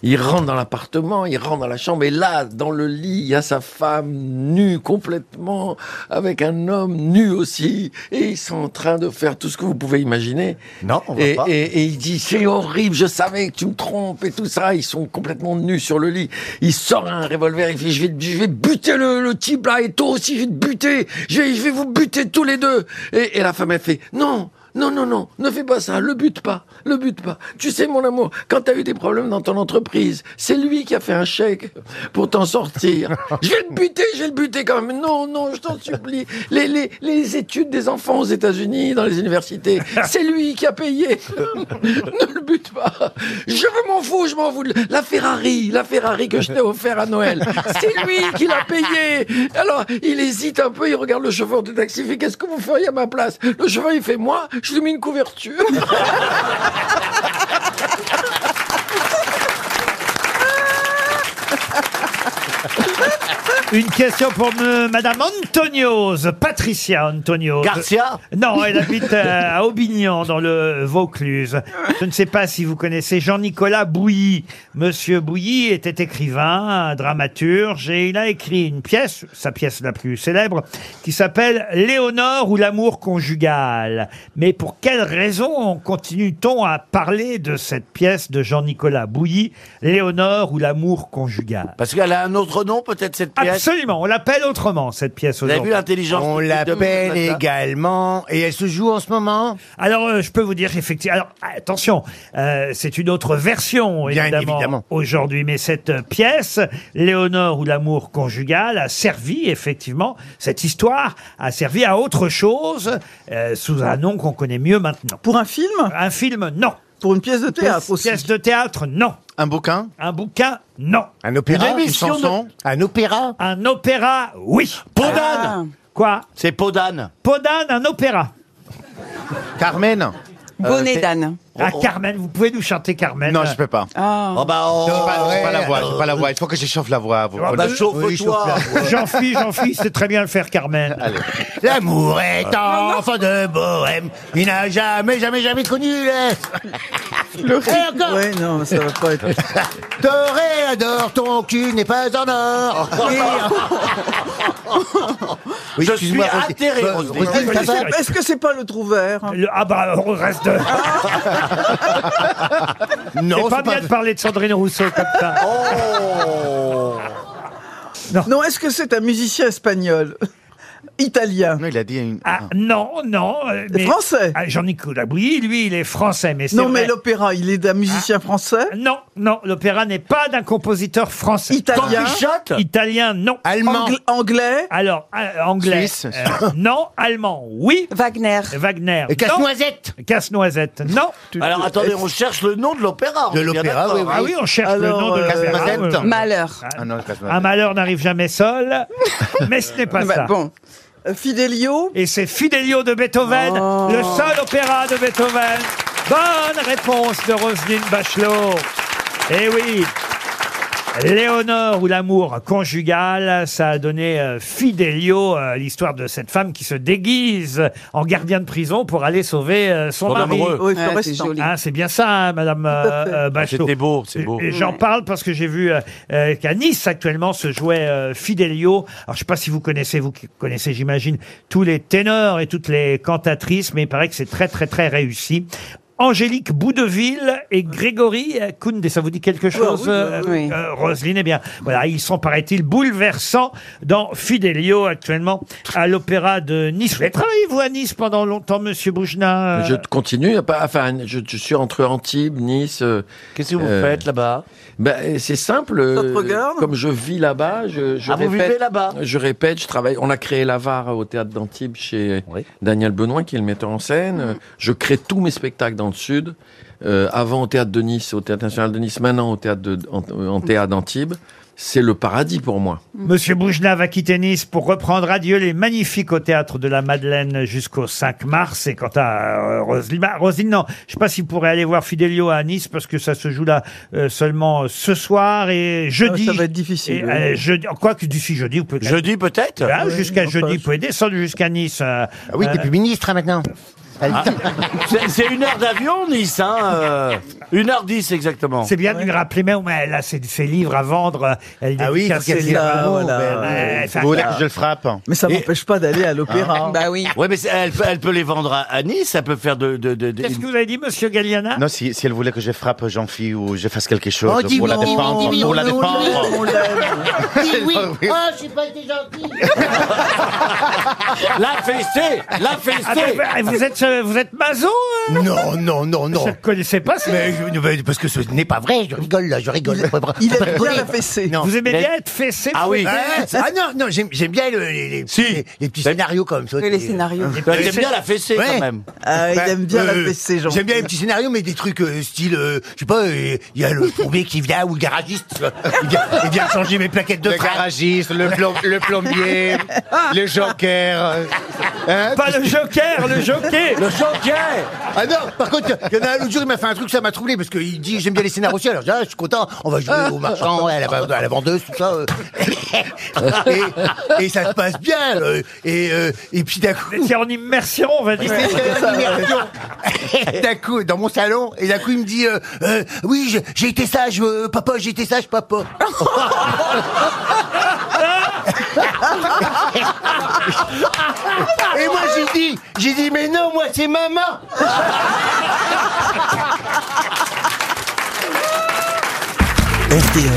Speaker 7: Il rentre dans l'appartement, il rentre dans la chambre, et là, dans le lit, il y a sa femme nue complètement, avec un homme nu aussi, et ils sont en train de faire tout ce que vous pouvez imaginer.
Speaker 8: Non, on va
Speaker 7: et,
Speaker 8: pas.
Speaker 7: et- et il dit, c'est horrible, je savais que tu me trompes, et tout ça, ils sont complètement nus sur le lit. Il sort un revolver, il fait, je vais, je vais buter le, le type là, et toi aussi, je vais te buter, je vais, je vais vous buter tous les deux. Et, et la femme, elle fait, non, non, non, non, ne fais pas ça, le bute pas, le bute pas. Tu sais, mon amour, quand t'as eu des problèmes dans ton entreprise, c'est lui qui a fait un chèque pour t'en sortir. Je vais le buter, je vais le buter quand même. Non, non, je t'en supplie. Les, les, les études des enfants aux États-Unis, dans les universités, c'est lui qui a payé. ne le bute pas. Je veux m'en fous, je m'en fous. La Ferrari, la Ferrari que je t'ai offert à Noël, c'est lui qui l'a payé. Alors, il hésite un peu, il regarde le chauffeur de taxi, il fait qu'est-ce que vous feriez à ma place Le chauffeur, il fait moi, je lui mets une couverture.
Speaker 2: Une question pour me- Madame Antonioz, Patricia Antonioz.
Speaker 8: Garcia
Speaker 2: Non, elle habite euh, à Aubignan, dans le Vaucluse. Je ne sais pas si vous connaissez Jean-Nicolas Bouilly. Monsieur Bouilly était écrivain, dramaturge, et il a écrit une pièce, sa pièce la plus célèbre, qui s'appelle Léonore ou l'amour conjugal. Mais pour quelle raison continue-t-on à parler de cette pièce de Jean-Nicolas Bouilly, Léonore ou l'amour conjugal
Speaker 8: Parce qu'elle a un autre nom, peut-être, cette pièce
Speaker 2: Absolument, on l'appelle autrement, cette pièce
Speaker 8: Vous avez vu
Speaker 2: aujourd'hui.
Speaker 8: l'intelligence
Speaker 4: On l'appelle également. Et elle se joue en ce moment
Speaker 2: Alors, euh, je peux vous dire effectivement. Alors, attention, euh, c'est une autre version,
Speaker 4: Bien
Speaker 2: évidemment,
Speaker 4: évidemment.
Speaker 2: aujourd'hui. Mais cette euh, pièce, Léonore ou l'amour conjugal, a servi, effectivement, cette histoire a servi à autre chose, euh, sous un nom qu'on connaît mieux maintenant.
Speaker 3: Pour un film
Speaker 2: Un film, non.
Speaker 3: Pour une pièce de théâtre
Speaker 2: pièce,
Speaker 3: aussi.
Speaker 2: pièce de théâtre, non.
Speaker 5: Un bouquin
Speaker 2: Un bouquin, non.
Speaker 4: Un opéra
Speaker 2: Une émission Une chanson
Speaker 4: Un opéra
Speaker 2: Un opéra, oui.
Speaker 8: Podane
Speaker 2: Quoi
Speaker 8: C'est Podane.
Speaker 2: Podane, un opéra.
Speaker 5: Carmen euh,
Speaker 6: Bonnet d'âne.
Speaker 2: Ah, Carmen, vous pouvez nous chanter Carmen
Speaker 5: Non, je peux pas.
Speaker 6: Ah.
Speaker 8: Oh bah,
Speaker 5: J'ai
Speaker 8: oh,
Speaker 5: pas, j'ai pas la
Speaker 8: ouais,
Speaker 5: voix,
Speaker 8: euh,
Speaker 5: j'ai pas la voix. Il faut que j'échauffe la voix. Vous
Speaker 2: Ah
Speaker 8: bah,
Speaker 5: comprenez
Speaker 2: Oui,
Speaker 8: chauffe-toi.
Speaker 2: J'en fiche, j'en fiche, c'est très bien le faire, Carmen.
Speaker 5: Allez.
Speaker 4: L'amour est
Speaker 8: Ah.
Speaker 4: un enfant de bohème. Il n'a jamais, jamais, jamais connu l'Est.
Speaker 3: Le rythme.
Speaker 4: Et encore.
Speaker 3: Ouais, non, mais ça va pas être.
Speaker 4: Doré adore, ton cul n'est pas en or.
Speaker 3: Oh.
Speaker 4: Oui,
Speaker 8: Je
Speaker 4: excuse-moi,
Speaker 8: suis
Speaker 4: Roselyne.
Speaker 8: atterré,
Speaker 4: Bah,
Speaker 8: Roselyne.
Speaker 3: Est-ce
Speaker 4: Roselyne, ça
Speaker 3: que
Speaker 4: va
Speaker 3: c'est- est-ce que c'est pas le hein trou vert
Speaker 2: Le- ah bah, on reste. de-
Speaker 4: Non,
Speaker 2: c'est pas bien de parler de Sandrine Rousseau comme ça.
Speaker 5: Oh.
Speaker 3: Non, est-ce que c'est un musicien espagnol Italien
Speaker 5: Non, il a dit une.
Speaker 2: Ah, non, non. euh, mais-
Speaker 3: Français
Speaker 2: Ah, Jean-Nicolas Bouilly, lui, il est français, mais c'est
Speaker 3: Non, mais
Speaker 2: vrai. Ah.
Speaker 3: l'opéra, il est d'un musicien français
Speaker 2: Non, non, l'opéra n'est pas d'un compositeur français.
Speaker 3: Italien
Speaker 8: Pichotte
Speaker 2: Italien, non.
Speaker 4: Allemand.
Speaker 3: Angl- Anglais
Speaker 2: Alors, euh, anglais.
Speaker 5: Suisse.
Speaker 2: euh, non, allemand, oui.
Speaker 6: Wagner.
Speaker 2: Wagner.
Speaker 4: Et
Speaker 2: non.
Speaker 4: casse-noisette.
Speaker 2: Casse-noisette, non.
Speaker 8: Alors attendez, on cherche le nom de l'opéra. on
Speaker 4: De
Speaker 8: est bien
Speaker 4: l'opéra,
Speaker 8: d'accord,
Speaker 4: oui,
Speaker 8: hein.
Speaker 2: Ah oui, on cherche
Speaker 3: Alors,
Speaker 2: le nom de
Speaker 3: euh,
Speaker 2: l'opéra.
Speaker 5: Casse-noisette.
Speaker 2: Ah, oui.
Speaker 6: Malheur.
Speaker 5: Ah non, casse
Speaker 2: Un malheur n'arrive jamais seul, mais ce n'est pas
Speaker 3: Bah,
Speaker 2: ça.
Speaker 3: Bon. Euh, Fidelio Oh.
Speaker 2: Et c'est Fidelio de Beethoven, le seul opéra de Beethoven. Bonne réponse de Roselyne Bachelot. Eh oui. Léonore ou l'amour conjugal, ça a donné euh, Fidelio, euh, l'histoire de cette femme qui se déguise en gardien de prison pour aller sauver euh, son,
Speaker 8: Son
Speaker 2: mari.
Speaker 8: amoureux.
Speaker 3: Oui,
Speaker 6: Ah, c'est
Speaker 3: Florestan.
Speaker 6: joli.
Speaker 2: Ah, c'est bien ça, hein, Madame euh, euh, Bachelot.
Speaker 8: Ah, C'était beau, c'est beau.
Speaker 2: Et J'en parle parce que j'ai vu euh, euh, qu'à Nice actuellement se jouait euh, Fidelio. Alors je sais pas si vous connaissez, vous qui connaissez, j'imagine, tous les ténors et toutes les cantatrices, mais il paraît que c'est très très très réussi. Angélique Boudeville et Grégory euh, Koundé, ça vous dit quelque chose,
Speaker 3: oui,
Speaker 2: euh,
Speaker 6: oui.
Speaker 2: euh, Roselyne Eh bien, voilà, ils sont, paraît-il, bouleversants dans Fidelio actuellement à l'Opéra de Nice. Vous avez travaillé, vous, à Nice pendant longtemps, Monsieur Boujna
Speaker 8: Euh.
Speaker 7: Je continue, y a pas, enfin, je, je suis entre Antibes, Nice. euh,
Speaker 8: Qu'est-ce que vous
Speaker 7: Euh,
Speaker 8: faites là-bas
Speaker 7: ben, c'est simple. euh,
Speaker 3: regarde
Speaker 7: Comme je vis là-bas, je, je
Speaker 8: Ah, vous
Speaker 7: répète.
Speaker 8: vivez là-bas
Speaker 7: Je répète, je travaille. On a créé l'Avare au théâtre d'Antibes chez
Speaker 8: Oui. Mm.
Speaker 7: Daniel Benoît, qui est le metteur en scène. Euh, Je crée tous mes spectacles dans le Sud. Euh, avant au théâtre de Nice, au théâtre national de Nice, maintenant au théâtre de, en, en théâtre d'Antibes. C'est le paradis pour moi.
Speaker 2: Monsieur Boujna va quitter Nice pour reprendre adieu les magnifiques au théâtre de la Madeleine jusqu'au 5 mars. Et quant à euh, Roselyne, bah, Roselyne, non, je sais pas si vous pourrez aller voir Fidelio à Nice parce que ça se joue là euh, seulement ce soir et jeudi.
Speaker 3: Ah, ça va être
Speaker 2: Et,
Speaker 3: difficile.
Speaker 2: euh, jeudi, quoi que d'ici jeudi, vous pouvez.
Speaker 8: Jeudi peut-être
Speaker 2: Ah, jusqu'à
Speaker 3: non,
Speaker 2: jeudi,
Speaker 3: pas.
Speaker 2: vous pouvez descendre jusqu'à Nice. euh, Ah.
Speaker 4: Ah oui,
Speaker 2: euh,
Speaker 4: t'es plus ministre hein, maintenant.
Speaker 8: C'est- C'est une heure d'avion, Nice, hein euh, Une heure dix exactement.
Speaker 2: c'est bien de lui rappeler, mais mais elle a ses, ses livres à vendre. euh, Elle
Speaker 4: Ah oui,
Speaker 2: dédicace
Speaker 4: faut qu'elle
Speaker 2: ses
Speaker 4: dise
Speaker 2: livres.
Speaker 4: un mot,
Speaker 2: Ouais,
Speaker 4: ben,
Speaker 2: ouais, ça-
Speaker 5: Vous voulez que je le frappe
Speaker 3: Mais ça m'empêche pas d'aller à
Speaker 2: Ah,
Speaker 3: l'opéra.
Speaker 6: Bah oui.
Speaker 8: Hein Ouais, mais c'est- elle, peut- elle peut les vendre à, à Nice, elle peut faire de. de, de- de-
Speaker 2: Qu'est-ce que vous avez dit, Monsieur Galliana
Speaker 5: Non, si, si elle voulait que je frappe Jean-Fille ou je fasse quelque chose
Speaker 4: Oh, dis
Speaker 5: pour la
Speaker 4: donc, dis
Speaker 5: défendre,
Speaker 4: donc,
Speaker 5: pour la
Speaker 4: dis donc,
Speaker 5: défendre.
Speaker 3: On l'aime.
Speaker 4: Oui, oui. Oh, je suis pas été gentil.
Speaker 8: La fessée La
Speaker 2: Ah,
Speaker 8: fessée
Speaker 2: ben, vous êtes, euh, vous êtes mazo euh
Speaker 4: Non, non, non,
Speaker 2: Je
Speaker 4: non.
Speaker 2: ne connaissais pas ce
Speaker 4: Mais je- mais parce que ce n'est pas vrai, je rigole là, je rigole. Faut pas-
Speaker 3: Il
Speaker 4: faut pas
Speaker 3: aime bien
Speaker 4: rigoler.
Speaker 3: la fessée.
Speaker 4: Non.
Speaker 2: Vous aimez
Speaker 8: Mais-
Speaker 2: bien être fessé
Speaker 8: Ah oui.
Speaker 2: fouetté
Speaker 4: Ouais, Ah non, non, j'aime j'aime bien le- les, les- les- les petits scénarios comme ça.
Speaker 6: Que les
Speaker 4: des-
Speaker 6: scénarios.
Speaker 8: Elle aime bien la fessée
Speaker 4: Ouais.
Speaker 8: quand même.
Speaker 3: Ah, il
Speaker 4: Bah,
Speaker 3: aime bien la
Speaker 4: euh,
Speaker 3: fessée, Jean.
Speaker 4: J'aime bien les petits scénarios, mais des trucs euh, style, euh, je sais pas, euh, il y a le plombier qui vient ou le garagiste, euh, il vient, il vient changer mes plaquettes de
Speaker 5: Le
Speaker 4: frein.
Speaker 5: garagiste, le, plom- le plombier, le joker.
Speaker 2: Pas le joker, le jockey
Speaker 4: Hein? Le joker Ah non, par contre, il y en a un l'autre jour, il m'a fait un truc, ça m'a troublé, parce qu'il dit j'aime bien les scénarios aussi, alors je dis, ah, je suis content, on va jouer au marchand, ouais, à, la, à la vendeuse, tout ça. euh. et, et ça se passe bien, euh, et, euh, et puis d'un coup.
Speaker 2: C'est en immersion, on va dire.
Speaker 4: C'est en immersion. d'un coup, dans mon salon, et d'un coup, il me dit euh, Euh, Oui, j'ai- j'ai été sage, euh, papa, j'ai été sage, papa. Et moi j'ai dit, j'ai dit mais non moi c'est maman.
Speaker 1: RTL,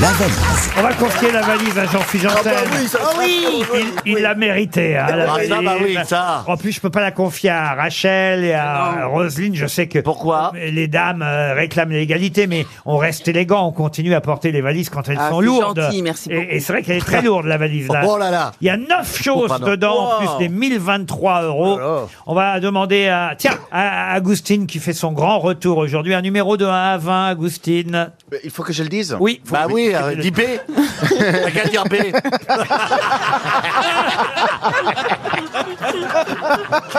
Speaker 1: la valise.
Speaker 2: On va confier la valise à Jean-Philippe
Speaker 1: Ah bah
Speaker 2: Janssen.
Speaker 1: oui, ça- Ah oui
Speaker 2: Il- Il l'a mérité, hein, la
Speaker 8: Ah, ça, bah
Speaker 2: valise.
Speaker 8: oui, ça.
Speaker 2: En plus, je peux pas la confier à Rachel et à Roselyne. Je sais que pourquoi les dames euh, réclament l'égalité, mais on reste élégant. On continue à porter les valises quand elles
Speaker 6: Ah,
Speaker 2: sont
Speaker 6: c'est
Speaker 2: lourdes.
Speaker 6: gentil, merci
Speaker 2: Et-
Speaker 6: beaucoup.
Speaker 2: Et, c'est vrai qu'elle est très lourde la valise là.
Speaker 4: Oh là là.
Speaker 2: Il y a neuf
Speaker 4: Oh,
Speaker 2: choses
Speaker 4: pardon.
Speaker 2: dedans en
Speaker 8: Oh.
Speaker 4: Wow.
Speaker 2: plus des 1023 euros. On va demander à tiens à Agustine qui fait son grand retour aujourd'hui un numéro de 1 à 20. Agustine.
Speaker 5: Il faut que je le dise.
Speaker 2: Oui. faut-
Speaker 8: Bah oui, euh, dis B. T'as qu'à dire B.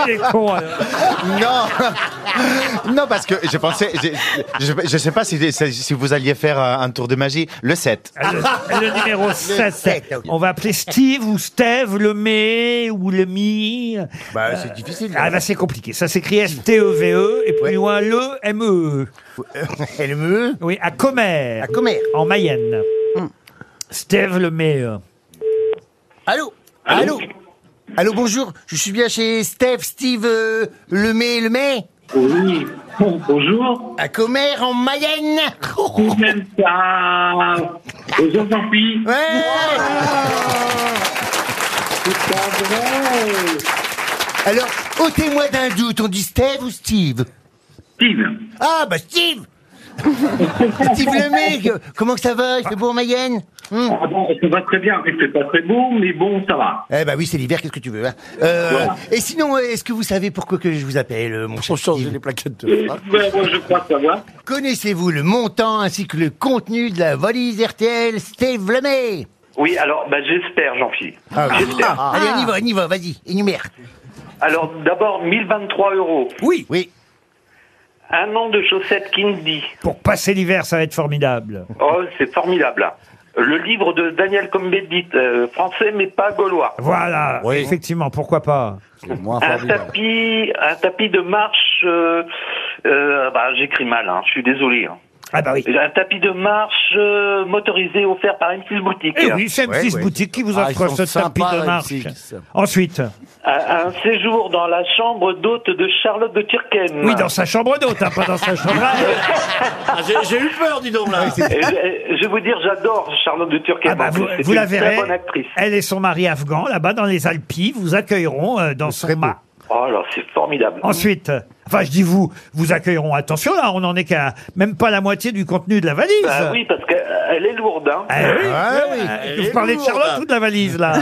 Speaker 2: Il est con, alors.
Speaker 5: Non Non, parce que je pensais. Je, je, je sais pas si, si vous alliez faire euh, un tour de magie. Le 7.
Speaker 2: Ah, Le, le numéro 7. On va appeler Steve ou Steve, le Mé ou le Mi.
Speaker 4: Bah, c'est difficile.
Speaker 2: Ah, bah, c'est compliqué. Ça s'écrit S-T-E-V-E E et plus loin le M-E.
Speaker 4: LME
Speaker 2: Oui, à Comer.
Speaker 4: E À Hum. Comer.
Speaker 2: En Mayenne. Steve, le E Mé.
Speaker 4: Allô Allô Allô, bonjour, je suis bien chez Steph, Steve, euh, Lemay, Lemay
Speaker 11: Oui, bonjour.
Speaker 4: À Comer, en Mayenne
Speaker 11: Tout même ça. Aux enfants
Speaker 4: Ouais
Speaker 11: C'est pas vrai.
Speaker 4: Alors, ôtez-moi d'un doute, on dit Steve ou Steve
Speaker 11: Steve.
Speaker 4: Ah, bah Steve Steve Lemay, euh, comment que ça va Il fait beau en Mayenne Hmm.
Speaker 11: Ah bon, ça va très bien. Il fait pas très beau, mais bon, ça va.
Speaker 4: Eh bah oui, c'est l'hiver, qu'est-ce que tu veux hein Euh,
Speaker 11: Voilà.
Speaker 4: Et sinon, euh, est-ce que vous savez pourquoi que je vous appelle, euh, mon cher Steve
Speaker 8: les plaquettes
Speaker 11: Euh, ouais, ouais, je crois savoir.
Speaker 4: Connaissez-vous le montant ainsi que le contenu de la valise RTL Steve Lemay
Speaker 12: Oui, alors bah, j'espère, Jean-Philippe. J'espère.
Speaker 4: Ah, Allez, on y va, on y va, vas-y, énumère.
Speaker 12: Alors d'abord, 1023 euros.
Speaker 4: Oui. Oui.
Speaker 12: Un an de chaussettes Kindy.
Speaker 2: Pour passer l'hiver, ça va être formidable.
Speaker 12: Oh, c'est formidable. hein. Le livre de Daniel Combedit, euh, français mais pas gaulois.
Speaker 2: Voilà. Effectivement, pourquoi pas
Speaker 12: Un tapis, un tapis de marche. euh, euh, bah, J'écris mal, hein, je suis désolé. hein.
Speaker 2: Ah, bah oui.
Speaker 12: Un tapis de marche euh, motorisé offert par M6 Boutique.
Speaker 2: Et Eh oui, c'est M6 Boutique qui vous
Speaker 12: Ah,
Speaker 2: offre
Speaker 12: ils sont
Speaker 2: ce tapis
Speaker 12: sympas,
Speaker 2: de marche.
Speaker 12: M6.
Speaker 2: Ensuite,
Speaker 12: Un, un séjour dans la chambre d'hôte de Charlotte de Ah, Tirken.
Speaker 2: oui, dans sa chambre d'hôte, hein, pas dans sa chambre à elle.
Speaker 8: Ah, J'ai eu peur, dis donc, là.
Speaker 12: Et euh, je, je vais vous dire, j'adore Charlotte de Turquie.
Speaker 2: Ah bah, vous,
Speaker 12: C'est
Speaker 2: vous
Speaker 12: une
Speaker 2: la
Speaker 12: très
Speaker 2: verrez.
Speaker 12: bonne actrice.
Speaker 2: Elle et son mari afghan, là-bas dans les Alpilles, vous accueilleront euh, dans son mât.
Speaker 12: Oh là, c'est formidable.
Speaker 2: Ensuite, euh, enfin, je dis vous, vous accueilleront. Attention, là, on n'en est qu'à même pas la moitié du contenu de la valise.
Speaker 12: Bah oui, parce qu'elle est lourde. Hein.
Speaker 2: Eh oui,
Speaker 8: Ah
Speaker 2: eh
Speaker 12: Ah,
Speaker 2: oui. Vous parlez de Charlotte ou de la valise, là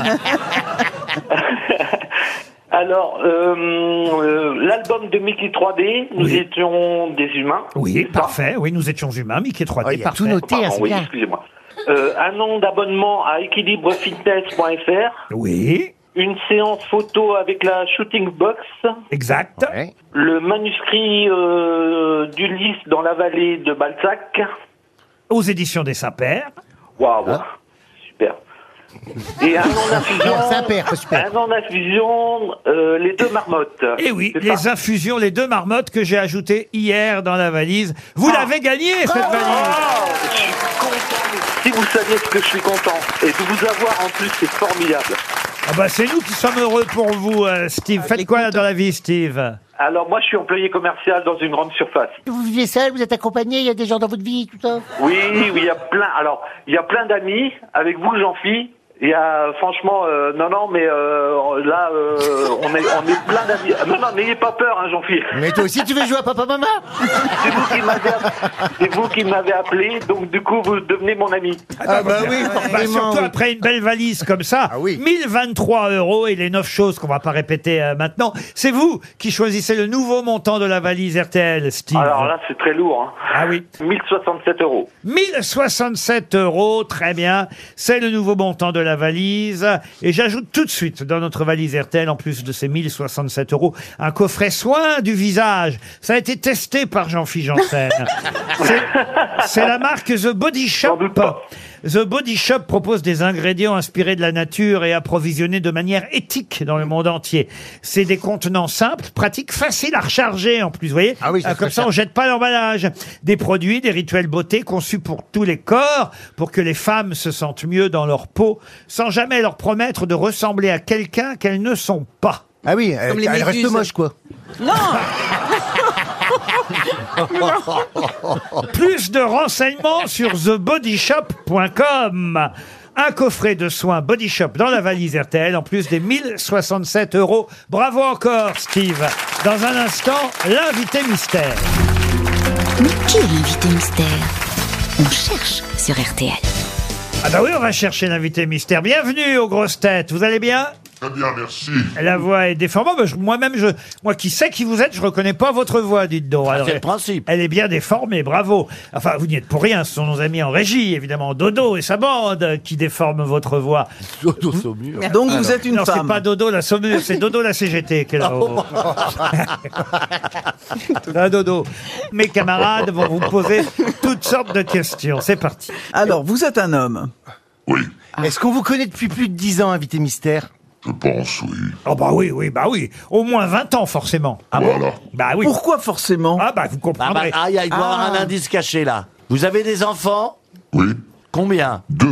Speaker 12: Alors, euh, euh, l'album de Mickey 3D, nous étions des humains.
Speaker 2: Oui, parfait. Oui, nous étions humains, Mickey 3D, parfait.
Speaker 12: Oh, Pardon, oui, excusez-moi. Euh, un an d'abonnement à équilibrefitness.fr.
Speaker 2: Oui,
Speaker 12: Une séance photo avec la shooting box.
Speaker 2: exact.
Speaker 12: Le manuscrit euh, d'Ulysse dans la vallée de Balzac.
Speaker 2: Aux éditions des Saint-Pères.
Speaker 12: Waouh,
Speaker 2: Ah.
Speaker 12: super. Et un an d'infusion.
Speaker 4: Non, Saint-Père, pas
Speaker 12: Un an d'infusion, euh, les deux marmottes.
Speaker 2: Et Eh oui,
Speaker 12: C'est
Speaker 2: les
Speaker 12: ça.
Speaker 2: infusions, les deux marmottes que j'ai ajoutées hier dans la valise. Vous
Speaker 12: Ah.
Speaker 2: l'avez gagnée, cette valise
Speaker 12: Oh, je suis content. Si vous saviez ce que je suis content. Et de vous avoir en plus, c'est formidable.
Speaker 2: Ah bah, C'est nous qui sommes heureux pour vous, euh, Steve. Faites quoi là, dans la vie, Steve
Speaker 12: Alors moi, je suis employé commercial dans une grande surface.
Speaker 4: Vous vivez seul, vous êtes accompagné, il y a des gens dans votre vie, tout ça
Speaker 12: Oui, oui, il y a plein. Alors, il y a plein d'amis avec vous, Jean-Phi. Il y a franchement, euh, non, non, mais euh, là, euh, on est, on est plein d'amis. Non, non, n'ayez pas peur, hein, Jean-Phi.
Speaker 4: Mais toi aussi, tu veux jouer à papa-maman
Speaker 12: C'est vous qui m'avez, app- c'est vous qui m'avez appelé, donc du coup, vous devenez mon ami.
Speaker 4: Ah bah oui, Ah
Speaker 2: Bah, surtout après une belle valise comme ça, 1023 euros et les neuf choses qu'on va pas répéter euh, maintenant. C'est vous qui choisissez le nouveau montant de la valise RTL, Steve.
Speaker 12: Alors là, c'est très lourd. Hein.
Speaker 2: Ah oui.
Speaker 12: 1067 euros.
Speaker 2: 1067 euros, très bien. C'est le nouveau montant de la la valise. Et j'ajoute tout de suite dans notre valise RTL, en plus de ces 1067 euros, un coffret soin du visage. Ça a été testé par Jean-Philippe Janssen. C'est- C'est la marque The Body Shop. The Body Shop propose des ingrédients inspirés de la nature et approvisionnés de manière éthique dans le monde entier. C'est des contenants simples, pratiques, faciles à recharger en plus, vous voyez
Speaker 4: oui, ça
Speaker 2: Ah, Comme
Speaker 4: serait
Speaker 2: ça,
Speaker 4: ça.
Speaker 2: on jette pas l'emballage. Des produits, des rituels beauté conçus pour tous les corps, pour que les femmes se sentent mieux dans leur peau, sans jamais leur promettre de ressembler à quelqu'un qu'elles ne sont pas.
Speaker 4: Ah oui,
Speaker 2: Comme les
Speaker 4: elle reste
Speaker 2: méduses.
Speaker 4: moche, quoi.
Speaker 2: Plus de renseignements sur thebodyshop.com. Un coffret de soins Body Shop dans la valise RTL, en plus des 1067 euros. Bravo encore, Steve. Dans un instant, l'invité mystère.
Speaker 10: Mais qui est l'invité mystère On cherche sur RTL.
Speaker 2: Ah bah oui, on va chercher l'invité mystère. Bienvenue aux grosses têtes. Vous allez bien
Speaker 17: Très bien, merci.
Speaker 2: La voix est déformante. Bah, je- Moi-même, je, moi qui sais qui vous êtes, je reconnais pas votre voix, dites donc.
Speaker 8: c'est le
Speaker 2: elle- Elle est bien déformée, bravo. Enfin, vous n'y êtes pour rien. Ce sont nos amis en régie, évidemment. Dodo et sa bande euh, qui déforment votre voix. Dodo Saumur.
Speaker 3: Hmm. Donc, vous êtes une
Speaker 2: non,
Speaker 3: femme. Oh.
Speaker 2: c'est pas Dodo la Saumur, c'est Dodo la CGT qui est là-haut. Ah, Dodo. Mes camarades vont vous poser toutes sortes de questions. C'est parti.
Speaker 3: Alors, vous êtes un homme.
Speaker 4: Ah. Est-ce qu'on vous connaît depuis plus de 10 ans, invité mystère
Speaker 17: Je pense, oui.
Speaker 2: Oh bah oui, oui, bah oui. Au moins 20 ans, forcément. Ah
Speaker 17: Voilà.
Speaker 2: Bah oui.
Speaker 3: Pourquoi forcément
Speaker 2: Ah bah, vous
Speaker 8: Ah, bah,
Speaker 2: comprendrez.
Speaker 8: aïe, aïe, il doit y avoir un indice caché là. Vous avez des enfants
Speaker 17: Oui.
Speaker 8: Combien
Speaker 17: Deux.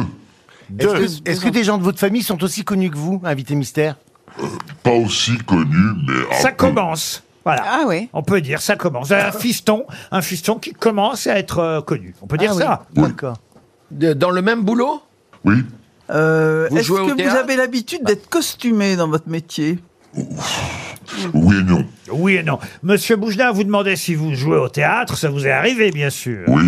Speaker 8: Deux.
Speaker 4: Est-ce que, est-ce que des gens de votre famille sont aussi connus que vous, invité mystère
Speaker 17: Pas aussi connu, mais. un
Speaker 2: ça
Speaker 7: Ah
Speaker 17: peu.
Speaker 2: commence. Voilà. On peut dire ça commence. Un fiston, un fiston qui commence à être euh, connu. On peut dire ça.
Speaker 4: D'accord.
Speaker 7: De- Dans le même boulot
Speaker 17: Oui.
Speaker 3: Euh,
Speaker 7: Vous
Speaker 3: Est-ce
Speaker 7: jouez au
Speaker 3: que vous
Speaker 7: théâtre
Speaker 3: avez l'habitude d'être costumé dans votre métier
Speaker 17: Oui et non.
Speaker 2: Oui et non. Monsieur Bougelin vous demandez si vous jouez au théâtre. Ça vous est arrivé, bien sûr.
Speaker 17: Oui.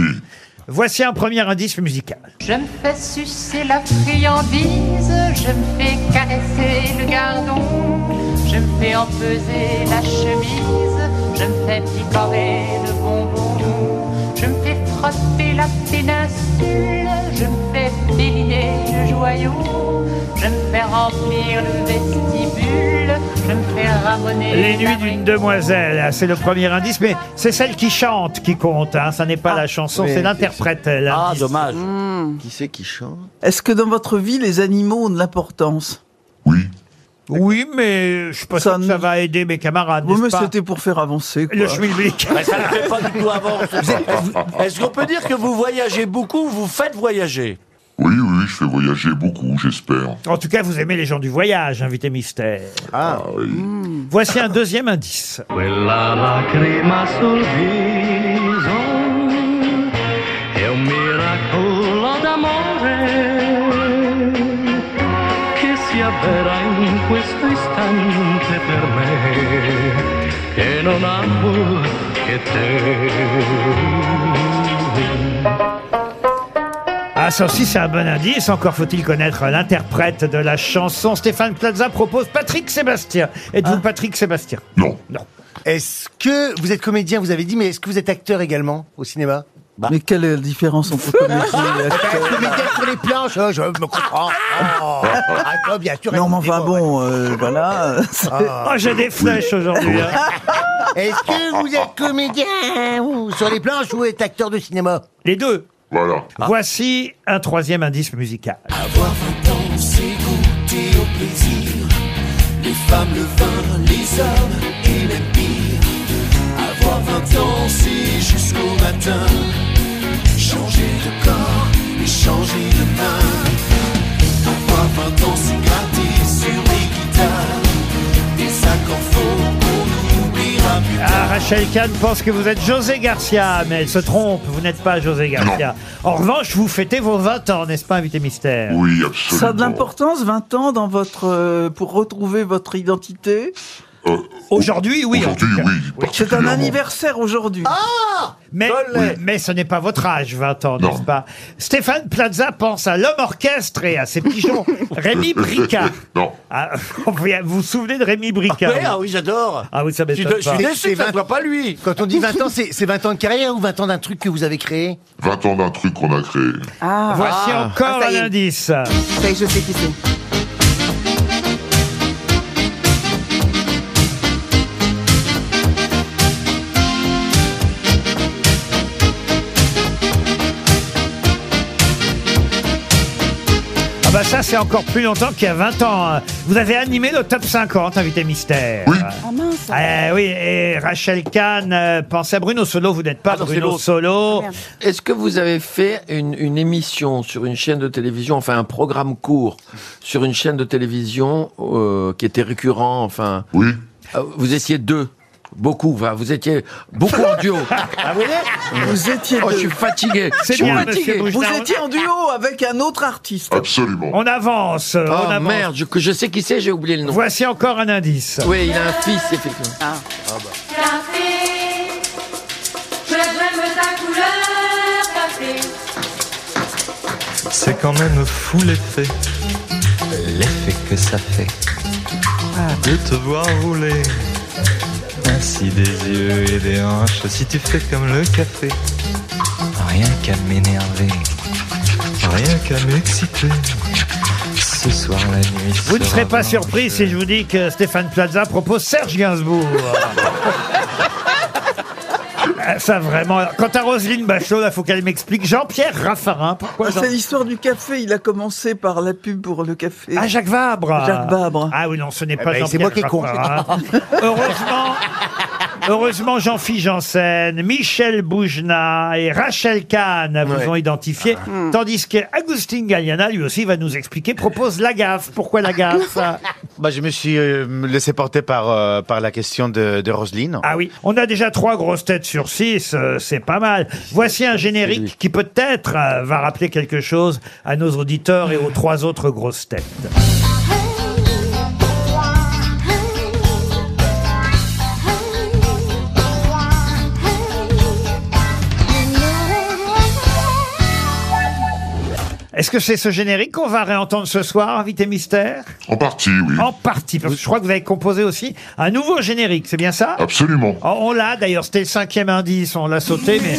Speaker 2: Voici un premier indice musical.
Speaker 18: Je me fais sucer la friandise, je me fais caresser le gardon, je me fais empeser la chemise, je me fais picorer le bonbon, je me fais frotter la péninsule, je me fais péliner le joyau, je me fais remplir le vestibule, je me fais ramoner
Speaker 2: Les
Speaker 18: la
Speaker 2: nuits d'une demoiselle, c'est le premier indice, mais c'est celle qui chante qui compte. Hein. Ça n'est pas la chanson,
Speaker 7: oui,
Speaker 2: c'est
Speaker 7: c'est-
Speaker 2: l'interprète. Ah,
Speaker 8: dommage.
Speaker 7: Qui c'est qui chante
Speaker 3: Hmm. Est-ce que dans votre vie, les animaux ont de l'importance
Speaker 2: Oui, mais je pense que ça va aider mes camarades.
Speaker 3: Oui,
Speaker 2: n'est-ce
Speaker 3: mais
Speaker 2: pas
Speaker 3: c'était pour faire avancer. Quoi.
Speaker 2: Le schmilblick.
Speaker 8: Bah, Ça ne fait pas du tout avancer. Vous êtes- vous- Est-ce qu'on peut dire que vous voyagez beaucoup ou vous faites voyager
Speaker 17: Oui, oui, je fais voyager beaucoup, j'espère.
Speaker 2: En tout cas, vous aimez les gens du voyage, invité mystère.
Speaker 4: Hmm.
Speaker 2: Voici un deuxième indice.
Speaker 13: Quella lacrima sul viso è un miracolo d'amore che si avvera in questo istante per me che non amo che te.
Speaker 2: Ah, ça aussi, c'est un bon indice. Encore faut-il connaître l'interprète de la chanson. Stéphane Plaza propose Patrick Sébastien. Êtes-vous
Speaker 4: Ah.
Speaker 2: Patrick Sébastien
Speaker 17: Non.
Speaker 4: Est-ce que vous êtes comédien, vous avez dit, mais est-ce que vous êtes acteur également au cinéma
Speaker 3: Bah. Mais quelle est la différence entre comédien et acteur
Speaker 4: Comédien sur les planches, oh, je me comprends. Oh, ah, toi, bien sûr.
Speaker 3: Non, mais enfin bon, euh, voilà. Ah.
Speaker 2: Oh, j'ai des flèches aujourd'hui. hein.
Speaker 4: Est-ce que vous êtes comédien ou sur les planches ou êtes acteur de cinéma
Speaker 2: Les deux.
Speaker 17: Voilà.
Speaker 2: Voici un troisième indice musical.
Speaker 9: Avoir vingt ans, c'est goûter au plaisir. Les femmes, le vin, les hommes et même pire. Avoir vingt ans, c'est jusqu'au matin. Changer de corps et changer de main. Avoir vingt ans, c'est gratter sur les guitares. Des accords faux qu'on oubliera plus
Speaker 2: Ah,
Speaker 9: tard.
Speaker 2: Rachel Kahn pense que vous êtes José Garcia, mais elle se trompe, vous n'êtes pas José Garcia. En revanche, vous fêtez vos 20 ans, n'est-ce pas, invité mystère
Speaker 17: Oui, absolument.
Speaker 3: Ça a de l'importance, 20 ans, dans votre, euh, pour retrouver votre identité
Speaker 2: Aujourd'hui, oui. en tout cas.
Speaker 3: C'est un anniversaire aujourd'hui.
Speaker 2: Ah mais, mais ce n'est pas votre âge, 20 ans, n'est-ce pas Stéphane Plaza pense à l'homme orchestre et à ses pigeons. Rémi Bricard.
Speaker 17: Non.
Speaker 2: Ah, vous vous souvenez de Rémi Bricard
Speaker 4: Ah oui,
Speaker 8: j'adore.
Speaker 2: Ah oui, ça
Speaker 4: Je suis
Speaker 2: m'étonne
Speaker 4: je suis
Speaker 2: pas.
Speaker 4: déçu que ça ne soit
Speaker 8: pas lui.
Speaker 4: Quand on dit 20 ans, c'est c'est 20 ans de carrière ou 20 ans d'un truc que vous avez créé
Speaker 17: 20 ans d'un truc qu'on a créé.
Speaker 6: Ah.
Speaker 2: Voici encore
Speaker 6: Ah, ça y est.
Speaker 2: un indice.
Speaker 6: Ça y est, je sais qui c'est.
Speaker 2: Ah bah ça, c'est encore plus longtemps qu'il y a 20 ans. hein. Vous avez animé le top 50, invité mystère. Oui.
Speaker 6: Ah mince.
Speaker 2: oui, et Rachel Kahn euh, pensez à Bruno Solo, vous n'êtes pas
Speaker 7: Ah
Speaker 2: Bruno
Speaker 3: Ah,
Speaker 2: Solo.
Speaker 7: Est-ce que vous avez fait une, une émission sur une chaîne de télévision, enfin un programme court sur une chaîne de télévision euh, qui était récurrent, enfin Euh,
Speaker 17: Oui.
Speaker 7: vous étiez deux. Beaucoup, enfin, vous étiez beaucoup en duo.
Speaker 3: Ah oui Vous étiez
Speaker 7: Oh, je
Speaker 3: deux.
Speaker 7: suis fatigué.
Speaker 3: C'est
Speaker 7: Je suis
Speaker 3: bien,
Speaker 7: fatigué.
Speaker 3: monsieur Vous étiez en duo avec un autre artiste.
Speaker 17: Absolument.
Speaker 2: On avance, euh,
Speaker 7: Oh,
Speaker 2: on avance.
Speaker 7: merde, je, je sais qui c'est, j'ai oublié le nom.
Speaker 2: Voici encore un indice.
Speaker 7: Oui, il a un fils, effectivement.
Speaker 3: Ah.
Speaker 7: Ah.
Speaker 18: Café, je j'aime ta couleur café.
Speaker 19: C'est quand même fou l'effet, l'effet que ça fait Ah, de te voir rouler ainsi des yeux et des hanches. Si tu fais comme le café, rien qu'à m'énerver, rien qu'à m'exciter. Ce soir la nuit.
Speaker 2: Vous ne
Speaker 19: sera
Speaker 2: serez pas
Speaker 19: blanche.
Speaker 2: surpris si je vous dis que Stéphane Plaza propose Serge Gainsbourg. Ah, Ça vraiment. Quant à Roselyne Bachelot, il faut qu'elle m'explique. Jean-Pierre Raffarin, pourquoi
Speaker 3: Ah,
Speaker 2: Jean-
Speaker 3: c'est l'histoire du café. Il a commencé par la pub pour le café.
Speaker 2: Ah, Jacques Vabre
Speaker 3: Jacques Vabre.
Speaker 2: Ah oui, non, ce n'est
Speaker 3: Eh
Speaker 2: pas
Speaker 3: ben, c'est
Speaker 2: Jean-Pierre
Speaker 3: moi qui ai con.
Speaker 2: Raffarin. Heureusement, heureusement Jean-Philippe Janssen, Michel Boujna et Rachel Kahn vous
Speaker 19: Ouais.
Speaker 2: ont identifié.
Speaker 5: Ah.
Speaker 19: Hmm.
Speaker 2: Tandis que Agustin Galliana, lui aussi, va nous expliquer, propose la gaffe. Pourquoi la gaffe
Speaker 5: Bah, je me suis euh, laissé porter par, euh, par la question de, de Roselyne.
Speaker 2: Ah oui, on a déjà trois grosses têtes sur six, euh, c'est pas mal. Voici un générique qui peut-être euh, va rappeler quelque chose à nos auditeurs et aux trois autres grosses têtes. Est-ce que c'est ce générique qu'on va réentendre ce soir, invité mystère
Speaker 17: En partie, oui.
Speaker 2: En partie, parce que je crois que vous avez composé aussi un nouveau générique, c'est bien
Speaker 17: Ah
Speaker 2: ça
Speaker 17: Absolument.
Speaker 2: Oh, On l'a d'ailleurs, c'était le cinquième indice, on l'a sauté, mais...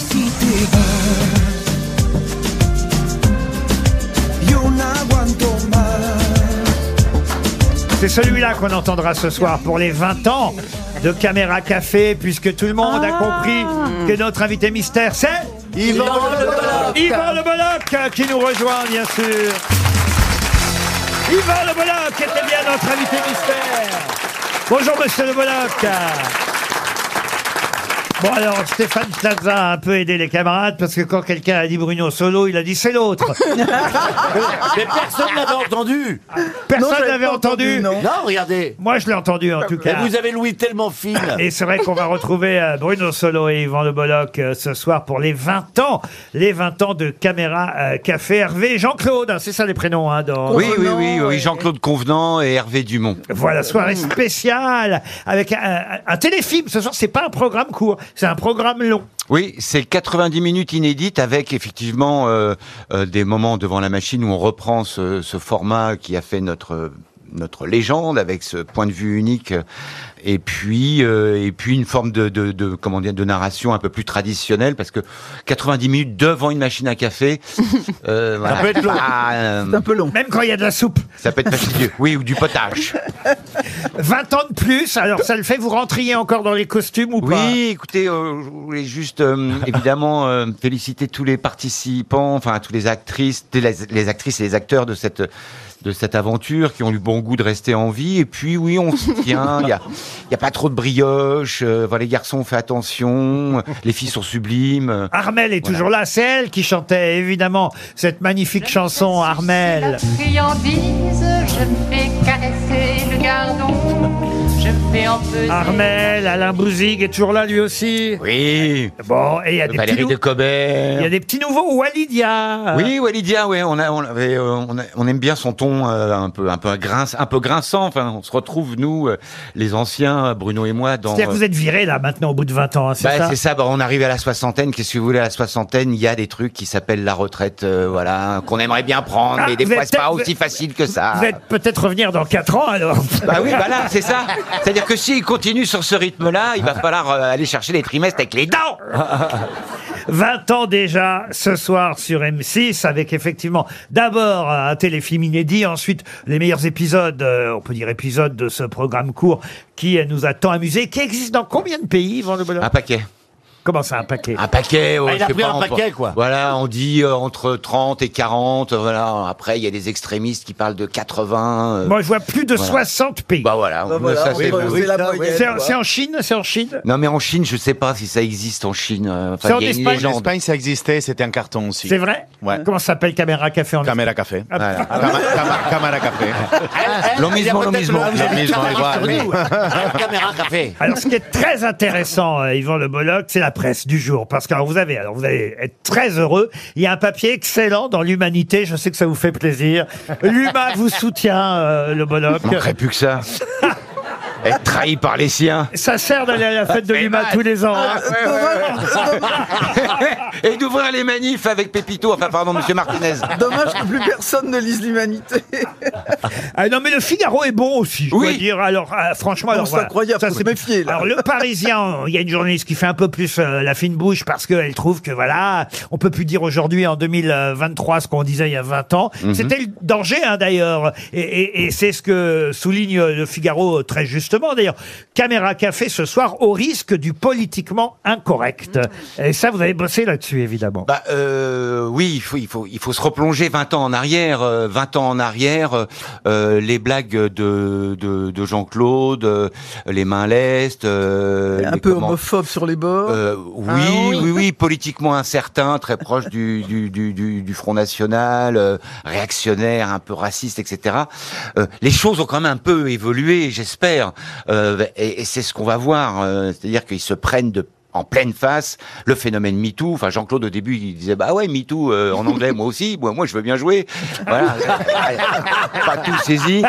Speaker 9: Yo no aguanto más.
Speaker 2: C'est celui-là qu'on entendra ce soir pour les 20 ans de Caméra Café, puisque tout le monde a compris que notre invité mystère, c'est
Speaker 9: Yvan Le Bolloc.
Speaker 2: Yvan Le Bolloc, qui nous rejoint, bien sûr. Yvan Le Bolloc était bien notre invité mystère. Bonjour, monsieur Le Bolloc. Bon alors, Stéphane Plaza a un peu aidé les camarades parce que quand quelqu'un a dit Bruno Solo, il a dit c'est l'autre.
Speaker 8: Mais personne n'avait entendu.
Speaker 2: Personne n'avait entendu.
Speaker 8: non. regardez.
Speaker 2: Moi, je l'ai entendu en tout
Speaker 8: Mais
Speaker 2: cas.
Speaker 8: vous avez Louis tellement fine.
Speaker 2: Et c'est vrai qu'on va retrouver euh, Bruno Solo et Yvan Le Bolloc euh, ce soir pour les 20 ans, les 20 ans de Caméra euh, Café Hervé et Jean-Claude, hein, c'est ça les prénoms hein, dans
Speaker 20: Oui, oui, oui, oui, Jean-Claude Convenant et Hervé Dumont.
Speaker 2: Voilà, soirée spéciale avec un, un- un téléfilm. Ce soir, c'est pas un programme court, c'est un programme long.
Speaker 20: Oui, c'est 90 minutes inédites avec effectivement euh, euh, des moments devant la machine où on reprend ce, ce format qui a fait notre notre légende avec ce point de vue unique et puis euh, et puis une forme de, de, de comment dire de narration un peu plus traditionnelle parce que 90 minutes devant une machine à café euh, voilà.
Speaker 2: peut être long.
Speaker 20: Ah, euh,
Speaker 3: C'est un peu long.
Speaker 2: Même quand il y a de la soupe.
Speaker 20: ça peut être fastidieux oui ou du potage
Speaker 2: 20 ans de plus, alors ça le fait, vous rentriez encore dans les costumes ou pas
Speaker 20: Oui, écoutez, euh, je voulais juste euh, évidemment euh, féliciter tous les participants, enfin tous les actrices, les, les actrices et les acteurs de cette de cette aventure qui ont eu bon goût de rester en vie. Et puis oui, on se tient. Il y a, il y a pas trop de brioche. euh, voilà, les garçons, on fait attention. Les filles sont sublimes. euh,
Speaker 2: Armel est toujours là, c'est elle qui chantait évidemment cette magnifique chanson Armel.
Speaker 18: Friandise, je me fais caresser le gardon. Je me fais en peser.
Speaker 2: Armel, Alain Bouzig est toujours là lui aussi.
Speaker 20: Oui.
Speaker 2: Bon, et il y a des
Speaker 20: Valérie
Speaker 2: petits nou-
Speaker 20: de Cobert.
Speaker 2: Il y a des euh, petits nouveaux, Walidia.
Speaker 20: Oui, Walidia, ouais, on, a, on, avait, euh, on, a- on aime bien son ton euh, un peu, un peu grince, un peu grinçant. Enfin, on se retrouve nous, euh, les anciens, euh, Bruno et moi, dans.
Speaker 2: C'est-à-dire que vous êtes viré là maintenant au bout de 20 ans, hein, c'est
Speaker 20: Bah,
Speaker 2: ça
Speaker 20: c'est ça, bah, on arrive à la soixantaine. Qu'est-ce que vous voulez à la soixantaine Il y a des trucs qui s'appellent la retraite, euh, voilà, qu'on aimerait bien prendre,
Speaker 2: Ah,
Speaker 20: mais des
Speaker 2: vous
Speaker 20: fois
Speaker 2: êtes
Speaker 20: c'est pas
Speaker 2: peut-être-
Speaker 20: aussi facile que ça.
Speaker 2: Vous êtes peut-être revenir dans 4 ans alors.
Speaker 20: Bah oui, bah là, c'est ça. C'est-à-dire que s'il continue sur ce rythme-là, il va falloir euh, aller chercher les trimestres avec les dents.
Speaker 2: 20 ans déjà ce soir sur M6 avec effectivement d'abord un téléfilm inédit, ensuite les meilleurs épisodes, euh, on peut dire épisodes de ce programme court qui euh, nous a tant amusé, qui existe dans combien de pays, Yvan Le Bolloc
Speaker 20: Un paquet.
Speaker 2: Comment ça, un paquet
Speaker 20: Un paquet, ouais,
Speaker 2: Ah, il
Speaker 20: je
Speaker 2: a
Speaker 20: sais
Speaker 2: pris
Speaker 20: pas,
Speaker 2: un
Speaker 20: on-
Speaker 2: paquet, quoi.
Speaker 20: Voilà, on dit euh, entre 30 et 40. Voilà, après il y a des extrémistes qui parlent de 80. euh,
Speaker 2: Moi, je vois plus de
Speaker 20: voilà.
Speaker 2: 60 pays.
Speaker 20: Bah voilà, on-
Speaker 2: voilà,
Speaker 20: ça
Speaker 2: on
Speaker 20: c'est
Speaker 2: va-
Speaker 20: bon.
Speaker 2: c'est la moyenne, C'est en- quoi. c'est en Chine, c'est en Chine.
Speaker 20: Non mais en Chine, je sais pas si ça existe en Chine. euh, Enfin,
Speaker 5: C'est en
Speaker 20: il y a une
Speaker 5: Espagne.
Speaker 20: légende.
Speaker 5: En Espagne, ça existait, c'était un carton aussi.
Speaker 2: C'est vrai
Speaker 5: Ouais.
Speaker 2: Comment ça s'appelle Caméra Café en
Speaker 5: Caméra Café. Voilà.
Speaker 2: Ah.
Speaker 5: Cama- cama- Caméra Café.
Speaker 20: Lo mismo, lo mismo.
Speaker 5: Lo mismo, igual.
Speaker 2: Caméra café. Alors, ce qui est très intéressant, euh, Yvan Le Bolloc, c'est la presse du jour. Parce que alors, vous avez, alors vous allez être très heureux. Il y a un papier excellent dans l'Humanité. Je sais que ça vous fait plaisir. L'Huma vous soutient, euh, Le Bolloc.
Speaker 20: Il manquerait plus que ça. Être trahi par les siens.
Speaker 2: Ça sert d'aller à la fête de
Speaker 20: Mais
Speaker 2: l'Huma
Speaker 20: mal.
Speaker 2: tous les ans.
Speaker 20: Ah,
Speaker 2: hein.
Speaker 20: ouais, ouais, ouais. Et d'ouvrir les manifs avec Pépito. Enfin, pardon, Monsieur Martinez.
Speaker 3: Dommage que plus personne ne lise l'humanité.
Speaker 2: Ah non, mais le Figaro est bon aussi, je
Speaker 3: Oui.
Speaker 2: dois dire. Alors, ah, franchement,
Speaker 3: Bon,
Speaker 2: alors,
Speaker 3: c'est
Speaker 2: voilà.
Speaker 3: incroyable,
Speaker 2: Ça,
Speaker 3: faut se
Speaker 2: c'est-
Speaker 3: méfier, là.
Speaker 2: Alors, le Parisien, il y a une journaliste qui fait un peu plus euh, la fine bouche parce qu'elle trouve que, voilà, on peut plus dire aujourd'hui, en 2023, ce qu'on disait il y a 20 ans.
Speaker 20: Mhm.
Speaker 2: C'était le danger, hein, d'ailleurs. Et, et- et c'est ce que souligne le Figaro euh, très justement, d'ailleurs. Caméra Café ce soir au risque du politiquement incorrect. Et ça, vous avez bossé là-dessus, évidemment.
Speaker 20: Bah euh, oui, il faut il faut il faut se replonger 20 ans en arrière, euh, 20 ans en arrière, euh, euh, les blagues de de, de Jean-Claude, euh, les mains lestes, euh,
Speaker 3: Un
Speaker 20: les
Speaker 3: peu
Speaker 20: comment-
Speaker 3: homophobe sur les bords.
Speaker 20: Euh, oui,
Speaker 3: Ah oui.
Speaker 20: oui, oui, politiquement incertain, très proche du du du, du, du Front National, euh, réactionnaire, un peu raciste, etc. Euh, les choses ont quand même un peu évolué, j'espère, euh, et, et c'est ce qu'on va voir, euh, c'est-à-dire qu'ils se prennent de en pleine face le phénomène MeToo. Enfin, Jean-Claude au début, il disait bah ouais MeToo euh, en anglais, moi aussi, moi, moi je veux bien jouer. Voilà, pas tout saisi.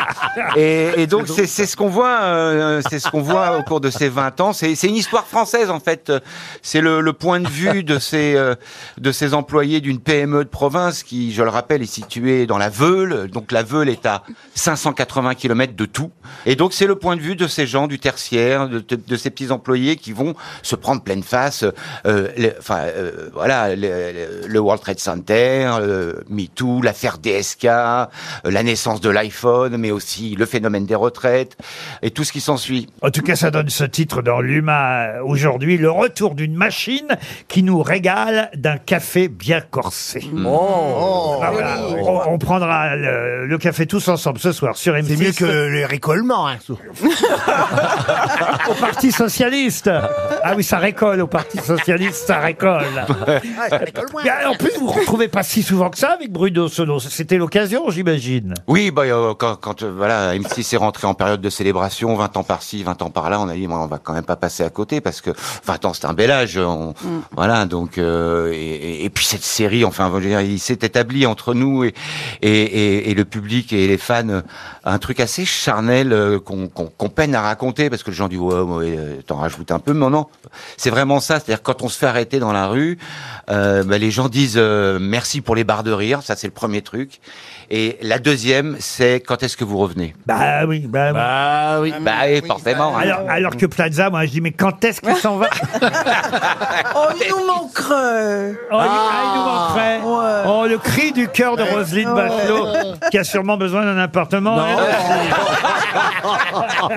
Speaker 20: Et, et donc c'est c'est ce qu'on voit, euh, c'est ce qu'on voit au cours de ces 20 ans. C'est c'est une histoire française en fait. C'est le, le point de vue de ces euh, de ces employés d'une PME de province qui, je le rappelle, est située dans la Veule. Donc la Veule est à 580 km de tout. Et donc c'est le point de vue de ces gens du tertiaire, de, de- de ces petits employés qui vont se prendre pleine face. euh, les- Enfin euh, voilà, le, le- le World Trade Center, euh, MeToo, l'affaire DSK, euh, la naissance de l'iPhone, mais aussi le phénomène des retraites et tout ce qui s'ensuit.
Speaker 2: En tout cas, ça donne ce titre dans l'UMA euh, aujourd'hui, le retour d'une machine qui nous régale d'un café bien corsé.
Speaker 4: Mm. Oh.
Speaker 2: Ah, voilà. on, on prendra le, le café tous ensemble ce soir sur M6.
Speaker 4: C'est mieux que le récollement. Hein.
Speaker 2: au Parti Socialiste. Ah oui, ça récolle au Parti Socialiste, ça récolle.
Speaker 4: ça récolle moins.
Speaker 2: Mais en plus, vous ne retrouvez pas si souvent que ça avec Bruno Solo. C'était l'occasion, j'imagine.
Speaker 20: Oui, bah, euh, quand, quand euh, voilà, M6 est rentré en période de célébration, 20 ans par-ci, 20 ans par-là, on a dit, moi, on va quand même pas passer à côté parce que 20 ans, c'est un bel âge. on-
Speaker 9: Mm.
Speaker 20: Voilà, donc euh, et, et- et puis cette série, enfin, je veux dire, il s'est établi entre nous et, et, et- et le public et les fans euh, un truc assez charnel euh, qu'on qu'on- qu'on peine à raconter parce que les gens disent, ouais, ouais, euh, t'en rajoutes un peu, mais non, c'est vraiment ça. C'est-à-dire quand on se fait arrêter dans la rue, euh, bah, les gens disent euh, merci pour les barres de rire, ça c'est le premier truc. Et la deuxième, c'est quand est-ce que vous revenez
Speaker 2: Bah oui, bah oui.
Speaker 20: Bah oui, bah Ah, oui, forcément. hein.
Speaker 2: Alors, alors que Plaza, moi, je dis, mais quand est-ce qu'il s'en va
Speaker 3: Oh, il nous manquerait
Speaker 2: Oh, il- ah, il nous manquerait. Oh, le cri du cœur de Roselyne Bachelot, qui a sûrement besoin d'un appartement.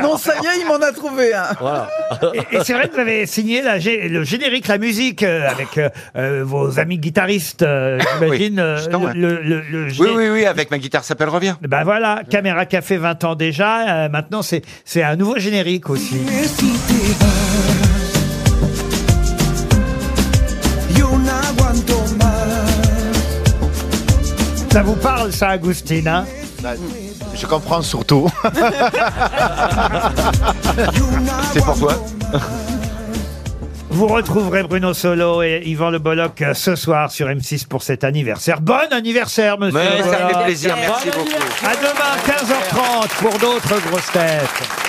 Speaker 3: Non, ça y est, il m'en a trouvé un.
Speaker 2: Et, et c'est vrai que vous avez signé la gé- le générique, la musique, euh, avec euh, euh, vos amis guitaristes, euh, j'imagine. euh,
Speaker 20: justement, ouais.
Speaker 2: le, le- le- le
Speaker 20: Oui,
Speaker 2: gé-
Speaker 20: oui, oui, avec ma guitare s'appelle Revient.
Speaker 2: Ben voilà, Caméra Café 20 ans déjà, euh, maintenant c'est c'est un nouveau générique aussi.
Speaker 9: Yo no aguanto más.
Speaker 2: Ça vous parle ça, Agustin hein
Speaker 4: Bah, Je comprends surtout. C'est pour toi.
Speaker 2: Vous retrouverez Bruno Solo et Yvan Le Bolloc euh, ce soir sur M6 pour cet anniversaire. Bon anniversaire, monsieur.
Speaker 9: Mais ça
Speaker 2: Le
Speaker 9: fait
Speaker 2: Bolloc.
Speaker 9: plaisir, merci
Speaker 2: Bon
Speaker 9: beaucoup.
Speaker 2: anniversaire. À demain, 15h30 pour d'autres grosses têtes.